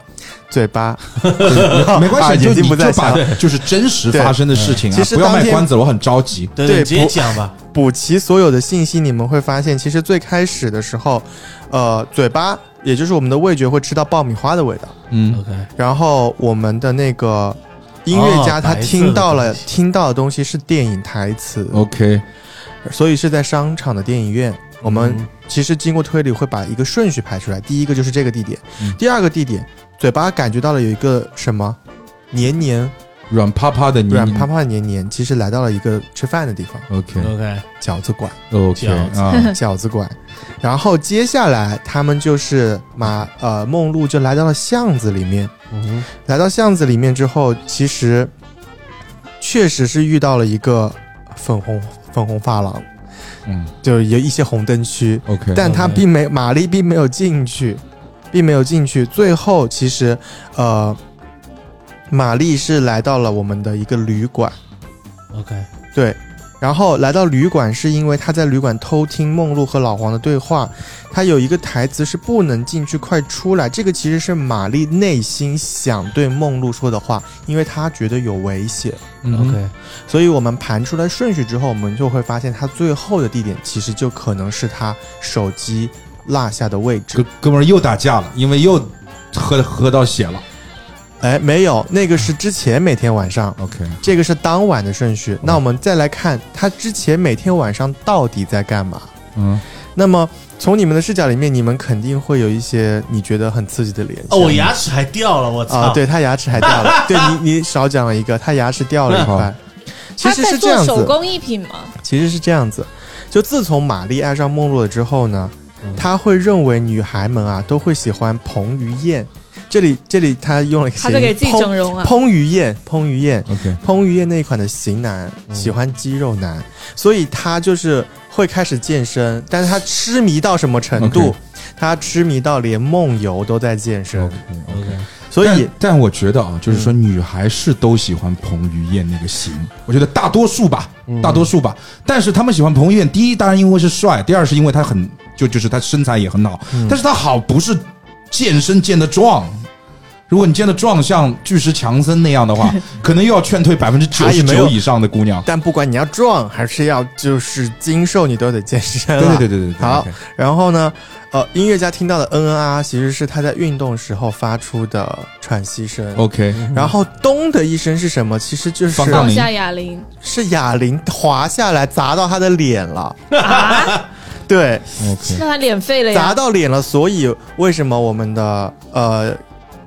[SPEAKER 3] 嘴巴。
[SPEAKER 4] 对 没
[SPEAKER 3] 啊
[SPEAKER 4] 关系，就
[SPEAKER 3] 眼睛
[SPEAKER 4] 你
[SPEAKER 3] 不在
[SPEAKER 4] 就把就是真实发生的事情啊
[SPEAKER 3] 对其，实
[SPEAKER 4] 不要
[SPEAKER 3] 当
[SPEAKER 4] 卖
[SPEAKER 3] 天
[SPEAKER 4] 关子了，我很着急。
[SPEAKER 5] 对
[SPEAKER 3] 对
[SPEAKER 5] 你直接
[SPEAKER 3] 不
[SPEAKER 5] 讲吧。
[SPEAKER 3] 补齐所有的信息，你们会发现，其实最开始的时候，呃，嘴巴也就是我们的味觉会吃到爆米花的味道，
[SPEAKER 4] 嗯，
[SPEAKER 5] OK，
[SPEAKER 3] 然后我们的那个音乐家
[SPEAKER 5] 哦
[SPEAKER 3] 他
[SPEAKER 5] 白色
[SPEAKER 3] 听
[SPEAKER 5] 的
[SPEAKER 3] 到了、
[SPEAKER 5] 东西
[SPEAKER 3] 听到的东西是电影台词，
[SPEAKER 4] OK，
[SPEAKER 3] 所以是在商场的电影院。我们
[SPEAKER 5] 嗯
[SPEAKER 3] 其实经过推理会把一个顺序排出来，第一个就是这个地点，
[SPEAKER 4] 嗯
[SPEAKER 3] 第二个地点，嘴巴感觉到了有一个什么黏黏
[SPEAKER 4] 软趴趴的你
[SPEAKER 3] 软趴趴的黏黏，其实来到了一个吃饭的地方，
[SPEAKER 4] ，OK
[SPEAKER 5] OK，
[SPEAKER 3] 饺子馆。
[SPEAKER 4] OK
[SPEAKER 5] 饺子
[SPEAKER 4] 啊，
[SPEAKER 3] 饺子馆，然后接下来他们就是马呃梦露就来到了巷子里面，
[SPEAKER 5] 嗯
[SPEAKER 3] 来到巷子里面之后，其实确实是遇到了一个粉红粉红发廊，
[SPEAKER 4] 嗯
[SPEAKER 3] 就有一些红灯区，
[SPEAKER 4] ，OK，
[SPEAKER 3] 但他并没玛丽并没有进去，并没有进去。最后其实呃，玛丽是来到了我们的一个旅馆。
[SPEAKER 5] 哼，OK，
[SPEAKER 3] 对，然后来到旅馆是因为他在旅馆偷听梦露和老黄的对话，他有一个台词是不能进去，快出来。这个其实是玛丽内心想对梦露说的话，因为她觉得有危险。
[SPEAKER 4] 嗯哼
[SPEAKER 5] OK，
[SPEAKER 3] 所以我们盘出来顺序之后，我们就会发现他最后的地点其实就可能是他手机落下的位置
[SPEAKER 4] 哥。哥们儿又打架了，因为又喝喝到血了。
[SPEAKER 3] 哎，没有，那个是之前每天晚上。
[SPEAKER 4] OK，
[SPEAKER 3] 这个是当晚的顺
[SPEAKER 5] 嗯
[SPEAKER 3] 序，那我们再来看他之前每天晚上到底在干嘛。
[SPEAKER 4] 嗯，
[SPEAKER 3] 那么从你们的视角里面，你们肯定会有一些你觉得很刺激的联想。
[SPEAKER 5] 哦，我牙齿还掉了，我
[SPEAKER 3] 啊，
[SPEAKER 5] 操！
[SPEAKER 3] 对他牙齿还掉 了，对你你少讲了一个，他牙齿掉了一
[SPEAKER 5] 哦
[SPEAKER 3] 块。 其
[SPEAKER 1] 他
[SPEAKER 3] 实
[SPEAKER 1] 在
[SPEAKER 3] 是这
[SPEAKER 1] 做
[SPEAKER 3] 样
[SPEAKER 1] 手
[SPEAKER 3] 子，
[SPEAKER 1] 工艺品吗？
[SPEAKER 3] 其实是这样子。就自从玛丽爱上梦露了之后呢，
[SPEAKER 5] 嗯
[SPEAKER 3] 他会认为女孩们啊都会喜欢彭于晏。这里这里他用了一个
[SPEAKER 1] 他在给自己
[SPEAKER 3] 谐音
[SPEAKER 1] 整容啊？
[SPEAKER 3] 彭彭于晏，彭于晏，
[SPEAKER 4] OK，
[SPEAKER 3] 彭于晏那一款的型男
[SPEAKER 5] 嗯
[SPEAKER 3] 喜欢肌肉男，所以他就是会开始健身，但是他痴迷到什么程度
[SPEAKER 4] OK
[SPEAKER 3] 他痴迷到连梦游都在健身
[SPEAKER 4] OK，
[SPEAKER 5] OK，
[SPEAKER 3] 所以嗯
[SPEAKER 4] 但，但我觉得啊，就是说，女孩是都喜欢彭于晏那个型，我觉得大多数吧，
[SPEAKER 3] 嗯
[SPEAKER 4] 大多数吧。但是他们喜欢彭于晏，第一当然因为是帅，第二是因为他很就就是他身材也很好，
[SPEAKER 3] 嗯
[SPEAKER 4] 但是他好不是健身健得壮。如果你健得壮像巨石强森那样的 话，可能又要劝退百分之九
[SPEAKER 3] 他也
[SPEAKER 4] 十
[SPEAKER 3] 没
[SPEAKER 4] 九
[SPEAKER 3] 有
[SPEAKER 4] 以上的姑娘。
[SPEAKER 3] 但不管你要壮还是要就是精瘦，你都得健身
[SPEAKER 4] 对
[SPEAKER 3] 了。
[SPEAKER 4] 对对对对，对
[SPEAKER 3] 好
[SPEAKER 4] OK
[SPEAKER 3] 然后呢，呃，音乐家听到的嗯嗯啊啊，其实是他在运动时候发出的喘息声。
[SPEAKER 4] OK，
[SPEAKER 3] 然后咚的一声是什么？其实就是
[SPEAKER 4] 哦放大
[SPEAKER 1] 放
[SPEAKER 4] 铃
[SPEAKER 1] 下哑铃
[SPEAKER 3] 是哑铃滑下来砸到他的脸了。
[SPEAKER 1] 啊？
[SPEAKER 3] 对，
[SPEAKER 4] OK，
[SPEAKER 1] 那他脸废了
[SPEAKER 4] 啊
[SPEAKER 3] 砸
[SPEAKER 1] 呀？
[SPEAKER 3] 到脸了，所以为什么我们的呃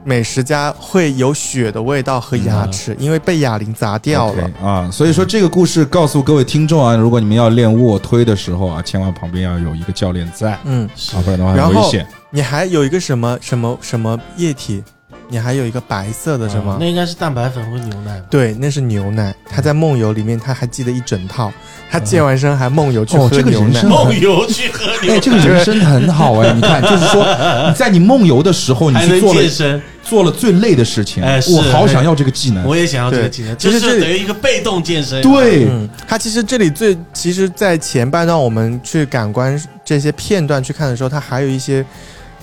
[SPEAKER 3] 美食家会有血的味道和牙齿？因为被哑铃砸掉了。
[SPEAKER 4] 嗯 OK，啊！所以说这个故事告诉各位听众啊，如果你们要练卧推的时候啊，千万旁边要有一个教练在啊，
[SPEAKER 3] 嗯，
[SPEAKER 5] 是
[SPEAKER 4] 不然的话
[SPEAKER 3] 然
[SPEAKER 4] 很
[SPEAKER 3] 后
[SPEAKER 4] 危险。
[SPEAKER 3] 你还有一个什么什么什么液体？你还有一个白色
[SPEAKER 4] 嗯
[SPEAKER 3] 的什么？
[SPEAKER 5] 嗯那应该是蛋白粉或牛奶吧。
[SPEAKER 3] 对，那是牛奶。
[SPEAKER 4] 嗯
[SPEAKER 3] 他在梦游里面，他还记得一整套。他健完身还梦游去
[SPEAKER 4] 哦
[SPEAKER 3] 喝
[SPEAKER 4] 这个
[SPEAKER 3] 牛
[SPEAKER 4] 人
[SPEAKER 3] 奶。
[SPEAKER 4] 生
[SPEAKER 5] 梦游去喝牛
[SPEAKER 4] 哎，
[SPEAKER 5] 奶，
[SPEAKER 4] 这个人生很好哎，你看，就是说你在你梦游的时候，你
[SPEAKER 5] 还
[SPEAKER 4] 去
[SPEAKER 5] 能
[SPEAKER 4] 做了
[SPEAKER 5] 健身，
[SPEAKER 4] 做了最累的事情，
[SPEAKER 5] 哎是
[SPEAKER 4] 我好想要这个技能。
[SPEAKER 5] 我也想要这个技能，
[SPEAKER 3] 对其
[SPEAKER 5] 就
[SPEAKER 3] 实这
[SPEAKER 5] 是
[SPEAKER 3] 里
[SPEAKER 5] 等于一个被动健身。
[SPEAKER 4] 嗯
[SPEAKER 5] 啊
[SPEAKER 4] 对，
[SPEAKER 3] 嗯，它其实这里最，其实，在前半段我们去感官这些片段去看的时候，它还有一些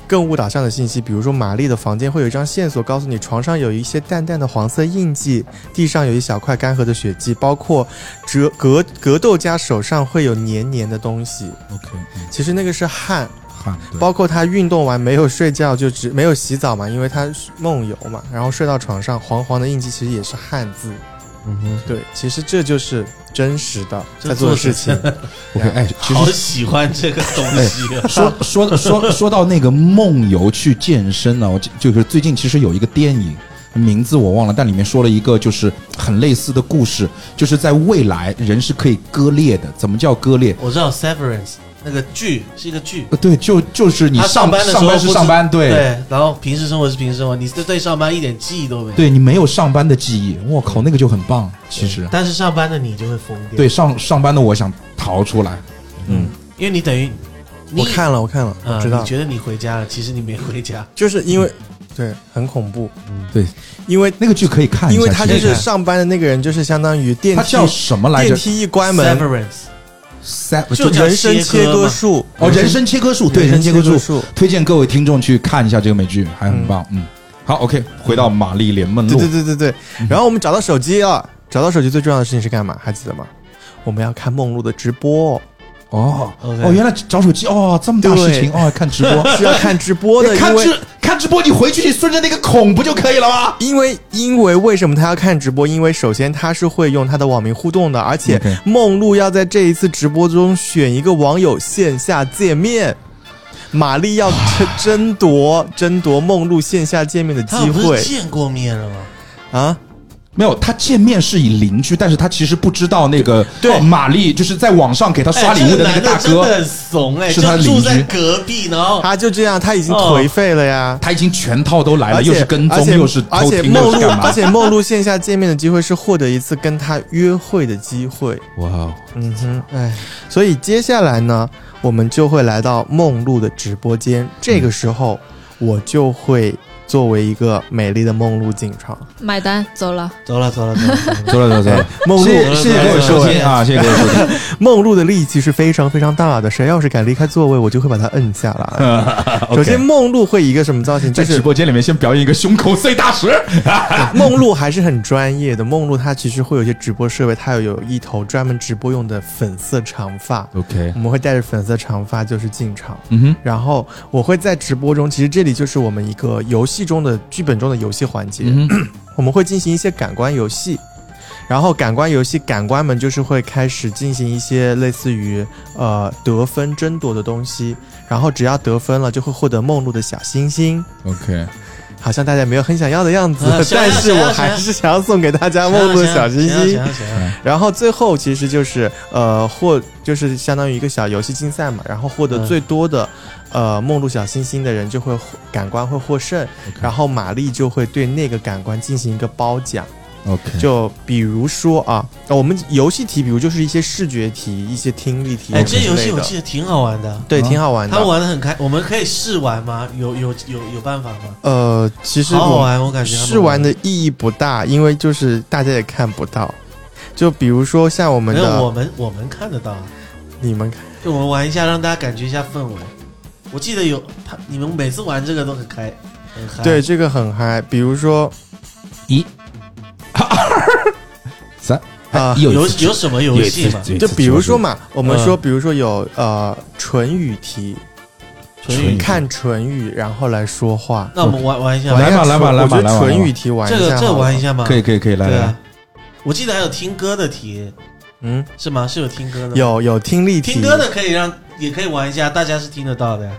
[SPEAKER 3] 更误导上的信息，比如说玛丽的房间会有一张线索告诉你，床上有一些淡淡的黄色印记，地上有一小块干涸的血迹，包括折格格斗家手上会有黏黏的东西，
[SPEAKER 4] ，OK，嗯
[SPEAKER 3] 其实那个是汗，
[SPEAKER 4] 汗，对
[SPEAKER 3] 包括他运动完没有睡觉就只没有洗澡嘛，因为他梦游嘛，然后睡到床上，黄黄的印记其实也是汗渍。
[SPEAKER 5] 嗯哼，
[SPEAKER 3] 对，其实这就是真实的
[SPEAKER 5] 这
[SPEAKER 3] 在做的
[SPEAKER 5] 做
[SPEAKER 3] 事
[SPEAKER 5] 事
[SPEAKER 3] 情。
[SPEAKER 4] OK，哎，其
[SPEAKER 5] 好
[SPEAKER 4] 实
[SPEAKER 5] 喜欢这个东西 啊。
[SPEAKER 4] 哎说说说说到那个梦游去健身呢，我就就是最近其实有一个电影。名字我忘了，但里面说了一个就是很类似的故事，就是在未来人是可以割裂的。怎么叫割裂？
[SPEAKER 5] 我知道 Severance 那个剧是一个剧，
[SPEAKER 4] 呃对，就就是你
[SPEAKER 5] 他
[SPEAKER 4] 上
[SPEAKER 5] 上班的时候
[SPEAKER 4] 上班是
[SPEAKER 5] 不知
[SPEAKER 4] 上班，对
[SPEAKER 5] 对，然后平时生活是平时生活，你这对上班一点记忆都没有。
[SPEAKER 4] 对你没有上班的记忆，我靠，那个就很棒。其
[SPEAKER 3] 啊
[SPEAKER 4] 实
[SPEAKER 5] 但是上班的你就会疯掉，
[SPEAKER 4] 对，上上班的我想逃出来，
[SPEAKER 5] 因为你等于你
[SPEAKER 3] 我看了，我看了，
[SPEAKER 5] 啊
[SPEAKER 3] 我知道
[SPEAKER 5] 你，觉得你回家了，其实你没回家。
[SPEAKER 3] 就是因为
[SPEAKER 4] 嗯
[SPEAKER 3] 对很恐怖，
[SPEAKER 4] 对，
[SPEAKER 3] 因为
[SPEAKER 4] 那个剧可以看一下。
[SPEAKER 3] 因为他就
[SPEAKER 4] 其实
[SPEAKER 3] 是上班的那个人，就是相当于电
[SPEAKER 4] 他
[SPEAKER 3] 梯
[SPEAKER 4] 叫什么来着？
[SPEAKER 3] 电梯一关门，
[SPEAKER 5] Severance
[SPEAKER 4] 三
[SPEAKER 5] 就叫
[SPEAKER 3] 人生切割术
[SPEAKER 4] 哦，人生切割术，对，人
[SPEAKER 3] 人
[SPEAKER 4] 生切
[SPEAKER 3] 生
[SPEAKER 4] 割
[SPEAKER 3] 切
[SPEAKER 4] 术
[SPEAKER 3] 割，术，
[SPEAKER 4] 推荐各位听众去看一下这个美剧，还很棒。嗯，好，OK，回到《玛丽莲梦
[SPEAKER 3] 对
[SPEAKER 4] 露
[SPEAKER 3] 对》，对对对。然后我们找到手机啊，找到手机最重要的事情是干嘛？还记得吗？我们要看梦露的直播，
[SPEAKER 4] 哦
[SPEAKER 5] OK
[SPEAKER 4] 哦，原来找手机哦，这么大事情哦，看直 播，
[SPEAKER 3] 是要看直播的，因
[SPEAKER 4] 看
[SPEAKER 3] 为
[SPEAKER 4] 直看直播，你回去你顺着那个孔不就可以了吗？
[SPEAKER 3] 因为因为为什么他要看直播？因为首先他是会用他的网名互动的，而且
[SPEAKER 4] OK
[SPEAKER 3] 梦露要在这一次直播中选一个网友线下见面，玛丽要争争夺争夺梦露线下见面的
[SPEAKER 5] 他
[SPEAKER 3] 机
[SPEAKER 5] 们不
[SPEAKER 3] 会
[SPEAKER 4] 啊
[SPEAKER 5] 是见过面了吗？
[SPEAKER 3] 啊！
[SPEAKER 4] 没有，他见面是以邻居，但是他其实不知道那个
[SPEAKER 3] 对
[SPEAKER 4] 哦玛丽就是在网上给他刷礼
[SPEAKER 5] 哎
[SPEAKER 4] 物
[SPEAKER 5] 这个
[SPEAKER 4] 那
[SPEAKER 5] 男
[SPEAKER 4] 个
[SPEAKER 5] 的
[SPEAKER 4] 大
[SPEAKER 5] 真的
[SPEAKER 4] 哥，
[SPEAKER 5] 很怂哎，
[SPEAKER 4] 是
[SPEAKER 5] 就
[SPEAKER 4] 他邻
[SPEAKER 5] 住
[SPEAKER 4] 居
[SPEAKER 5] 在隔壁，然后
[SPEAKER 3] 他就这样，他已经
[SPEAKER 4] 哦
[SPEAKER 3] 颓废了呀。
[SPEAKER 4] 他已经全套都来
[SPEAKER 3] 而
[SPEAKER 4] 了，
[SPEAKER 3] 且
[SPEAKER 4] 又是跟
[SPEAKER 3] 而
[SPEAKER 4] 踪，
[SPEAKER 3] 且
[SPEAKER 4] 又是
[SPEAKER 3] 而
[SPEAKER 4] 偷
[SPEAKER 3] 且
[SPEAKER 4] 听，
[SPEAKER 3] 梦
[SPEAKER 4] 又是
[SPEAKER 3] 露
[SPEAKER 4] 干，嘛
[SPEAKER 3] 而？且梦露线下见面的机会是获得一次跟他约会的机会。
[SPEAKER 4] 哇哦，
[SPEAKER 3] 嗯哼，哎，所以接下来呢，我们就会来到梦露的直播间。这
[SPEAKER 4] 嗯
[SPEAKER 3] 个时候，我就会作为一个美丽的梦露进场。
[SPEAKER 1] 买单走了。
[SPEAKER 5] 走了走了走了走 了，
[SPEAKER 4] 走了走了走了，
[SPEAKER 3] 梦
[SPEAKER 4] 谢
[SPEAKER 3] 露，
[SPEAKER 4] 哎谢谢谢各位收听啊，谢谢各位收听。
[SPEAKER 3] 梦露的力气是非常非常大的，谁要是敢离开座位，我就会把他摁下 来。首先，梦露会以一个什么造型？
[SPEAKER 4] 在
[SPEAKER 3] 就
[SPEAKER 4] 直
[SPEAKER 3] 是
[SPEAKER 4] 播间里面先表演一个胸口碎大石，
[SPEAKER 3] 梦露还是很专业的。梦露她其实会有一些直播设备，她有一头专门直播用的粉色长发。
[SPEAKER 4] OK，
[SPEAKER 3] 我们会带着粉色长发就是进场。
[SPEAKER 4] 嗯哼，
[SPEAKER 3] 然后我会在直播中，其实这里就是我们一个游戏中的剧本中的游戏环节，
[SPEAKER 4] 嗯哼，
[SPEAKER 3] 我们会进行一些感官游戏。然后感官游戏，感官们就是会开始进行一些类似于呃得分争夺的东西，然后只要得分了，就会获得梦露的小星星，
[SPEAKER 4] OK，
[SPEAKER 3] 好像大家没有很想要的样子，
[SPEAKER 5] 啊想要
[SPEAKER 3] 但是
[SPEAKER 5] 想要
[SPEAKER 3] 我还是想要送给大家梦露的
[SPEAKER 5] 啊
[SPEAKER 3] 小星星。然后最后其实就是呃获就是相当于一个小游戏竞赛嘛，然后获得
[SPEAKER 5] 嗯
[SPEAKER 3] 最多的、呃梦露小星星的人就会获感官会获胜，然后玛丽就会对那个感官进行一个褒奖。
[SPEAKER 4] OK，
[SPEAKER 3] 就比如说啊，呃我们游戏题，比如就是一些视觉题、一些听力题
[SPEAKER 5] 哎，
[SPEAKER 3] 之
[SPEAKER 5] 这
[SPEAKER 3] 类的，
[SPEAKER 5] 游戏我记得挺好玩的，
[SPEAKER 3] 嗯对
[SPEAKER 4] 啊
[SPEAKER 3] 挺好玩
[SPEAKER 5] 他们
[SPEAKER 3] 的。
[SPEAKER 5] 玩的很开，我们可以试玩吗？有有有有办法吗？
[SPEAKER 3] 呃，其实
[SPEAKER 5] 好好
[SPEAKER 3] 我
[SPEAKER 5] 玩，我感觉他们
[SPEAKER 3] 试玩的意义不大，因为就是大家也看不到。就比如说像我们
[SPEAKER 5] 没有，我
[SPEAKER 3] 的，
[SPEAKER 5] 们我们看得到啊，
[SPEAKER 3] 你们看，
[SPEAKER 5] 就我们玩一下，让大家感觉一下氛围。我记得有他，你们每次玩这个都很开，很嗨。
[SPEAKER 3] 对，这个很嗨。比如说
[SPEAKER 4] 三
[SPEAKER 3] 啊
[SPEAKER 4] 哎有
[SPEAKER 5] 哎有有什么游戏吗？
[SPEAKER 3] 就比如说
[SPEAKER 4] 嘛，
[SPEAKER 3] 嘛，我们
[SPEAKER 5] 嗯
[SPEAKER 3] 说，比如说有呃唇语题，
[SPEAKER 5] 纯
[SPEAKER 4] 纯
[SPEAKER 5] 语
[SPEAKER 4] 语。
[SPEAKER 3] 看唇语，然后来说话。
[SPEAKER 5] 那我们玩玩一下吧，
[SPEAKER 3] 玩一下
[SPEAKER 4] 来吧来吧
[SPEAKER 3] 唇
[SPEAKER 4] 来吧来
[SPEAKER 3] 我觉
[SPEAKER 4] 吧
[SPEAKER 3] 得唇语题玩
[SPEAKER 5] 这
[SPEAKER 3] 一
[SPEAKER 5] 个
[SPEAKER 3] 下，
[SPEAKER 5] 这个玩一。下吗？
[SPEAKER 4] 可以，可以可以，来
[SPEAKER 5] 对
[SPEAKER 4] 来
[SPEAKER 5] 啊，。我记得还有听歌的题
[SPEAKER 3] 嗯，
[SPEAKER 5] 是吗？是有听歌的吗，
[SPEAKER 3] 有有听力题，
[SPEAKER 5] 听歌的可以让也可以玩一下，大家是听得到的呀，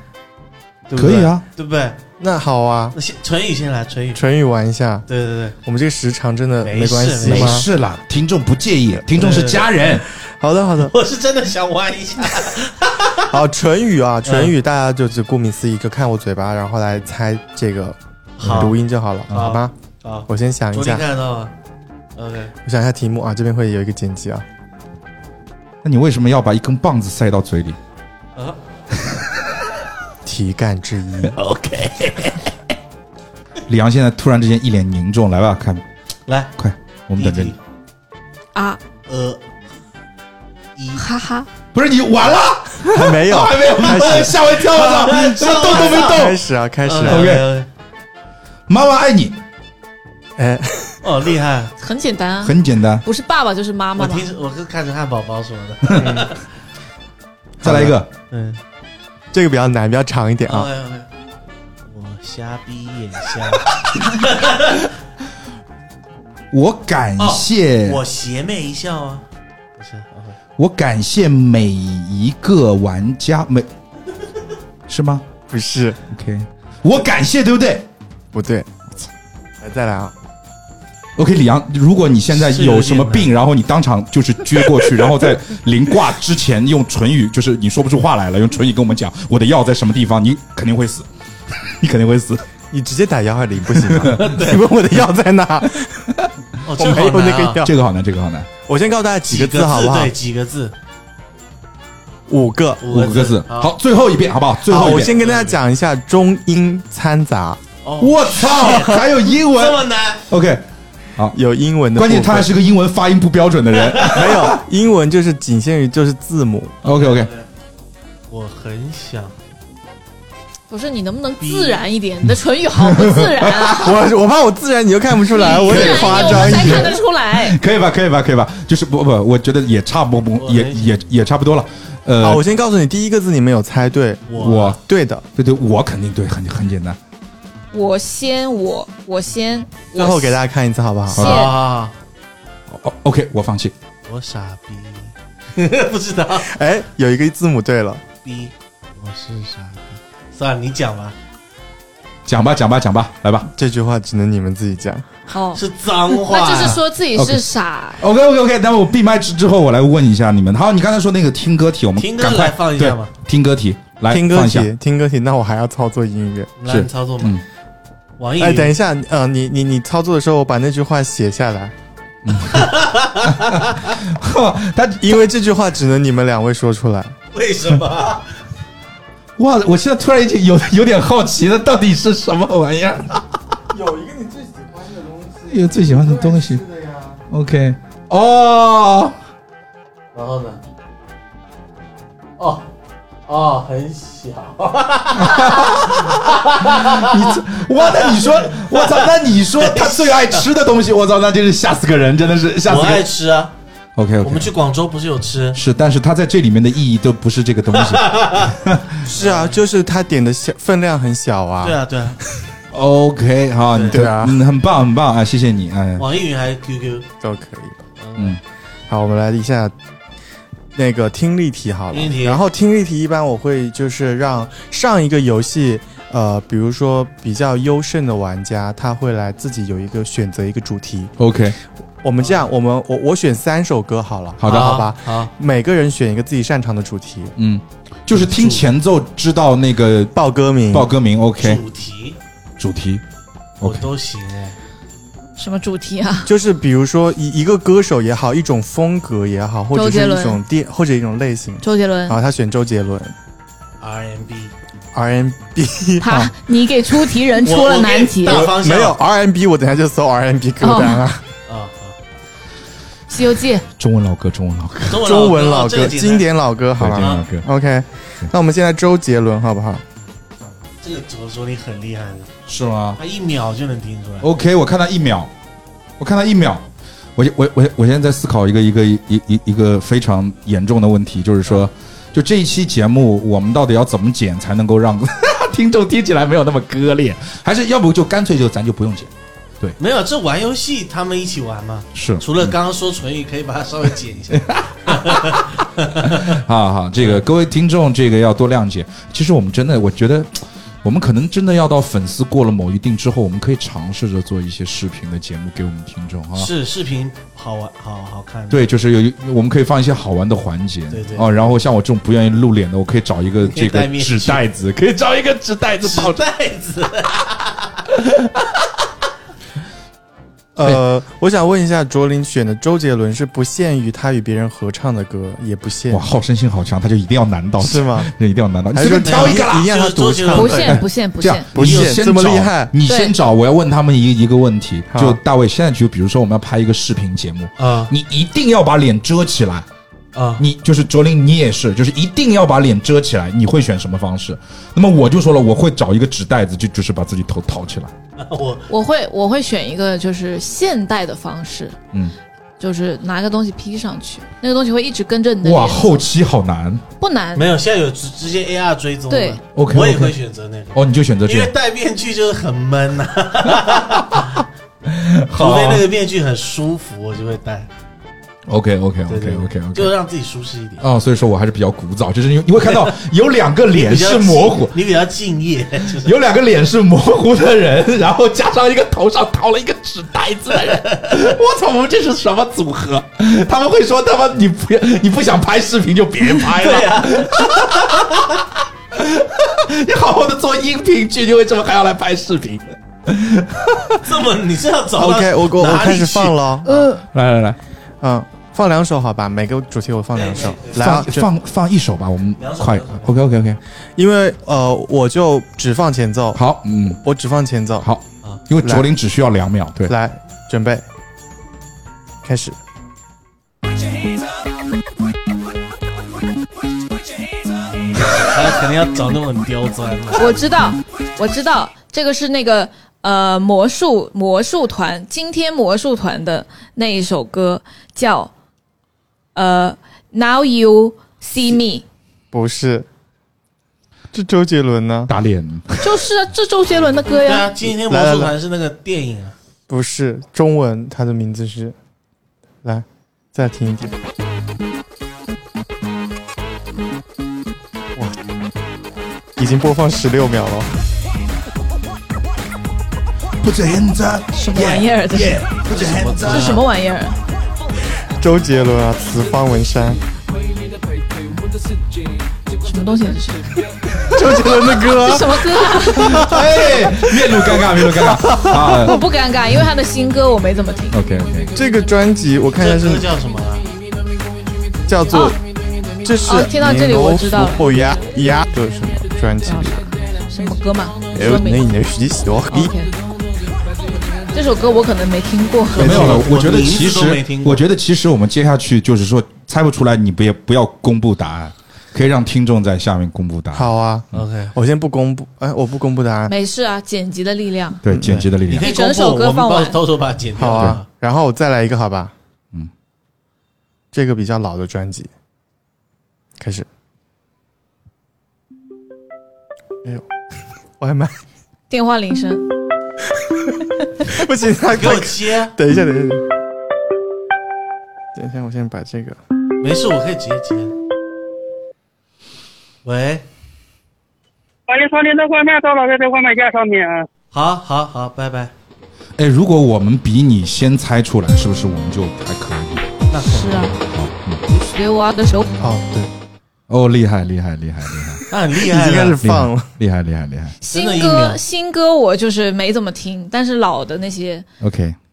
[SPEAKER 5] 对不
[SPEAKER 4] 可
[SPEAKER 5] 对？
[SPEAKER 4] 以，啊，
[SPEAKER 5] 对不对？
[SPEAKER 3] 那好啊，
[SPEAKER 5] 那先纯语先来，纯语，
[SPEAKER 3] 唇语玩一下。
[SPEAKER 5] 对对
[SPEAKER 3] 我们这个时长真的
[SPEAKER 5] 没
[SPEAKER 3] 没关
[SPEAKER 5] 事
[SPEAKER 3] 系
[SPEAKER 5] 没
[SPEAKER 4] 没
[SPEAKER 3] 吗？
[SPEAKER 4] 事啦，听众不介意，听众是家人，
[SPEAKER 3] 好的好 的，
[SPEAKER 5] 对，我是真的想玩一下，
[SPEAKER 3] 好唇语
[SPEAKER 5] 嗯
[SPEAKER 3] 啊，唇语大家就是顾名思义，就看我嘴巴，然后来猜这个
[SPEAKER 5] 好
[SPEAKER 3] 读音就好了，
[SPEAKER 5] 好
[SPEAKER 3] 好吧？
[SPEAKER 5] 啊，
[SPEAKER 3] 我先想一
[SPEAKER 5] 昨天
[SPEAKER 3] 下，
[SPEAKER 5] 看得到吗？OK，
[SPEAKER 3] 我想一下题目啊，这边会有一个剪辑啊。
[SPEAKER 4] 那你为什么要把一根棒子塞到嘴里？
[SPEAKER 5] 啊，
[SPEAKER 3] 题干之一。OK，
[SPEAKER 4] 李阳现在突然之间一脸凝重，来吧，看
[SPEAKER 5] 来，
[SPEAKER 4] 我们等着
[SPEAKER 5] 第
[SPEAKER 4] 你
[SPEAKER 5] 一题。
[SPEAKER 1] 啊，
[SPEAKER 5] 呃，一
[SPEAKER 1] 哈哈，
[SPEAKER 4] 不是你完了，哦
[SPEAKER 3] 还没有，
[SPEAKER 4] 还没
[SPEAKER 3] 开
[SPEAKER 4] 有，
[SPEAKER 3] 始，
[SPEAKER 4] 吓我一跳，我操，
[SPEAKER 5] 啊
[SPEAKER 4] 这动 都没
[SPEAKER 3] 开
[SPEAKER 4] 动。
[SPEAKER 3] 始啊，开始啊，
[SPEAKER 4] OK
[SPEAKER 5] ，OK，
[SPEAKER 4] 妈妈爱你，
[SPEAKER 3] 哎，
[SPEAKER 5] 哦，厉害！
[SPEAKER 1] 很简单
[SPEAKER 5] 嗯
[SPEAKER 1] 啊，
[SPEAKER 4] 很简单。
[SPEAKER 1] 不是爸爸就是妈
[SPEAKER 5] 我
[SPEAKER 1] 妈嘛。
[SPEAKER 5] 听我是看着汉堡包说的，
[SPEAKER 4] 再来一个，
[SPEAKER 5] 嗯
[SPEAKER 3] 这个比较难，比较长一点啊。
[SPEAKER 5] ，OK OK，我瞎逼眼瞎，
[SPEAKER 4] 我感谢
[SPEAKER 5] 我邪魅一笑啊，不是，OK，
[SPEAKER 4] 哦我感谢每一个玩家，每是吗
[SPEAKER 3] 不是，
[SPEAKER 4] ？OK，我感谢，对不对
[SPEAKER 3] 不对，来再来啊！
[SPEAKER 4] ？OK，李阳，如果你现在
[SPEAKER 5] 是有点
[SPEAKER 4] 有什么病，然后你当场就是撅过去，然后在临挂之前用唇语，就是你说不出话来了，用唇语跟我们讲我的药在什么地方，你肯定会死， 你肯定会死。
[SPEAKER 3] 你直接打幺二零不行吗？你问我的药在哪？
[SPEAKER 5] 哦，
[SPEAKER 3] 我
[SPEAKER 5] 这
[SPEAKER 3] 没
[SPEAKER 5] 好
[SPEAKER 3] 有那
[SPEAKER 5] 难
[SPEAKER 3] 个
[SPEAKER 5] 啊，
[SPEAKER 3] 药。
[SPEAKER 4] 这个好难，这个好难，
[SPEAKER 3] 我先告诉大家几个
[SPEAKER 5] 个
[SPEAKER 3] 字好不好
[SPEAKER 5] 对，？几个字，
[SPEAKER 3] 五个。
[SPEAKER 4] 五个字。好，，最后一遍好不好？最
[SPEAKER 3] 好，
[SPEAKER 4] 后
[SPEAKER 3] 我
[SPEAKER 4] 一遍。
[SPEAKER 3] 先跟大家讲一下中英掺杂，
[SPEAKER 5] 哦，
[SPEAKER 4] 我操，还有英
[SPEAKER 5] 这
[SPEAKER 4] 文
[SPEAKER 5] 么难，
[SPEAKER 4] ？OK，
[SPEAKER 3] 有英文的部
[SPEAKER 4] 关
[SPEAKER 3] 分，
[SPEAKER 4] 键他还是个英文发音不标准的人。
[SPEAKER 3] 没有英文，就是仅限于就是字母。
[SPEAKER 4] OK OK，
[SPEAKER 5] 我很想，
[SPEAKER 1] 不是你能不能自然一
[SPEAKER 3] 嗯
[SPEAKER 1] 点？你的唇语 好不自然啊！
[SPEAKER 3] 我我怕我自然你就看不出来，我得夸张
[SPEAKER 1] 自然
[SPEAKER 3] 一
[SPEAKER 1] 一点我们才看
[SPEAKER 3] 点。
[SPEAKER 1] 得出 来。
[SPEAKER 4] 可以吧，可以吧，可以吧，就是不不，我觉得也差不不
[SPEAKER 5] 我
[SPEAKER 4] 也
[SPEAKER 5] 很喜
[SPEAKER 4] 也也差不多了。
[SPEAKER 3] 好，
[SPEAKER 4] 呃
[SPEAKER 3] 啊我，先告诉你，第一个字你没有猜对，
[SPEAKER 5] 我
[SPEAKER 4] 我
[SPEAKER 3] 对的。
[SPEAKER 4] 对对，我肯定对，很很简单。
[SPEAKER 1] 我先，我我先，
[SPEAKER 3] 最后给大家看一次好不好？
[SPEAKER 1] 谢
[SPEAKER 5] 啊，
[SPEAKER 4] 哦 OK，我放弃。
[SPEAKER 5] 我傻逼， 不知道
[SPEAKER 3] 哎，有一个字母对了，
[SPEAKER 5] 逼，我是傻逼，算了，你讲吧，
[SPEAKER 4] 讲吧，讲吧，讲吧，来吧。
[SPEAKER 3] 这句话只能你们自己讲。
[SPEAKER 1] 哦，
[SPEAKER 5] 是脏话，
[SPEAKER 1] 那就是说自己
[SPEAKER 4] OK
[SPEAKER 1] 是傻
[SPEAKER 4] OK OK OK，那么我闭麦之之后，我来问一下你们。好，你刚才说那个听歌题，我们
[SPEAKER 5] 听歌
[SPEAKER 4] 赶
[SPEAKER 5] 来
[SPEAKER 4] 快
[SPEAKER 5] 放一下嘛，
[SPEAKER 4] 听歌题，来
[SPEAKER 3] 听
[SPEAKER 4] 放
[SPEAKER 3] 歌
[SPEAKER 4] 一下
[SPEAKER 3] 题，听歌题，那我还要操作音乐。
[SPEAKER 5] 来
[SPEAKER 4] 是
[SPEAKER 5] 你操作
[SPEAKER 4] 嗯
[SPEAKER 5] 嘛，网易
[SPEAKER 3] 哎，
[SPEAKER 5] 云
[SPEAKER 3] 等一下，呃，你你你操作的时候，我把那句话写下来，
[SPEAKER 4] 他
[SPEAKER 3] 因为这句话只能你们两位说出来。
[SPEAKER 5] 为什么？
[SPEAKER 4] 哇，我现在突然已经有有点好奇了，到底是什么玩意儿？
[SPEAKER 3] 有一个你最喜欢的东西，
[SPEAKER 4] 有最喜欢的东西
[SPEAKER 3] 的呀。
[SPEAKER 4] OK，哦，
[SPEAKER 5] 然后呢？哦，哦，很小。
[SPEAKER 4] 你这哇，那你说，我操，那你说他最爱吃的东西，我操，那就是吓死个人，真的是吓
[SPEAKER 5] 我
[SPEAKER 4] 死个
[SPEAKER 5] 爱
[SPEAKER 4] 人。
[SPEAKER 5] 吃啊，
[SPEAKER 4] OK
[SPEAKER 5] 我们去广州不是有吃？
[SPEAKER 4] 是，但是他在这里面的意义都不是这个东西。
[SPEAKER 3] 是啊，就是他点的小分量很小啊。
[SPEAKER 5] 对啊，对啊，
[SPEAKER 4] OK，好，你
[SPEAKER 3] 对啊
[SPEAKER 4] 嗯，很棒，很棒啊，谢谢你，哎，
[SPEAKER 5] 网易云还是 QQ？
[SPEAKER 3] 都可以。
[SPEAKER 4] 嗯，
[SPEAKER 3] 好，我们来一下那个听力题好了。
[SPEAKER 5] 听力题
[SPEAKER 3] 然后听力题一般我会就是让上一个游戏，呃，比如说比较优胜的玩家，他会来自己有一个选择一个主题。
[SPEAKER 4] ，OK，
[SPEAKER 3] 我们这样，我们我我选三首歌好了。
[SPEAKER 4] 好的
[SPEAKER 3] 好吧。
[SPEAKER 5] 啊好，
[SPEAKER 3] 每个人选一个自己擅长的主题，
[SPEAKER 4] 嗯，就是听前奏知道那个
[SPEAKER 3] 报歌名。
[SPEAKER 4] 报歌名，OK，
[SPEAKER 5] 主题
[SPEAKER 4] 主题
[SPEAKER 5] 我
[SPEAKER 4] ，OK，
[SPEAKER 5] 都行哎。
[SPEAKER 1] 什么主题啊？
[SPEAKER 3] 就是比如说一一个歌手也好，一种风格也好，或者
[SPEAKER 1] 周杰
[SPEAKER 3] 是
[SPEAKER 1] 伦
[SPEAKER 3] 一种电或者一种类型。
[SPEAKER 1] 周杰伦
[SPEAKER 3] 然，后他选周杰伦
[SPEAKER 5] RMB
[SPEAKER 3] ，R&B，
[SPEAKER 4] 啊
[SPEAKER 1] 他你给出题人出了难题，
[SPEAKER 5] 我我给
[SPEAKER 1] 《
[SPEAKER 5] 大方向
[SPEAKER 3] 没有 R&B，我等下就搜 R&B 歌
[SPEAKER 4] 哦
[SPEAKER 3] 单 啊。
[SPEAKER 5] 啊，
[SPEAKER 1] 西游记》
[SPEAKER 4] 中文老歌，中文老歌，
[SPEAKER 5] 好
[SPEAKER 3] 中
[SPEAKER 5] 中
[SPEAKER 3] 文
[SPEAKER 5] 文
[SPEAKER 3] 老
[SPEAKER 5] 这
[SPEAKER 3] 歌，
[SPEAKER 5] 个简单
[SPEAKER 3] 经典老歌，好
[SPEAKER 4] 对，中文
[SPEAKER 3] 吧
[SPEAKER 4] 老歌，
[SPEAKER 3] ？OK，那我们现在周杰伦好不好？
[SPEAKER 5] 这个主播你很厉害的，
[SPEAKER 4] 是吗？
[SPEAKER 5] 他一秒就能听出来。
[SPEAKER 4] OK，我看到一秒，我看到一秒，我我我我现在在思考一个一个一一一一个非常严重的问题，就是说，就这一期节目我们到底要怎么剪才能够让 听众听起来没有那么割裂？还是要不就干脆就咱就不用剪？
[SPEAKER 5] 没有，这玩游戏他们一起玩嘛。
[SPEAKER 4] 是
[SPEAKER 5] 除了刚刚说唇语，可以把它稍微剪一下。
[SPEAKER 4] 啊好，这个各位听众这个要多谅解。其实我们真的，我觉得。我们可能真的要到粉丝过了某一定之后，我们可以尝试着做一些视频的节目给我们听众啊。
[SPEAKER 5] 是视频好玩，好好看。
[SPEAKER 4] 对，就是有一，我们可以放一些好玩的环节，
[SPEAKER 5] 对对
[SPEAKER 4] 哦，然后像我这种不愿意露脸的，我可以找一个
[SPEAKER 5] 可以
[SPEAKER 4] 这个
[SPEAKER 5] 戴面具
[SPEAKER 4] 纸袋子，可以找一个纸袋子
[SPEAKER 5] 纸
[SPEAKER 4] 套。
[SPEAKER 5] 袋子，
[SPEAKER 3] 呃，我想问一下，卓林选的周杰伦是不限于他与别人合唱的歌，也不限
[SPEAKER 4] 哇，，好胜心好强，他就一定要难到，
[SPEAKER 3] 是吗？
[SPEAKER 4] 那一定要难到，你
[SPEAKER 3] 还是
[SPEAKER 4] 随
[SPEAKER 3] 说
[SPEAKER 4] 便挑一个
[SPEAKER 3] 一
[SPEAKER 4] 啦。
[SPEAKER 3] 定要他独
[SPEAKER 5] 就是
[SPEAKER 3] 唱？
[SPEAKER 5] 不
[SPEAKER 1] 不
[SPEAKER 5] 限
[SPEAKER 1] 限不限不
[SPEAKER 4] 啊
[SPEAKER 1] 限，
[SPEAKER 4] 哎这样
[SPEAKER 3] 不
[SPEAKER 4] 你有
[SPEAKER 3] 限，
[SPEAKER 4] 先
[SPEAKER 3] 这么
[SPEAKER 4] 找
[SPEAKER 3] 厉害？
[SPEAKER 4] 你先找，我要问他们一一个问题。
[SPEAKER 3] 好
[SPEAKER 4] 就大卫，现在就比如说我们要拍一个视频节目，
[SPEAKER 5] 啊
[SPEAKER 4] 你一定要把脸遮起来。
[SPEAKER 5] 啊，
[SPEAKER 4] 你就是卓林，你也是，就是一定要把脸遮起来。你会选什么方式？那么我就说了，我会找一个纸袋子，就就是把自己头套起来。
[SPEAKER 5] 我
[SPEAKER 1] 我会我会选一个就是现代的方式，
[SPEAKER 4] 嗯，
[SPEAKER 1] 就是拿个东西披上去，那个东西会一直跟着你的
[SPEAKER 4] 哇，
[SPEAKER 1] 脸走
[SPEAKER 4] 后期好难。
[SPEAKER 1] 不难
[SPEAKER 5] 没，有，现在有直直接 AR 追
[SPEAKER 1] 嗯
[SPEAKER 5] 踪
[SPEAKER 1] 对
[SPEAKER 5] 了
[SPEAKER 4] OK，
[SPEAKER 5] 我也会选择那个，
[SPEAKER 4] 哦，你就选择这
[SPEAKER 5] 因为
[SPEAKER 4] 样。
[SPEAKER 5] 戴面具就是很闷呐，
[SPEAKER 4] 好 啊
[SPEAKER 5] 除非那个面具很舒服，我就会戴，
[SPEAKER 4] OK OK
[SPEAKER 5] 对对
[SPEAKER 4] OK OK
[SPEAKER 5] 就
[SPEAKER 4] OK。
[SPEAKER 5] 让自己舒适一点。
[SPEAKER 4] 啊，所以说我还是比较古早，就是你你会看到有两个脸
[SPEAKER 5] 比较
[SPEAKER 4] 是模糊，
[SPEAKER 5] 你比较敬业，就是
[SPEAKER 4] 有两个脸是模糊的人， 然后加上一个头上套了一个纸袋子的人， 我操！我们这是什么组合？他们会说他妈你不要你不想拍视频就别拍了，
[SPEAKER 5] 对呀、
[SPEAKER 4] 你好好的做音频剧，你为什么还要来拍视频？
[SPEAKER 5] 这么你是要找到
[SPEAKER 3] OK，我我我
[SPEAKER 5] 哪里
[SPEAKER 3] 开始
[SPEAKER 5] 去
[SPEAKER 3] 放 了哦，
[SPEAKER 4] 来来来，
[SPEAKER 3] 嗯，放两首好吧，每个主题我放两首，来啊
[SPEAKER 4] 放，放放一首吧，我们
[SPEAKER 5] 两首
[SPEAKER 4] 快
[SPEAKER 5] 两首
[SPEAKER 4] OK OK OK，
[SPEAKER 3] 因为呃，我就只放前奏，
[SPEAKER 4] 好，嗯，
[SPEAKER 3] 我只放前奏，
[SPEAKER 4] 好
[SPEAKER 5] 啊，
[SPEAKER 4] 因为卓林只需要两秒，对，
[SPEAKER 3] 来准备，开始。
[SPEAKER 5] 他哎肯定要找那种很刁钻的。
[SPEAKER 1] 我知道，我知道，这个是那个呃魔术魔术团今天魔术团的那一首歌叫呃 Now You See Me，
[SPEAKER 3] 不是，这周杰伦呢？
[SPEAKER 4] 打脸，
[SPEAKER 1] 就是啊，这周杰伦的歌
[SPEAKER 5] 对
[SPEAKER 1] 呀
[SPEAKER 5] 啊，。今天魔术团是那个电影啊，
[SPEAKER 3] 不是，中文他的名字是，来，再听一遍。哇，已经播放十六秒了。
[SPEAKER 4] 不准这
[SPEAKER 1] 什么玩意儿？这是
[SPEAKER 4] 不准
[SPEAKER 1] 这是什么玩意儿？
[SPEAKER 3] 周杰伦啊，此方文山，
[SPEAKER 1] 什么东西？这是
[SPEAKER 3] 周杰伦的歌
[SPEAKER 1] 这
[SPEAKER 3] 啊
[SPEAKER 1] 什么歌啊？
[SPEAKER 4] 哎，面露尴尬，面露尴尬啊
[SPEAKER 1] 我不尴尬，因为他的新歌我没怎么听。
[SPEAKER 4] ，OK OK，
[SPEAKER 3] 这个专辑我看一
[SPEAKER 5] 这
[SPEAKER 3] 下
[SPEAKER 5] 歌
[SPEAKER 3] 是
[SPEAKER 5] 叫什么啊？
[SPEAKER 3] 叫做
[SPEAKER 1] 哦，
[SPEAKER 3] 这是
[SPEAKER 1] 哦听到这里我知道了
[SPEAKER 3] 后呀呀的什么专辑？
[SPEAKER 1] 什么歌嘛？
[SPEAKER 3] 哎
[SPEAKER 1] 说，
[SPEAKER 3] 那
[SPEAKER 1] 明。
[SPEAKER 3] 你的学习我
[SPEAKER 1] OK，这首歌我可能没听过。
[SPEAKER 4] 没有了。我觉得
[SPEAKER 5] 名字
[SPEAKER 4] 其
[SPEAKER 5] 都没
[SPEAKER 4] 实
[SPEAKER 5] 听，过
[SPEAKER 4] 我觉得其实我们接下去就是说，猜不出来，你别不要公布答案，可以让听众在下面公布答案。
[SPEAKER 3] 好啊，
[SPEAKER 5] OK，
[SPEAKER 3] 我先不公布，哎，我不公布答案。
[SPEAKER 1] 没事啊，剪辑的力量。
[SPEAKER 4] 对，剪辑的力
[SPEAKER 5] 你
[SPEAKER 4] 量
[SPEAKER 5] 可。以
[SPEAKER 1] 你整首歌
[SPEAKER 5] 公布
[SPEAKER 1] 放
[SPEAKER 5] 我
[SPEAKER 1] 完
[SPEAKER 5] 们到到时候把它剪掉
[SPEAKER 3] 好啊。，然后我再来一个，好吧？
[SPEAKER 4] 嗯，
[SPEAKER 3] 这个比较老的专辑，开始。哎呦， 我还蛮
[SPEAKER 1] 电话铃声，
[SPEAKER 3] 不行，他
[SPEAKER 5] 给
[SPEAKER 3] 给
[SPEAKER 5] 我接，啊
[SPEAKER 3] 等一下，等一下，等一下，我先把这个
[SPEAKER 5] 没事，我可以直接接。喂，
[SPEAKER 6] 欢迎光临的外卖到老外的外卖架上面啊。
[SPEAKER 5] 好好好，拜拜。
[SPEAKER 4] 哎，如果我们比你先猜出来，是不是我们就还可以？
[SPEAKER 5] 那可
[SPEAKER 1] 是啊，给我的手，
[SPEAKER 3] 哦，对，
[SPEAKER 4] 哦，厉害，厉害，厉害，厉害，
[SPEAKER 5] 那很厉
[SPEAKER 3] 已
[SPEAKER 5] 害
[SPEAKER 3] 经开始
[SPEAKER 5] 了。
[SPEAKER 3] 放了。
[SPEAKER 4] 厉害，厉害，厉害。
[SPEAKER 1] 新
[SPEAKER 5] 真的一
[SPEAKER 1] 歌
[SPEAKER 5] 秒
[SPEAKER 1] 新歌我就是没怎么听，但是老的那些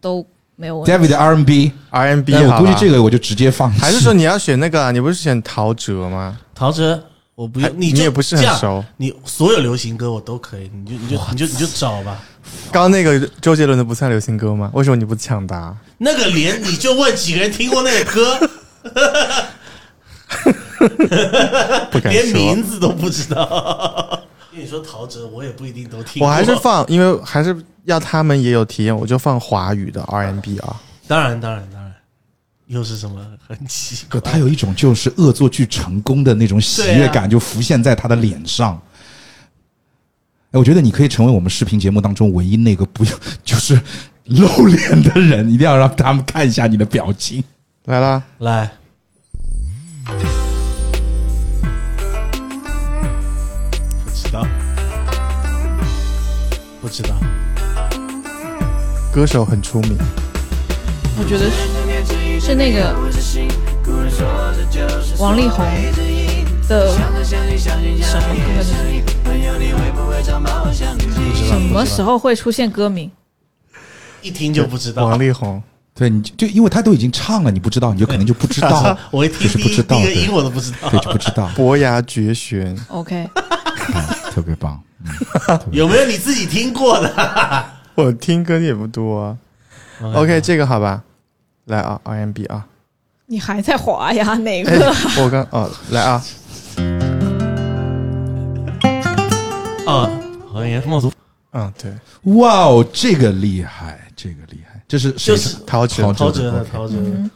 [SPEAKER 1] 都没有问题。
[SPEAKER 4] OK，David 的 R&B，
[SPEAKER 3] R&B，
[SPEAKER 4] 但哎我
[SPEAKER 3] 好
[SPEAKER 4] 估计
[SPEAKER 3] 吧
[SPEAKER 4] 这个我就直接放弃。
[SPEAKER 3] 还是说你要选那个啊？你不是选陶喆吗？
[SPEAKER 5] 陶喆，我不
[SPEAKER 3] 还
[SPEAKER 5] 用，你
[SPEAKER 3] 你
[SPEAKER 5] 就
[SPEAKER 3] 也不是很
[SPEAKER 5] 这样
[SPEAKER 3] 熟，
[SPEAKER 5] 你所有流行歌我都可以，你就你就你就你就找吧。
[SPEAKER 3] 刚刚那个周杰伦的不算流行歌吗？为什么你不抢答？
[SPEAKER 5] 那个连你就问几个人听过那个歌，
[SPEAKER 3] 不 敢
[SPEAKER 5] 连
[SPEAKER 3] 说
[SPEAKER 5] 名。字都不知道。 跟你说陶喆，我也不一定都听过。
[SPEAKER 3] 我还是放，因为还是要他们也有体验，我就放华语的 R&B 啊。
[SPEAKER 5] 当然当然当然，又是什么很奇怪？
[SPEAKER 4] 他有一种就是恶作剧成功的那种喜悦感，就浮现在他的脸上。哎，我觉得你可以成为我们视频节目当中唯一那个不要就是露脸的人，一定要让他们看一下你的表情。
[SPEAKER 3] 来啦，
[SPEAKER 5] 来，不知道，不知道，
[SPEAKER 3] 歌手很出名，
[SPEAKER 1] 我觉得是是那个王力宏的什么歌呢？什么时候会出现歌名？
[SPEAKER 5] 一听就不知道，
[SPEAKER 3] 王。力宏，
[SPEAKER 4] 对，你就就因为他都已经唱了，你不知 道，你就可能就不知道
[SPEAKER 5] 我一听
[SPEAKER 4] 就是
[SPEAKER 5] 第
[SPEAKER 4] 不
[SPEAKER 5] 一
[SPEAKER 4] 知道
[SPEAKER 5] 第一个
[SPEAKER 4] 对
[SPEAKER 5] 音我都不知道，
[SPEAKER 4] 对，就不知道，
[SPEAKER 3] 伯牙绝弦，
[SPEAKER 1] OK，
[SPEAKER 4] 哎 特别棒。
[SPEAKER 5] 有没有你自己听过的？
[SPEAKER 3] 我听歌也不多啊。OK，这个好吧，来啊 ，RMB 啊，
[SPEAKER 1] 你还在滑呀？哪
[SPEAKER 3] 哎
[SPEAKER 1] 个？，
[SPEAKER 3] 我刚哦，来啊，
[SPEAKER 5] 啊，好像莫祖
[SPEAKER 3] 嗯，对，
[SPEAKER 4] 哇哦，这个厉害，这个厉害，这是谁
[SPEAKER 5] 就是
[SPEAKER 3] 陶喆
[SPEAKER 4] 陶
[SPEAKER 5] 陶
[SPEAKER 4] 喆
[SPEAKER 5] 喆
[SPEAKER 4] 的
[SPEAKER 5] 的
[SPEAKER 4] OK
[SPEAKER 5] 陶喆
[SPEAKER 1] 嗯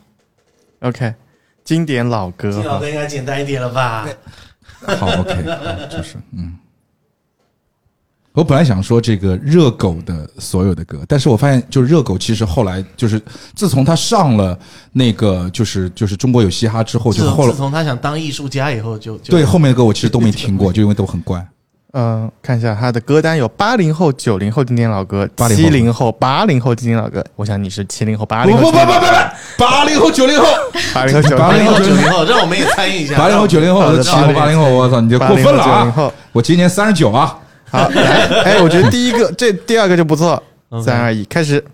[SPEAKER 5] 的，
[SPEAKER 3] ，OK，经典老歌
[SPEAKER 5] 这老
[SPEAKER 3] 哈
[SPEAKER 5] 歌，应该简单一点了吧？
[SPEAKER 4] 好 OK，好就是嗯。我本来想说这个热狗的所有的歌，但是我发现，就热狗其实后来就是，自从他上了那个就是就是中国有嘻哈之后，就
[SPEAKER 5] 自
[SPEAKER 4] 后
[SPEAKER 5] 从
[SPEAKER 4] 来
[SPEAKER 5] 自从他想当艺术家以后就，就
[SPEAKER 4] 对后面的歌我其实都没听过，就因为都很怪。
[SPEAKER 3] 嗯，看一下他的歌单有八零后、九零后经典老歌，
[SPEAKER 4] 80后
[SPEAKER 3] 七零后、八零后经典老歌，我想你是七零后、八
[SPEAKER 4] 不
[SPEAKER 3] 零
[SPEAKER 4] 不
[SPEAKER 3] 后
[SPEAKER 4] 不
[SPEAKER 3] 经
[SPEAKER 4] 不
[SPEAKER 3] 典
[SPEAKER 4] 不
[SPEAKER 3] 老歌，
[SPEAKER 4] 不，八零后九零后
[SPEAKER 3] 八零后、九零
[SPEAKER 4] 八
[SPEAKER 5] 八
[SPEAKER 3] 后
[SPEAKER 4] 零
[SPEAKER 5] 零
[SPEAKER 4] 后
[SPEAKER 5] 后九零后，让我们也参与一下。
[SPEAKER 4] 八零后九零后
[SPEAKER 3] 好的
[SPEAKER 4] 七零后八零后，我操，你就过分了
[SPEAKER 3] 九零
[SPEAKER 4] 啊！
[SPEAKER 3] 后，
[SPEAKER 4] 我今年三十九啊，
[SPEAKER 3] 好，来，哎，我觉得第一个这第二个就不错，
[SPEAKER 5] OK
[SPEAKER 3] 三二一，开始，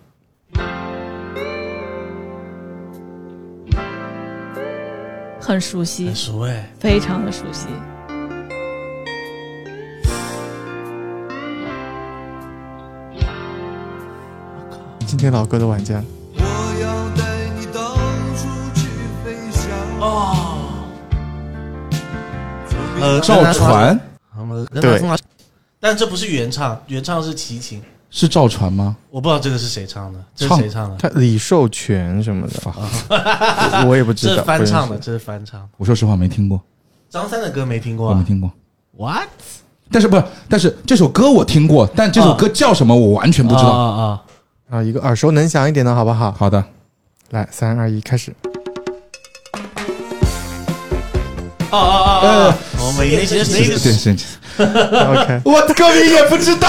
[SPEAKER 1] 很熟悉
[SPEAKER 5] 很，熟哎，
[SPEAKER 1] 非常的熟悉。
[SPEAKER 3] 今天老歌的玩家，
[SPEAKER 7] 我要带你到处去飞翔。
[SPEAKER 5] 呃，
[SPEAKER 4] 赵传
[SPEAKER 5] 跟他，
[SPEAKER 3] 对
[SPEAKER 5] 跟他但这不是原唱，原唱是齐秦，
[SPEAKER 4] 是赵传吗？
[SPEAKER 5] 我不知道这个是谁唱的，这是
[SPEAKER 4] 唱
[SPEAKER 5] 谁唱的？啊
[SPEAKER 3] 他李寿全什么的， 我也不知
[SPEAKER 5] 这
[SPEAKER 3] 道，
[SPEAKER 5] 是翻唱
[SPEAKER 3] 不
[SPEAKER 5] 的，
[SPEAKER 3] 认识
[SPEAKER 5] 这是翻唱。
[SPEAKER 4] 我说实话没听过，
[SPEAKER 5] 张三的歌没听过
[SPEAKER 4] 我没
[SPEAKER 5] 啊
[SPEAKER 4] 听过。
[SPEAKER 5] ？What？
[SPEAKER 4] 但是不是？但是这首歌我听过，但这首歌叫什么我完全不知
[SPEAKER 5] 啊
[SPEAKER 4] 道。
[SPEAKER 5] 啊啊！
[SPEAKER 3] 啊，一个耳熟能详一点的好不好？
[SPEAKER 4] 好的，
[SPEAKER 3] 来，三二一，开始。
[SPEAKER 5] 哦哦
[SPEAKER 4] 呃
[SPEAKER 5] 哦哦！我们以前谁
[SPEAKER 4] 对对，对
[SPEAKER 3] OK，
[SPEAKER 4] 我的歌名也不知道。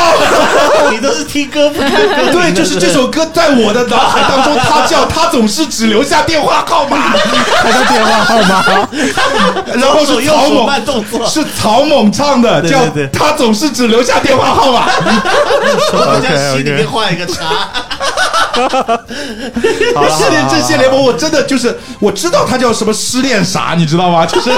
[SPEAKER 5] 你都是听歌不看歌名的？
[SPEAKER 4] 对，就是这首歌在我的脑海当中，它叫他总是只留下电话号 码，
[SPEAKER 3] 他的电话号码，
[SPEAKER 4] 然后
[SPEAKER 5] 手
[SPEAKER 4] 是
[SPEAKER 5] 右
[SPEAKER 4] 曹
[SPEAKER 5] 手慢
[SPEAKER 4] 猛，
[SPEAKER 5] 动作，
[SPEAKER 4] 是曹猛唱的，
[SPEAKER 5] 对
[SPEAKER 4] 叫
[SPEAKER 5] 对对
[SPEAKER 4] 他总是只留下电话号码。
[SPEAKER 5] 我像
[SPEAKER 3] OK，OK
[SPEAKER 5] 心里面画一个叉。
[SPEAKER 4] 失恋阵线联盟，我真的就是我知道它叫什么失恋啥，你知道吗？ 就是
[SPEAKER 5] 啊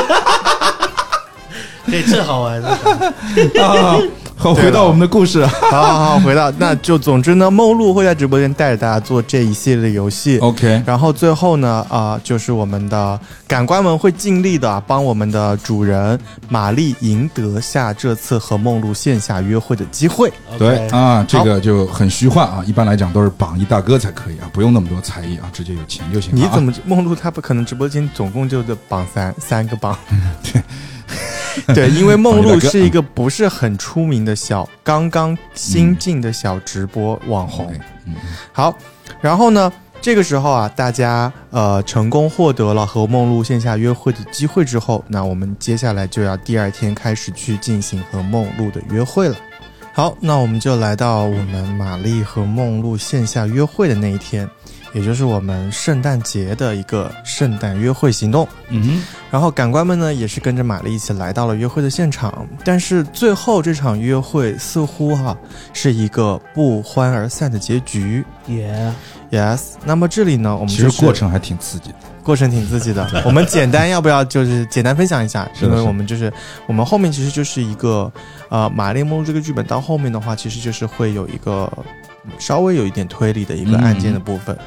[SPEAKER 5] 对，这好玩。这 好玩
[SPEAKER 4] 啊，好， 回到我们的故事。
[SPEAKER 3] 好好好，回 到那就总之呢，梦露会在直播间带着大家做这一系列游戏。
[SPEAKER 4] OK，
[SPEAKER 3] 然后最后呢，啊、就是我们的感官们会尽力的、帮我们的主人玛丽赢得下这次和梦露线下约会的机会。
[SPEAKER 4] 对
[SPEAKER 5] OK
[SPEAKER 4] 啊，这个就很虚幻啊。一般来讲都是榜一大哥才可以啊，不用那么多才艺啊，直接有钱就行了
[SPEAKER 3] 你
[SPEAKER 4] 啊。
[SPEAKER 3] 怎么梦露她不可能直播间总共就这榜三三个榜？ 对，因为梦露是
[SPEAKER 4] 嗯
[SPEAKER 3] 一个不是很出名的小，刚刚新晋的小直播网红。
[SPEAKER 4] 嗯 OK，嗯
[SPEAKER 3] 好，然后呢，这个时候啊，大家呃成功获得了和梦露线下约会的机会之后，那我们接下来就要第二天开始去进行和梦露的约会了。好，那我们就来到我们玛丽和梦露线下约会的那一天，也就是我们圣诞节的一个圣诞约会行动。
[SPEAKER 4] 嗯
[SPEAKER 3] 然后感官们呢也是跟着玛丽一起来到了约会的现场，但是最后这场约会似乎哈、是一个不欢而散的结局。
[SPEAKER 5] 耶，
[SPEAKER 3] Yes，那么这里呢，我们
[SPEAKER 4] 哼，其
[SPEAKER 3] 就
[SPEAKER 4] 实
[SPEAKER 3] 是
[SPEAKER 4] 过程还挺刺激的。
[SPEAKER 3] 过程挺刺激的。 我们简单要不要就是简单分享一下？
[SPEAKER 4] 是
[SPEAKER 3] 因
[SPEAKER 4] 的
[SPEAKER 3] 为
[SPEAKER 4] 是的
[SPEAKER 3] 我们就是我们后面其实就是一个呃《玛丽梦露》这个剧本到后面的话，其实就是会有一个嗯稍微有一点推理的一个
[SPEAKER 4] 嗯
[SPEAKER 3] 案件的部分。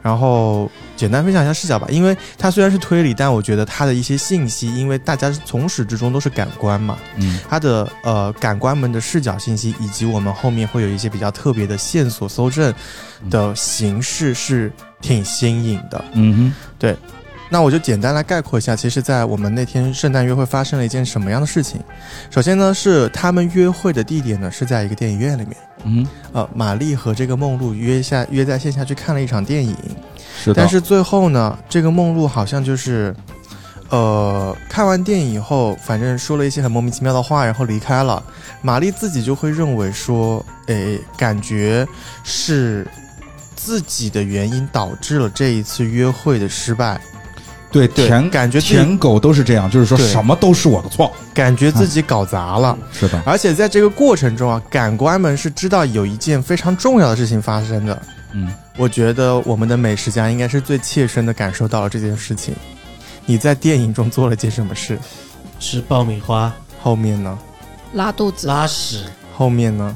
[SPEAKER 3] 然后简单分享一下视角吧，因为它虽然是推理，但我觉得它的一些信息，因为大家是从始至终都是感官嘛，
[SPEAKER 4] 嗯，
[SPEAKER 3] 它的呃感官们的视角信息，以及我们后面会有一些比较特别的线索搜证的形式是挺新颖的。
[SPEAKER 4] 嗯
[SPEAKER 3] 那我就简单来概括一下，其实，在我们那天圣诞约会发生了一件什么样的事情。首先呢，是他们约会的地点呢是在一个电影院里面。
[SPEAKER 4] 哼，嗯，
[SPEAKER 3] 呃，玛丽和这个梦露约下约在线下去看了一场电影，
[SPEAKER 4] 是的。
[SPEAKER 3] 但是最后呢，这个梦露好像就是，呃，看完电影以后，反正说了一些很莫名其妙的话，然后离开了。玛丽自己就会认为说，诶，感觉是自己的原因导致了这一次约会的失败。
[SPEAKER 4] 对
[SPEAKER 3] 对
[SPEAKER 4] 舔
[SPEAKER 3] 感觉自己
[SPEAKER 4] 舔狗都是这样，就是说
[SPEAKER 3] 对
[SPEAKER 4] 什么都是我的错。
[SPEAKER 3] 感觉自己搞砸了。
[SPEAKER 4] 是的，
[SPEAKER 3] 而且在这个过程中啊，感官们是知道有一件非常重要的事情发生的，
[SPEAKER 8] 嗯
[SPEAKER 3] 我觉得我们的美食家应该是最切身的感受到了这件事情。你在电影中做了件什么事？
[SPEAKER 5] 吃爆米花、
[SPEAKER 3] 后面呢？
[SPEAKER 1] 拉肚子，
[SPEAKER 5] 拉屎、
[SPEAKER 3] 后面呢？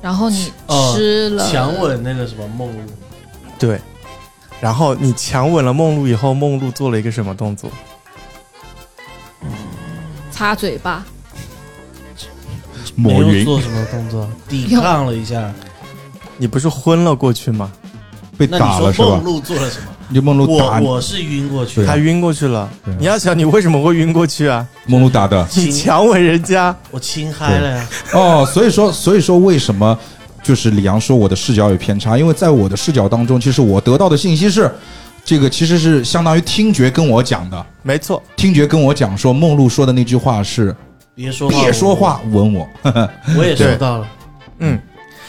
[SPEAKER 1] 然后你
[SPEAKER 5] 哦
[SPEAKER 1] 吃了
[SPEAKER 5] 强吻那个什么梦露，
[SPEAKER 3] 对，然后你强吻了梦露以后，梦露做了一个什么动作？
[SPEAKER 1] 擦嘴巴，
[SPEAKER 5] 没
[SPEAKER 4] 抹
[SPEAKER 5] 有
[SPEAKER 4] 匀
[SPEAKER 5] 做什么动作，抵抗了一下。
[SPEAKER 3] 你不是昏了过去吗？
[SPEAKER 4] 被
[SPEAKER 5] 那
[SPEAKER 4] 打了
[SPEAKER 5] 你
[SPEAKER 4] 是
[SPEAKER 5] 说
[SPEAKER 4] 吧
[SPEAKER 5] 梦？露做了什么？
[SPEAKER 4] 就梦露打
[SPEAKER 5] 我
[SPEAKER 4] 你
[SPEAKER 5] 我是晕过去
[SPEAKER 4] 对啊
[SPEAKER 3] 他晕过去了
[SPEAKER 4] 对啊。
[SPEAKER 3] 你要想，你为什么会晕过去啊？
[SPEAKER 4] 梦露打的
[SPEAKER 3] 你
[SPEAKER 5] 亲，
[SPEAKER 3] 强吻人家，
[SPEAKER 5] 我亲嗨了呀！
[SPEAKER 4] 哦，所以说所以说为什么就是李阳说我的视角有偏差？因为在我的视角当中，其实我得到的信息是，这个其实是相当于听觉跟我讲的，
[SPEAKER 3] 没错，
[SPEAKER 4] 听觉跟我讲说梦露说的那句话是
[SPEAKER 5] 别说话，
[SPEAKER 4] 别说话，吻我。
[SPEAKER 5] 我，我也收到了。
[SPEAKER 3] 嗯。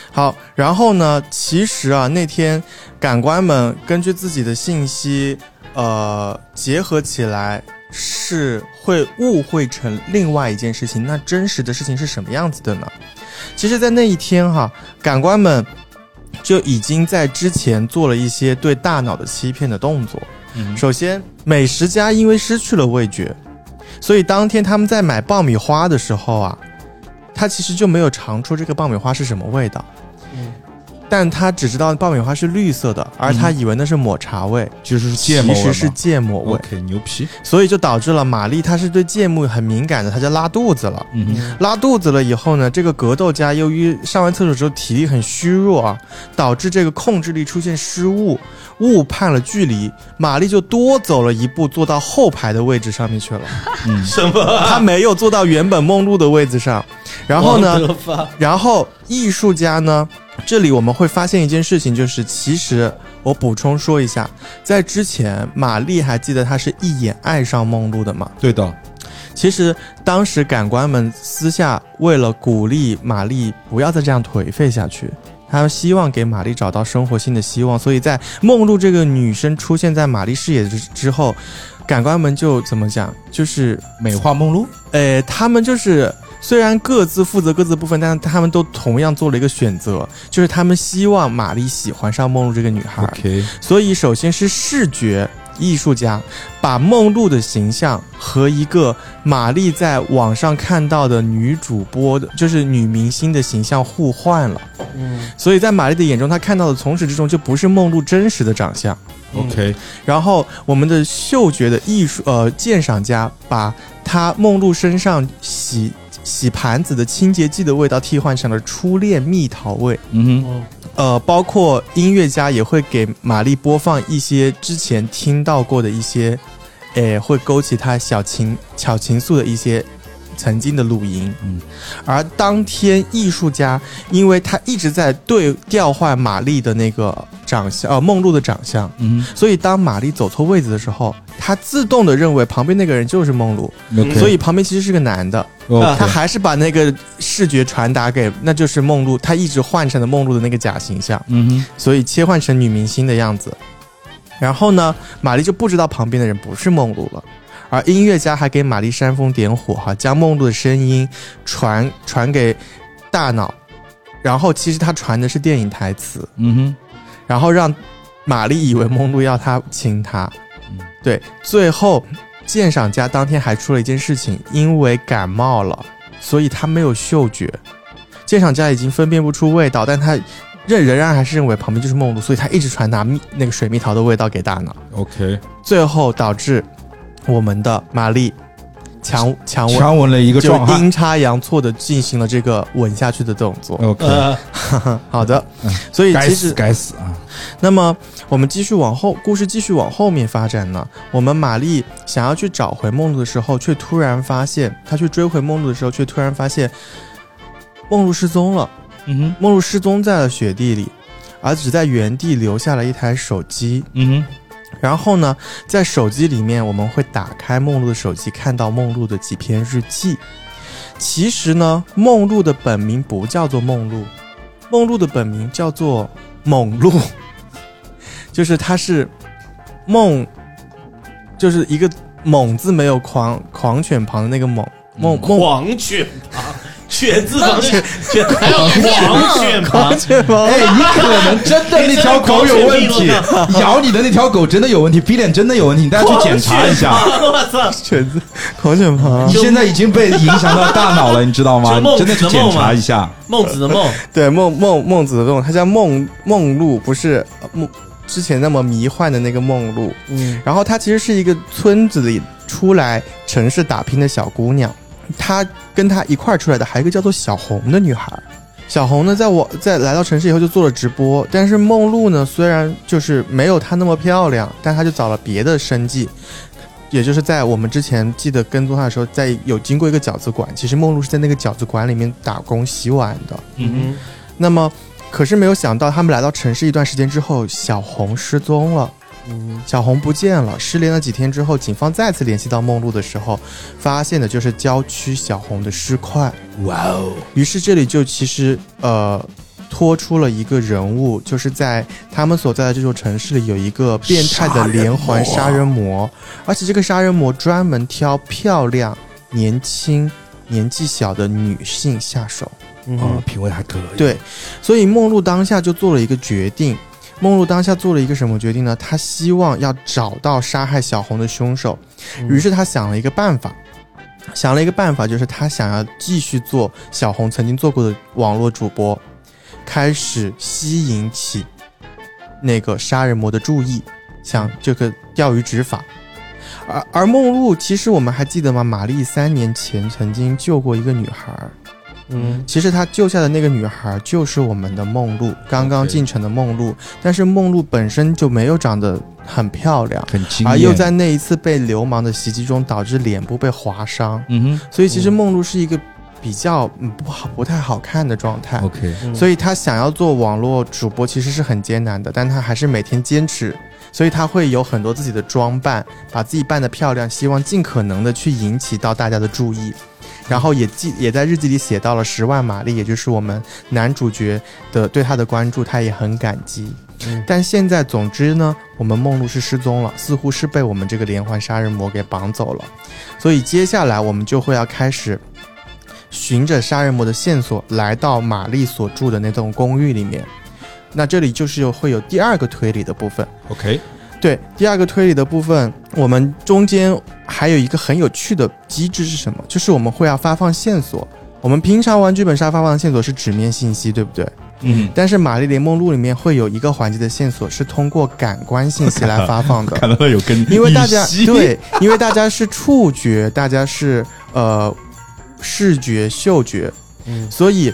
[SPEAKER 3] 好，然后呢？其实啊，那天感官们根据自己的信息，呃，结合起来是会误会成另外一件事情。那真实的事情是什么样子的呢？其实，在那一天哈、感官们就已经在之前做了一些对大脑的欺骗的动作。首先，美食家因为失去了味觉，所以当天他们在买爆米花的时候啊，他其实就没有尝出这个爆米花是什么味道，
[SPEAKER 5] 嗯，
[SPEAKER 3] 但他只知道爆米花是绿色的，而他以为那是抹茶味，
[SPEAKER 4] 就是嗯芥末
[SPEAKER 3] 其
[SPEAKER 4] 味嘛
[SPEAKER 3] 实是芥末味，
[SPEAKER 4] OK 牛皮，
[SPEAKER 3] 所以就导致了玛丽她是对芥末很敏感的，她就拉肚子了。
[SPEAKER 4] 嗯哼，
[SPEAKER 3] 拉肚子了以后呢，这个格斗家由于上完厕所之后体力很虚弱啊，导致这个控制力出现失误，误判了距离，玛丽就多走了一步，坐到后排的位置上面去了。
[SPEAKER 4] 嗯
[SPEAKER 5] 什么啊？
[SPEAKER 3] 她没有坐到原本梦露的位置上。然后呢，
[SPEAKER 5] 王德发？
[SPEAKER 3] 然后艺术家呢，这里我们会发现一件事情，就是其实我补充说一下，在之前玛丽还记得她是一眼爱上梦露的吗？
[SPEAKER 4] 对的，
[SPEAKER 3] 其实当时感官们私下为了鼓励玛丽不要再这样颓废下去，他们希望给玛丽找到生活新的希望，所以在梦露这个女生出现在玛丽视野之之后，感官们就怎么讲，就是
[SPEAKER 4] 美化梦露，
[SPEAKER 3] 呃，他们就是虽然各自负责各自的部分，但他们都同样做了一个选择，就是他们希望玛丽喜欢上梦露这个女孩。
[SPEAKER 4] OK，
[SPEAKER 3] 所以，首先是视觉艺术家把梦露的形象和一个玛丽在网上看到的女主播的，就是女明星的形象互换了。
[SPEAKER 5] 嗯
[SPEAKER 3] 所以在玛丽的眼中，她看到的从始至终就不是梦露真实的长相。
[SPEAKER 5] 嗯
[SPEAKER 4] OK，
[SPEAKER 3] 然后我们的嗅觉的艺术呃鉴赏家把他梦露身上洗洗盘子的清洁剂的味道替换成了初恋蜜桃味。
[SPEAKER 4] 嗯哼，
[SPEAKER 5] 哦
[SPEAKER 3] 呃，包括音乐家也会给玛丽播放一些之前听到过的一些，诶，会勾起她小情小情愫的一些曾经的录音。
[SPEAKER 4] 嗯，
[SPEAKER 3] 而当天艺术家，因为他一直在对调换玛丽的那个长相，呃，梦露的长相。
[SPEAKER 4] 嗯哼
[SPEAKER 3] 所以当玛丽走错位置的时候，她自动的认为旁边那个人就是梦露，
[SPEAKER 4] ，OK，
[SPEAKER 3] 所以旁边其实是个男的，
[SPEAKER 4] 嗯 OK，
[SPEAKER 3] 她还是把那个视觉传达给那就是梦露，她一直换成了梦露的那个假形象，
[SPEAKER 4] 嗯哼，
[SPEAKER 3] 所以切换成女明星的样子。然后呢，玛丽就不知道旁边的人不是梦露了。而音乐家还给玛丽煽风点火，哈，将梦露的声音传传给大脑，然后其实他传的是电影台词，
[SPEAKER 4] 嗯哼，
[SPEAKER 3] 然后让玛丽以为梦露要她亲她
[SPEAKER 4] 嗯。
[SPEAKER 3] 对，最后鉴赏家当天还出了一件事情，因为感冒了，所以他没有嗅觉。鉴赏家已经分辨不出味道，但他仍仍然还是认为旁边就是梦露，所以他一直传达蜜那个水蜜桃的味道给大脑，
[SPEAKER 4] OK，
[SPEAKER 3] 最后导致我们的玛丽强强吻。
[SPEAKER 4] 强吻啊了一个
[SPEAKER 3] 就
[SPEAKER 4] 壮汉
[SPEAKER 3] 阴差阳错的进行了这个吻下去的动作。
[SPEAKER 4] ，OK，
[SPEAKER 5] 呃，
[SPEAKER 3] 好的
[SPEAKER 4] 嗯，
[SPEAKER 3] 所以
[SPEAKER 4] 该
[SPEAKER 3] 其实
[SPEAKER 4] 死该死啊，
[SPEAKER 3] 那么我们继续往后，故事继续往后面发展呢。我们玛丽想要去找回梦露的时候，却突然发现，她去追回梦露的时候，却突然发现梦露失踪了。
[SPEAKER 4] 嗯哼，
[SPEAKER 3] 梦露失踪在了雪地里，而只在原地留下了一台手机。
[SPEAKER 4] 嗯
[SPEAKER 3] 然后呢，在手机里面我们会打开梦露的手机，看到梦露的几篇日记。其实呢，梦露的本名不叫做梦露，梦露的本名叫做猛露， 就是她是梦，就是一个猛字没有狂狂犬旁的那个猛。梦梦
[SPEAKER 5] 狂犬啊，犬字旁是犬，还有狂犬旁，
[SPEAKER 3] 这帮
[SPEAKER 4] 哎，你可能 真的那条狗有问题，咬你的那条狗真的有问题，逼脸真的有问题，你大家去检查一下。
[SPEAKER 5] 狂犬旁我操！
[SPEAKER 3] 犬子， 狂犬旁
[SPEAKER 4] 你，现在已经被影响到大脑了，你知 道吗？
[SPEAKER 5] 就孟
[SPEAKER 4] 真的去检查一下。
[SPEAKER 5] 孟子的孟，
[SPEAKER 3] 对孟孟孟子的孟，他叫孟孟路，不是呃孟之前那么迷幻的那个梦露。
[SPEAKER 5] 嗯，
[SPEAKER 3] 然后她其实是一个村子里出来城市打拼的小姑娘，她跟她一块儿出来的还有一个叫做小红的女孩儿。小红呢，在我在来到城市以后就做了直播，但是梦露呢，虽然就是没有她那么漂亮，但她就找了别的生计，也就是在我们之前记得跟踪她的时候，在有经过一个饺子馆，其实梦露是在那个饺子馆里面打工洗碗的。
[SPEAKER 5] 嗯
[SPEAKER 3] 那么，可是没有想到，他们来到城市一段时间之后，小红失踪了。
[SPEAKER 5] 嗯，
[SPEAKER 3] 小红不见了，失联了几天之后，警方再次联系到梦露的时候，发现的就是郊区小红的尸块。
[SPEAKER 4] 哇哦！
[SPEAKER 3] 于是这里就其实呃，拖出了一个人物，就是在他们所在的这座城市里有一个变态的连环杀人魔，而且这个杀人魔专门挑漂亮、年轻、年纪小的女性下手。
[SPEAKER 5] 嗯
[SPEAKER 4] 啊
[SPEAKER 5] 哼，
[SPEAKER 4] 品味还可以。
[SPEAKER 3] 对，所以梦露当下就做了一个决定。梦露当下做了一个什么决定呢？她希望要找到杀害小红的凶手，于是她想了一个办法，想了一个办法，就是她想要继续做小红曾经做过的网络主播，开始吸引起那个杀人魔的注意，想这个钓鱼执法。而而梦露，其实我们还记得吗？玛丽三年前曾经救过一个女孩儿，
[SPEAKER 5] 嗯，
[SPEAKER 3] 其实他救下的那个女孩就是我们的梦露，刚刚
[SPEAKER 4] OK
[SPEAKER 3] 进城的梦露。但是梦露本身就没有长得很漂亮，
[SPEAKER 4] 很惊艳。
[SPEAKER 3] 而又在那一次被流氓的袭击中导致脸部被划伤，
[SPEAKER 4] 嗯
[SPEAKER 3] 所以其实梦露是一个比较嗯不好、不太好看的状态
[SPEAKER 4] 哼。，OK，
[SPEAKER 3] 所以他想要做网络主播其实是很艰难的，但他还是每天坚持，所以他会有很多自己的装扮，把自己扮得漂亮，希望尽可能的去引起到大家的注意。然后也记也在日记里写到了十万玛丽，也就是我们男主角的对他的关注，他也很感激。但现在总之呢，我们梦露是失踪了，似乎是被我们这个连环杀人魔给绑走了，所以接下来我们就会要开始循着杀人魔的线索来到玛丽所住的那栋公寓里面。那这里就是有会有第二个推理的部分。
[SPEAKER 4] OK，
[SPEAKER 3] 对，第二个推理的部分，我们中间还有一个很有趣的机制是什么？就是我们会要发放线索。我们平常玩剧本杀发放的线索是纸面信息，对不对？
[SPEAKER 4] 嗯，
[SPEAKER 3] 但是《玛丽莲梦露》里面会有一个环节的线索是通过感官信息来发放 的，
[SPEAKER 4] 看到有跟，
[SPEAKER 3] 因为大家
[SPEAKER 4] 依稀，
[SPEAKER 3] 对，因为大家是触觉，大家是呃视觉、嗅觉，
[SPEAKER 5] 嗯
[SPEAKER 3] 所以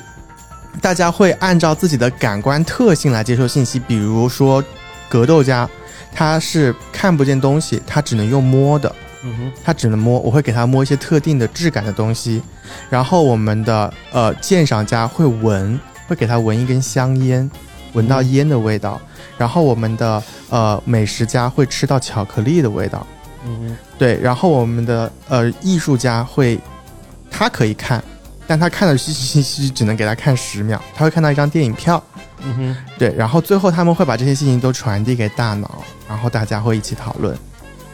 [SPEAKER 3] 大家会按照自己的感官特性来接受信息。比如说，格斗家他是看不见东西，他只能用摸的，
[SPEAKER 5] 嗯哼，
[SPEAKER 3] 他只能摸，我会给他摸一些特定的质感的东西。然后我们的呃鉴赏家会闻，会给他闻一根香烟，闻
[SPEAKER 5] 嗯
[SPEAKER 3] 到烟的味道。然后我们的呃美食家会吃到巧克力的味道。
[SPEAKER 5] 嗯
[SPEAKER 3] 对，然后我们的呃艺术家会，他可以看，但他看的信息信息只能给他看十秒，他会看到一张电影票。
[SPEAKER 5] 哼，嗯哼，
[SPEAKER 3] 对，然后最后他们会把这些信息都传递给大脑，然后大家会一起讨论。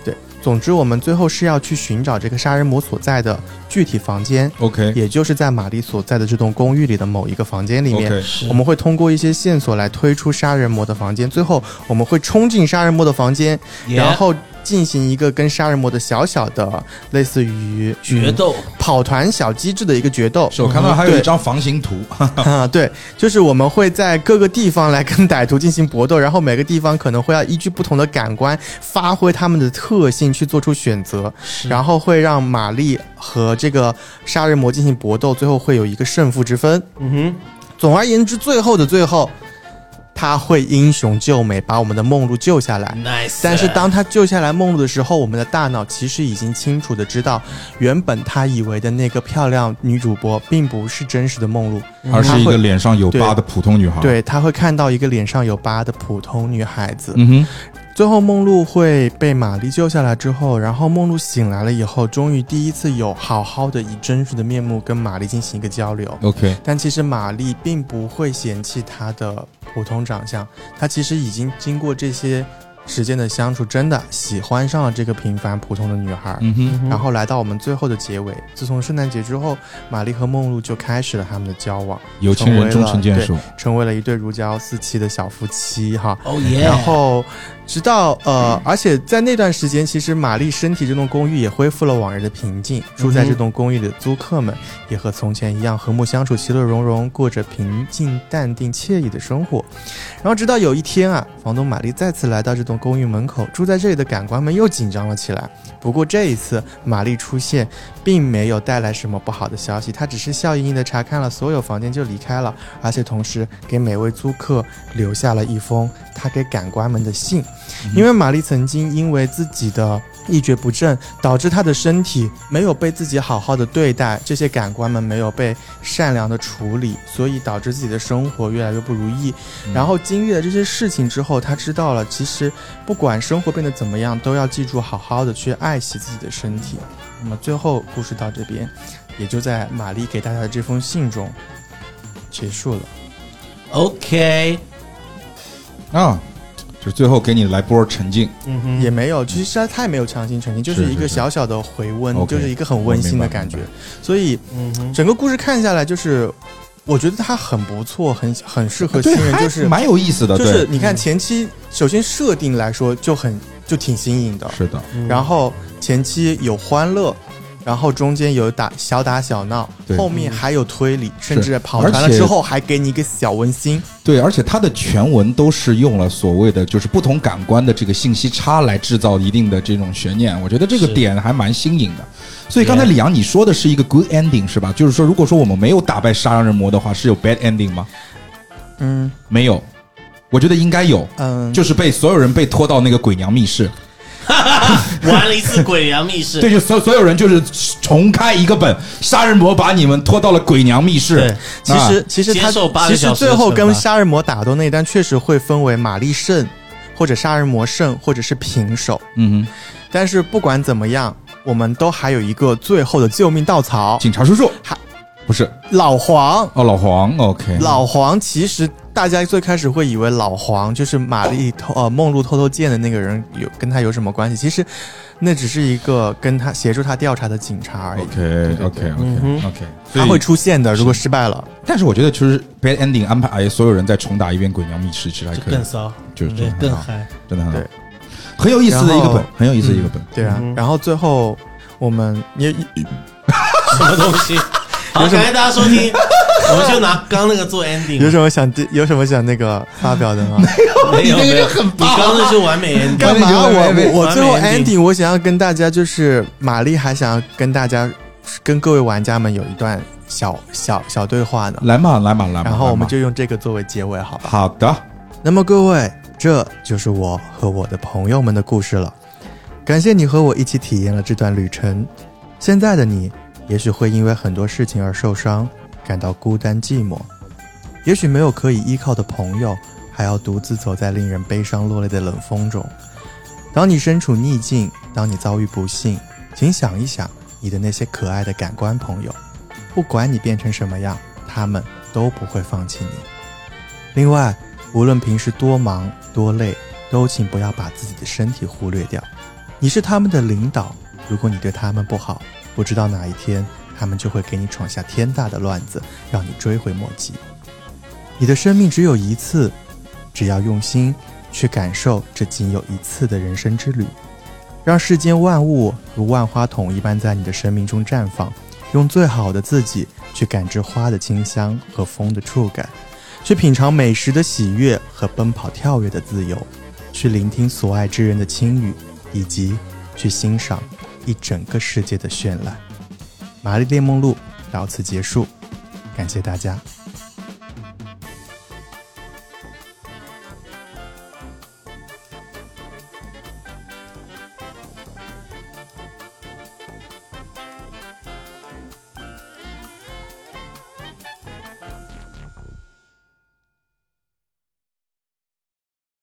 [SPEAKER 3] 对，总之我们最后是要去寻找这个杀人魔所在的具体房间，
[SPEAKER 4] OK
[SPEAKER 3] 也就是在玛丽所在的这栋公寓里的某一个房间里面。
[SPEAKER 4] OK，
[SPEAKER 5] 是
[SPEAKER 3] 我们会通过一些线索来推出杀人魔的房间，最后我们会冲进杀人魔的房间，然后进行一个跟杀人魔的小小的类似于
[SPEAKER 5] 决、斗，
[SPEAKER 3] 嗯跑团小机制的一个决斗。
[SPEAKER 4] 是我看到还有
[SPEAKER 3] 对
[SPEAKER 4] 一张房型图，
[SPEAKER 3] 啊，对，就是我们会在各个地方来跟歹徒进行搏斗，然后每个地方可能会要依据不同的感官发挥他们的特性去做出选择，然后会让玛丽和这个杀人魔进行搏斗，最后会有一个胜负之分。
[SPEAKER 5] 嗯哼，
[SPEAKER 3] 总而言之，最后的最后，他会英雄救美，把我们的梦露救下来。
[SPEAKER 5] nice。
[SPEAKER 3] 嗯但是当他救下来梦露的时候，我们的大脑其实已经清楚的知道，原本他以为的那个漂亮女主播并不是真实的梦露，
[SPEAKER 4] 嗯而啊是一
[SPEAKER 3] 他
[SPEAKER 4] 个
[SPEAKER 3] 会
[SPEAKER 4] 脸上有疤
[SPEAKER 3] 对
[SPEAKER 4] 的普通女孩。，
[SPEAKER 3] 嗯对他会看到一个脸上有疤的普通女孩子。
[SPEAKER 4] 嗯哼，
[SPEAKER 3] 最后梦露会被玛丽救下来之后，然后梦露醒来了以后，终于第一次有好好的以真实的面目跟玛丽进行一个交流。
[SPEAKER 4] OK，
[SPEAKER 3] 但其实玛丽并不会嫌弃她的普通长相，她其实已经经过这些时间的相处，真的喜欢上了这个平凡普通的女孩。
[SPEAKER 4] 嗯哼，
[SPEAKER 3] 然后来到我们最后的结尾，自从圣诞节之后，玛丽和梦露就开始了他们的交往，
[SPEAKER 4] 有情人终成眷
[SPEAKER 3] 成
[SPEAKER 4] 属，
[SPEAKER 3] 成为了一对如胶似漆的小夫妻哈。
[SPEAKER 8] 哦耶！
[SPEAKER 3] 然后，直到呃，而且在那段时间，其实玛丽身体这栋公寓也恢复了往日的平静。住在这栋公寓的租客们也和从前一样和睦相处，其乐融融，过着平静、淡定、惬意的生活。然后，直到有一天啊，房东玛丽再次来到这栋公寓门口，住在这里的感官们又紧张了起来。不过这一次，玛丽出现并没有带来什么不好的消息，她只是笑盈盈地查看了所有房间就离开了，而且同时给每位租客留下了一封她给感官们的信。因为玛丽曾经因为自己的一蹶不振，导致她的身体没有被自己好好的对待，这些感官们没有被善良的处理，所以导致自己的生活越来越不如意。然后经历了这些事情之后，她知道了，其实不管生活变得怎么样，都要记住好好的去爱惜自己的身体。那么最后故事到这边，也就在玛丽给大家的这封信中结束了。
[SPEAKER 8] OK，
[SPEAKER 4] 啊，就是最后给你来波沉静，
[SPEAKER 5] 嗯哼，
[SPEAKER 3] 也没有，其实他也没有强行澄清，就是
[SPEAKER 4] 是
[SPEAKER 3] 一个
[SPEAKER 4] 是是
[SPEAKER 3] 小小的回温，
[SPEAKER 4] OK，
[SPEAKER 3] 就是一个很温馨的感觉
[SPEAKER 4] 我明。
[SPEAKER 3] 所以
[SPEAKER 5] 嗯哼，
[SPEAKER 3] 整个故事看下来，就是我觉得它很不错，很很适 合新人，
[SPEAKER 4] 还
[SPEAKER 3] 就是
[SPEAKER 4] 蛮有意思的，
[SPEAKER 3] 就是
[SPEAKER 4] 对，嗯
[SPEAKER 3] 你看前期首先设定来说就很就挺新颖的，
[SPEAKER 4] 是的，
[SPEAKER 5] 嗯
[SPEAKER 3] 然后前期有欢乐。然后中间有打小打小闹，
[SPEAKER 4] 对
[SPEAKER 3] 后面还有推理，甚至跑
[SPEAKER 4] 而
[SPEAKER 3] 团了之
[SPEAKER 4] 且
[SPEAKER 3] 后还给你一个小温馨。
[SPEAKER 4] 对，而且它的全文都是用了所谓的就是不同感官的这个信息差来制造一定的这种悬念，我觉得这个
[SPEAKER 5] 是
[SPEAKER 4] 点还蛮新颖的。所以刚才
[SPEAKER 5] Yeah
[SPEAKER 4] 李阳你说的是一个 good ending 是吧？就是说，如果说我们没有打败杀人魔的话，是有 bad ending 吗？
[SPEAKER 3] 嗯
[SPEAKER 4] 没有，我觉得应该有，
[SPEAKER 3] 嗯，
[SPEAKER 4] 就是被所有人被拖到那个鬼娘密室，
[SPEAKER 5] 玩了一次鬼娘密室，
[SPEAKER 4] 对，就所所有人就是重开一个本，杀人魔把你们拖到了鬼娘密室
[SPEAKER 5] 对。
[SPEAKER 3] 其实其实
[SPEAKER 5] 接
[SPEAKER 3] 他
[SPEAKER 5] 受八
[SPEAKER 3] 其
[SPEAKER 5] 个
[SPEAKER 3] 实
[SPEAKER 5] 小时
[SPEAKER 3] 最
[SPEAKER 5] 的
[SPEAKER 3] 后
[SPEAKER 5] 惩
[SPEAKER 3] 跟
[SPEAKER 5] 罚
[SPEAKER 3] 杀人魔打斗那一单确实会分为玛丽胜，或者杀人魔胜，或者是平手。
[SPEAKER 4] 嗯
[SPEAKER 3] 但是不管怎么样，我们都还有一个最后的救命稻草
[SPEAKER 4] 哼，，警察叔叔
[SPEAKER 3] 还，
[SPEAKER 4] 不是
[SPEAKER 3] 老黄。
[SPEAKER 4] 哦，老黄，OK，
[SPEAKER 3] 老黄其实大家最开始会以为老黄就是玛丽偷呃梦露偷偷见的那个人有跟他有什么关系，其实那只是一个跟他协助他调查的警
[SPEAKER 4] 哦
[SPEAKER 3] 察而已。
[SPEAKER 4] OK OK
[SPEAKER 5] 嗯
[SPEAKER 4] OK
[SPEAKER 5] 哼
[SPEAKER 4] OK，
[SPEAKER 3] 他会出现的，如果失败了，
[SPEAKER 4] 但是我觉得其实 bad ending 安排所有人再重打一遍《鬼娘密室》，其实还
[SPEAKER 5] 就
[SPEAKER 4] 可以
[SPEAKER 5] 更，骚，
[SPEAKER 4] 就是真
[SPEAKER 5] 对
[SPEAKER 4] 的，很
[SPEAKER 5] 更
[SPEAKER 4] 好，
[SPEAKER 5] 嗨。
[SPEAKER 4] 真的很好
[SPEAKER 3] 对，
[SPEAKER 4] 很有意思的一个
[SPEAKER 3] 然
[SPEAKER 4] 本
[SPEAKER 3] 后，
[SPEAKER 4] 很有意思的一个本。
[SPEAKER 3] 对啊
[SPEAKER 5] 嗯。哼
[SPEAKER 3] 然后最后我们也
[SPEAKER 5] 什么东 西？好，感谢大家收听，我们就拿刚刚那个做 ending，
[SPEAKER 3] 有什么想有什么想那个发表的吗？
[SPEAKER 5] 没有没有，你刚刚那是完美 ending，
[SPEAKER 3] 啊干嘛？啊
[SPEAKER 5] 完美
[SPEAKER 3] 我我我最后
[SPEAKER 5] 完美
[SPEAKER 3] ending，我想要跟大家就是玛丽还想要跟大家跟各位玩家们有一段小小小对话呢，
[SPEAKER 4] 来嘛来嘛来嘛，
[SPEAKER 3] 嗯然后我们
[SPEAKER 4] 来
[SPEAKER 3] 就用这个作为结尾，好吧？
[SPEAKER 4] 嘛好的，
[SPEAKER 3] 那么各位，这就是我和我的朋友们的故事了。感谢你和我一起体验了这段旅程。现在的你，也许会因为很多事情而受伤，感到孤单寂寞，也许没有可以依靠的朋友，还要独自走在令人悲伤落泪的冷风中。当你身处逆境，当你遭遇不幸，请想一想你的那些可爱的感官朋友，不管你变成什么样，他们都不会放弃你。另外，无论平时多忙多累，都请不要把自己的身体忽略掉。你是他们的领导，如果你对他们不好，不知道哪一天他们就会给你闯下天大的乱子，让你追悔莫及。你的生命只有一次，只要用心去感受这仅有一次的人生之旅，让世间万物如万花筒一般在你的生命中绽放，用最好的自己去感知花的清香和风的触感。去品尝美食的喜悦和奔跑跳跃的自由，去聆听所爱之人的轻语，以及去欣赏一整个世界的绚烂。玛丽莲梦露到此结束，感谢大家，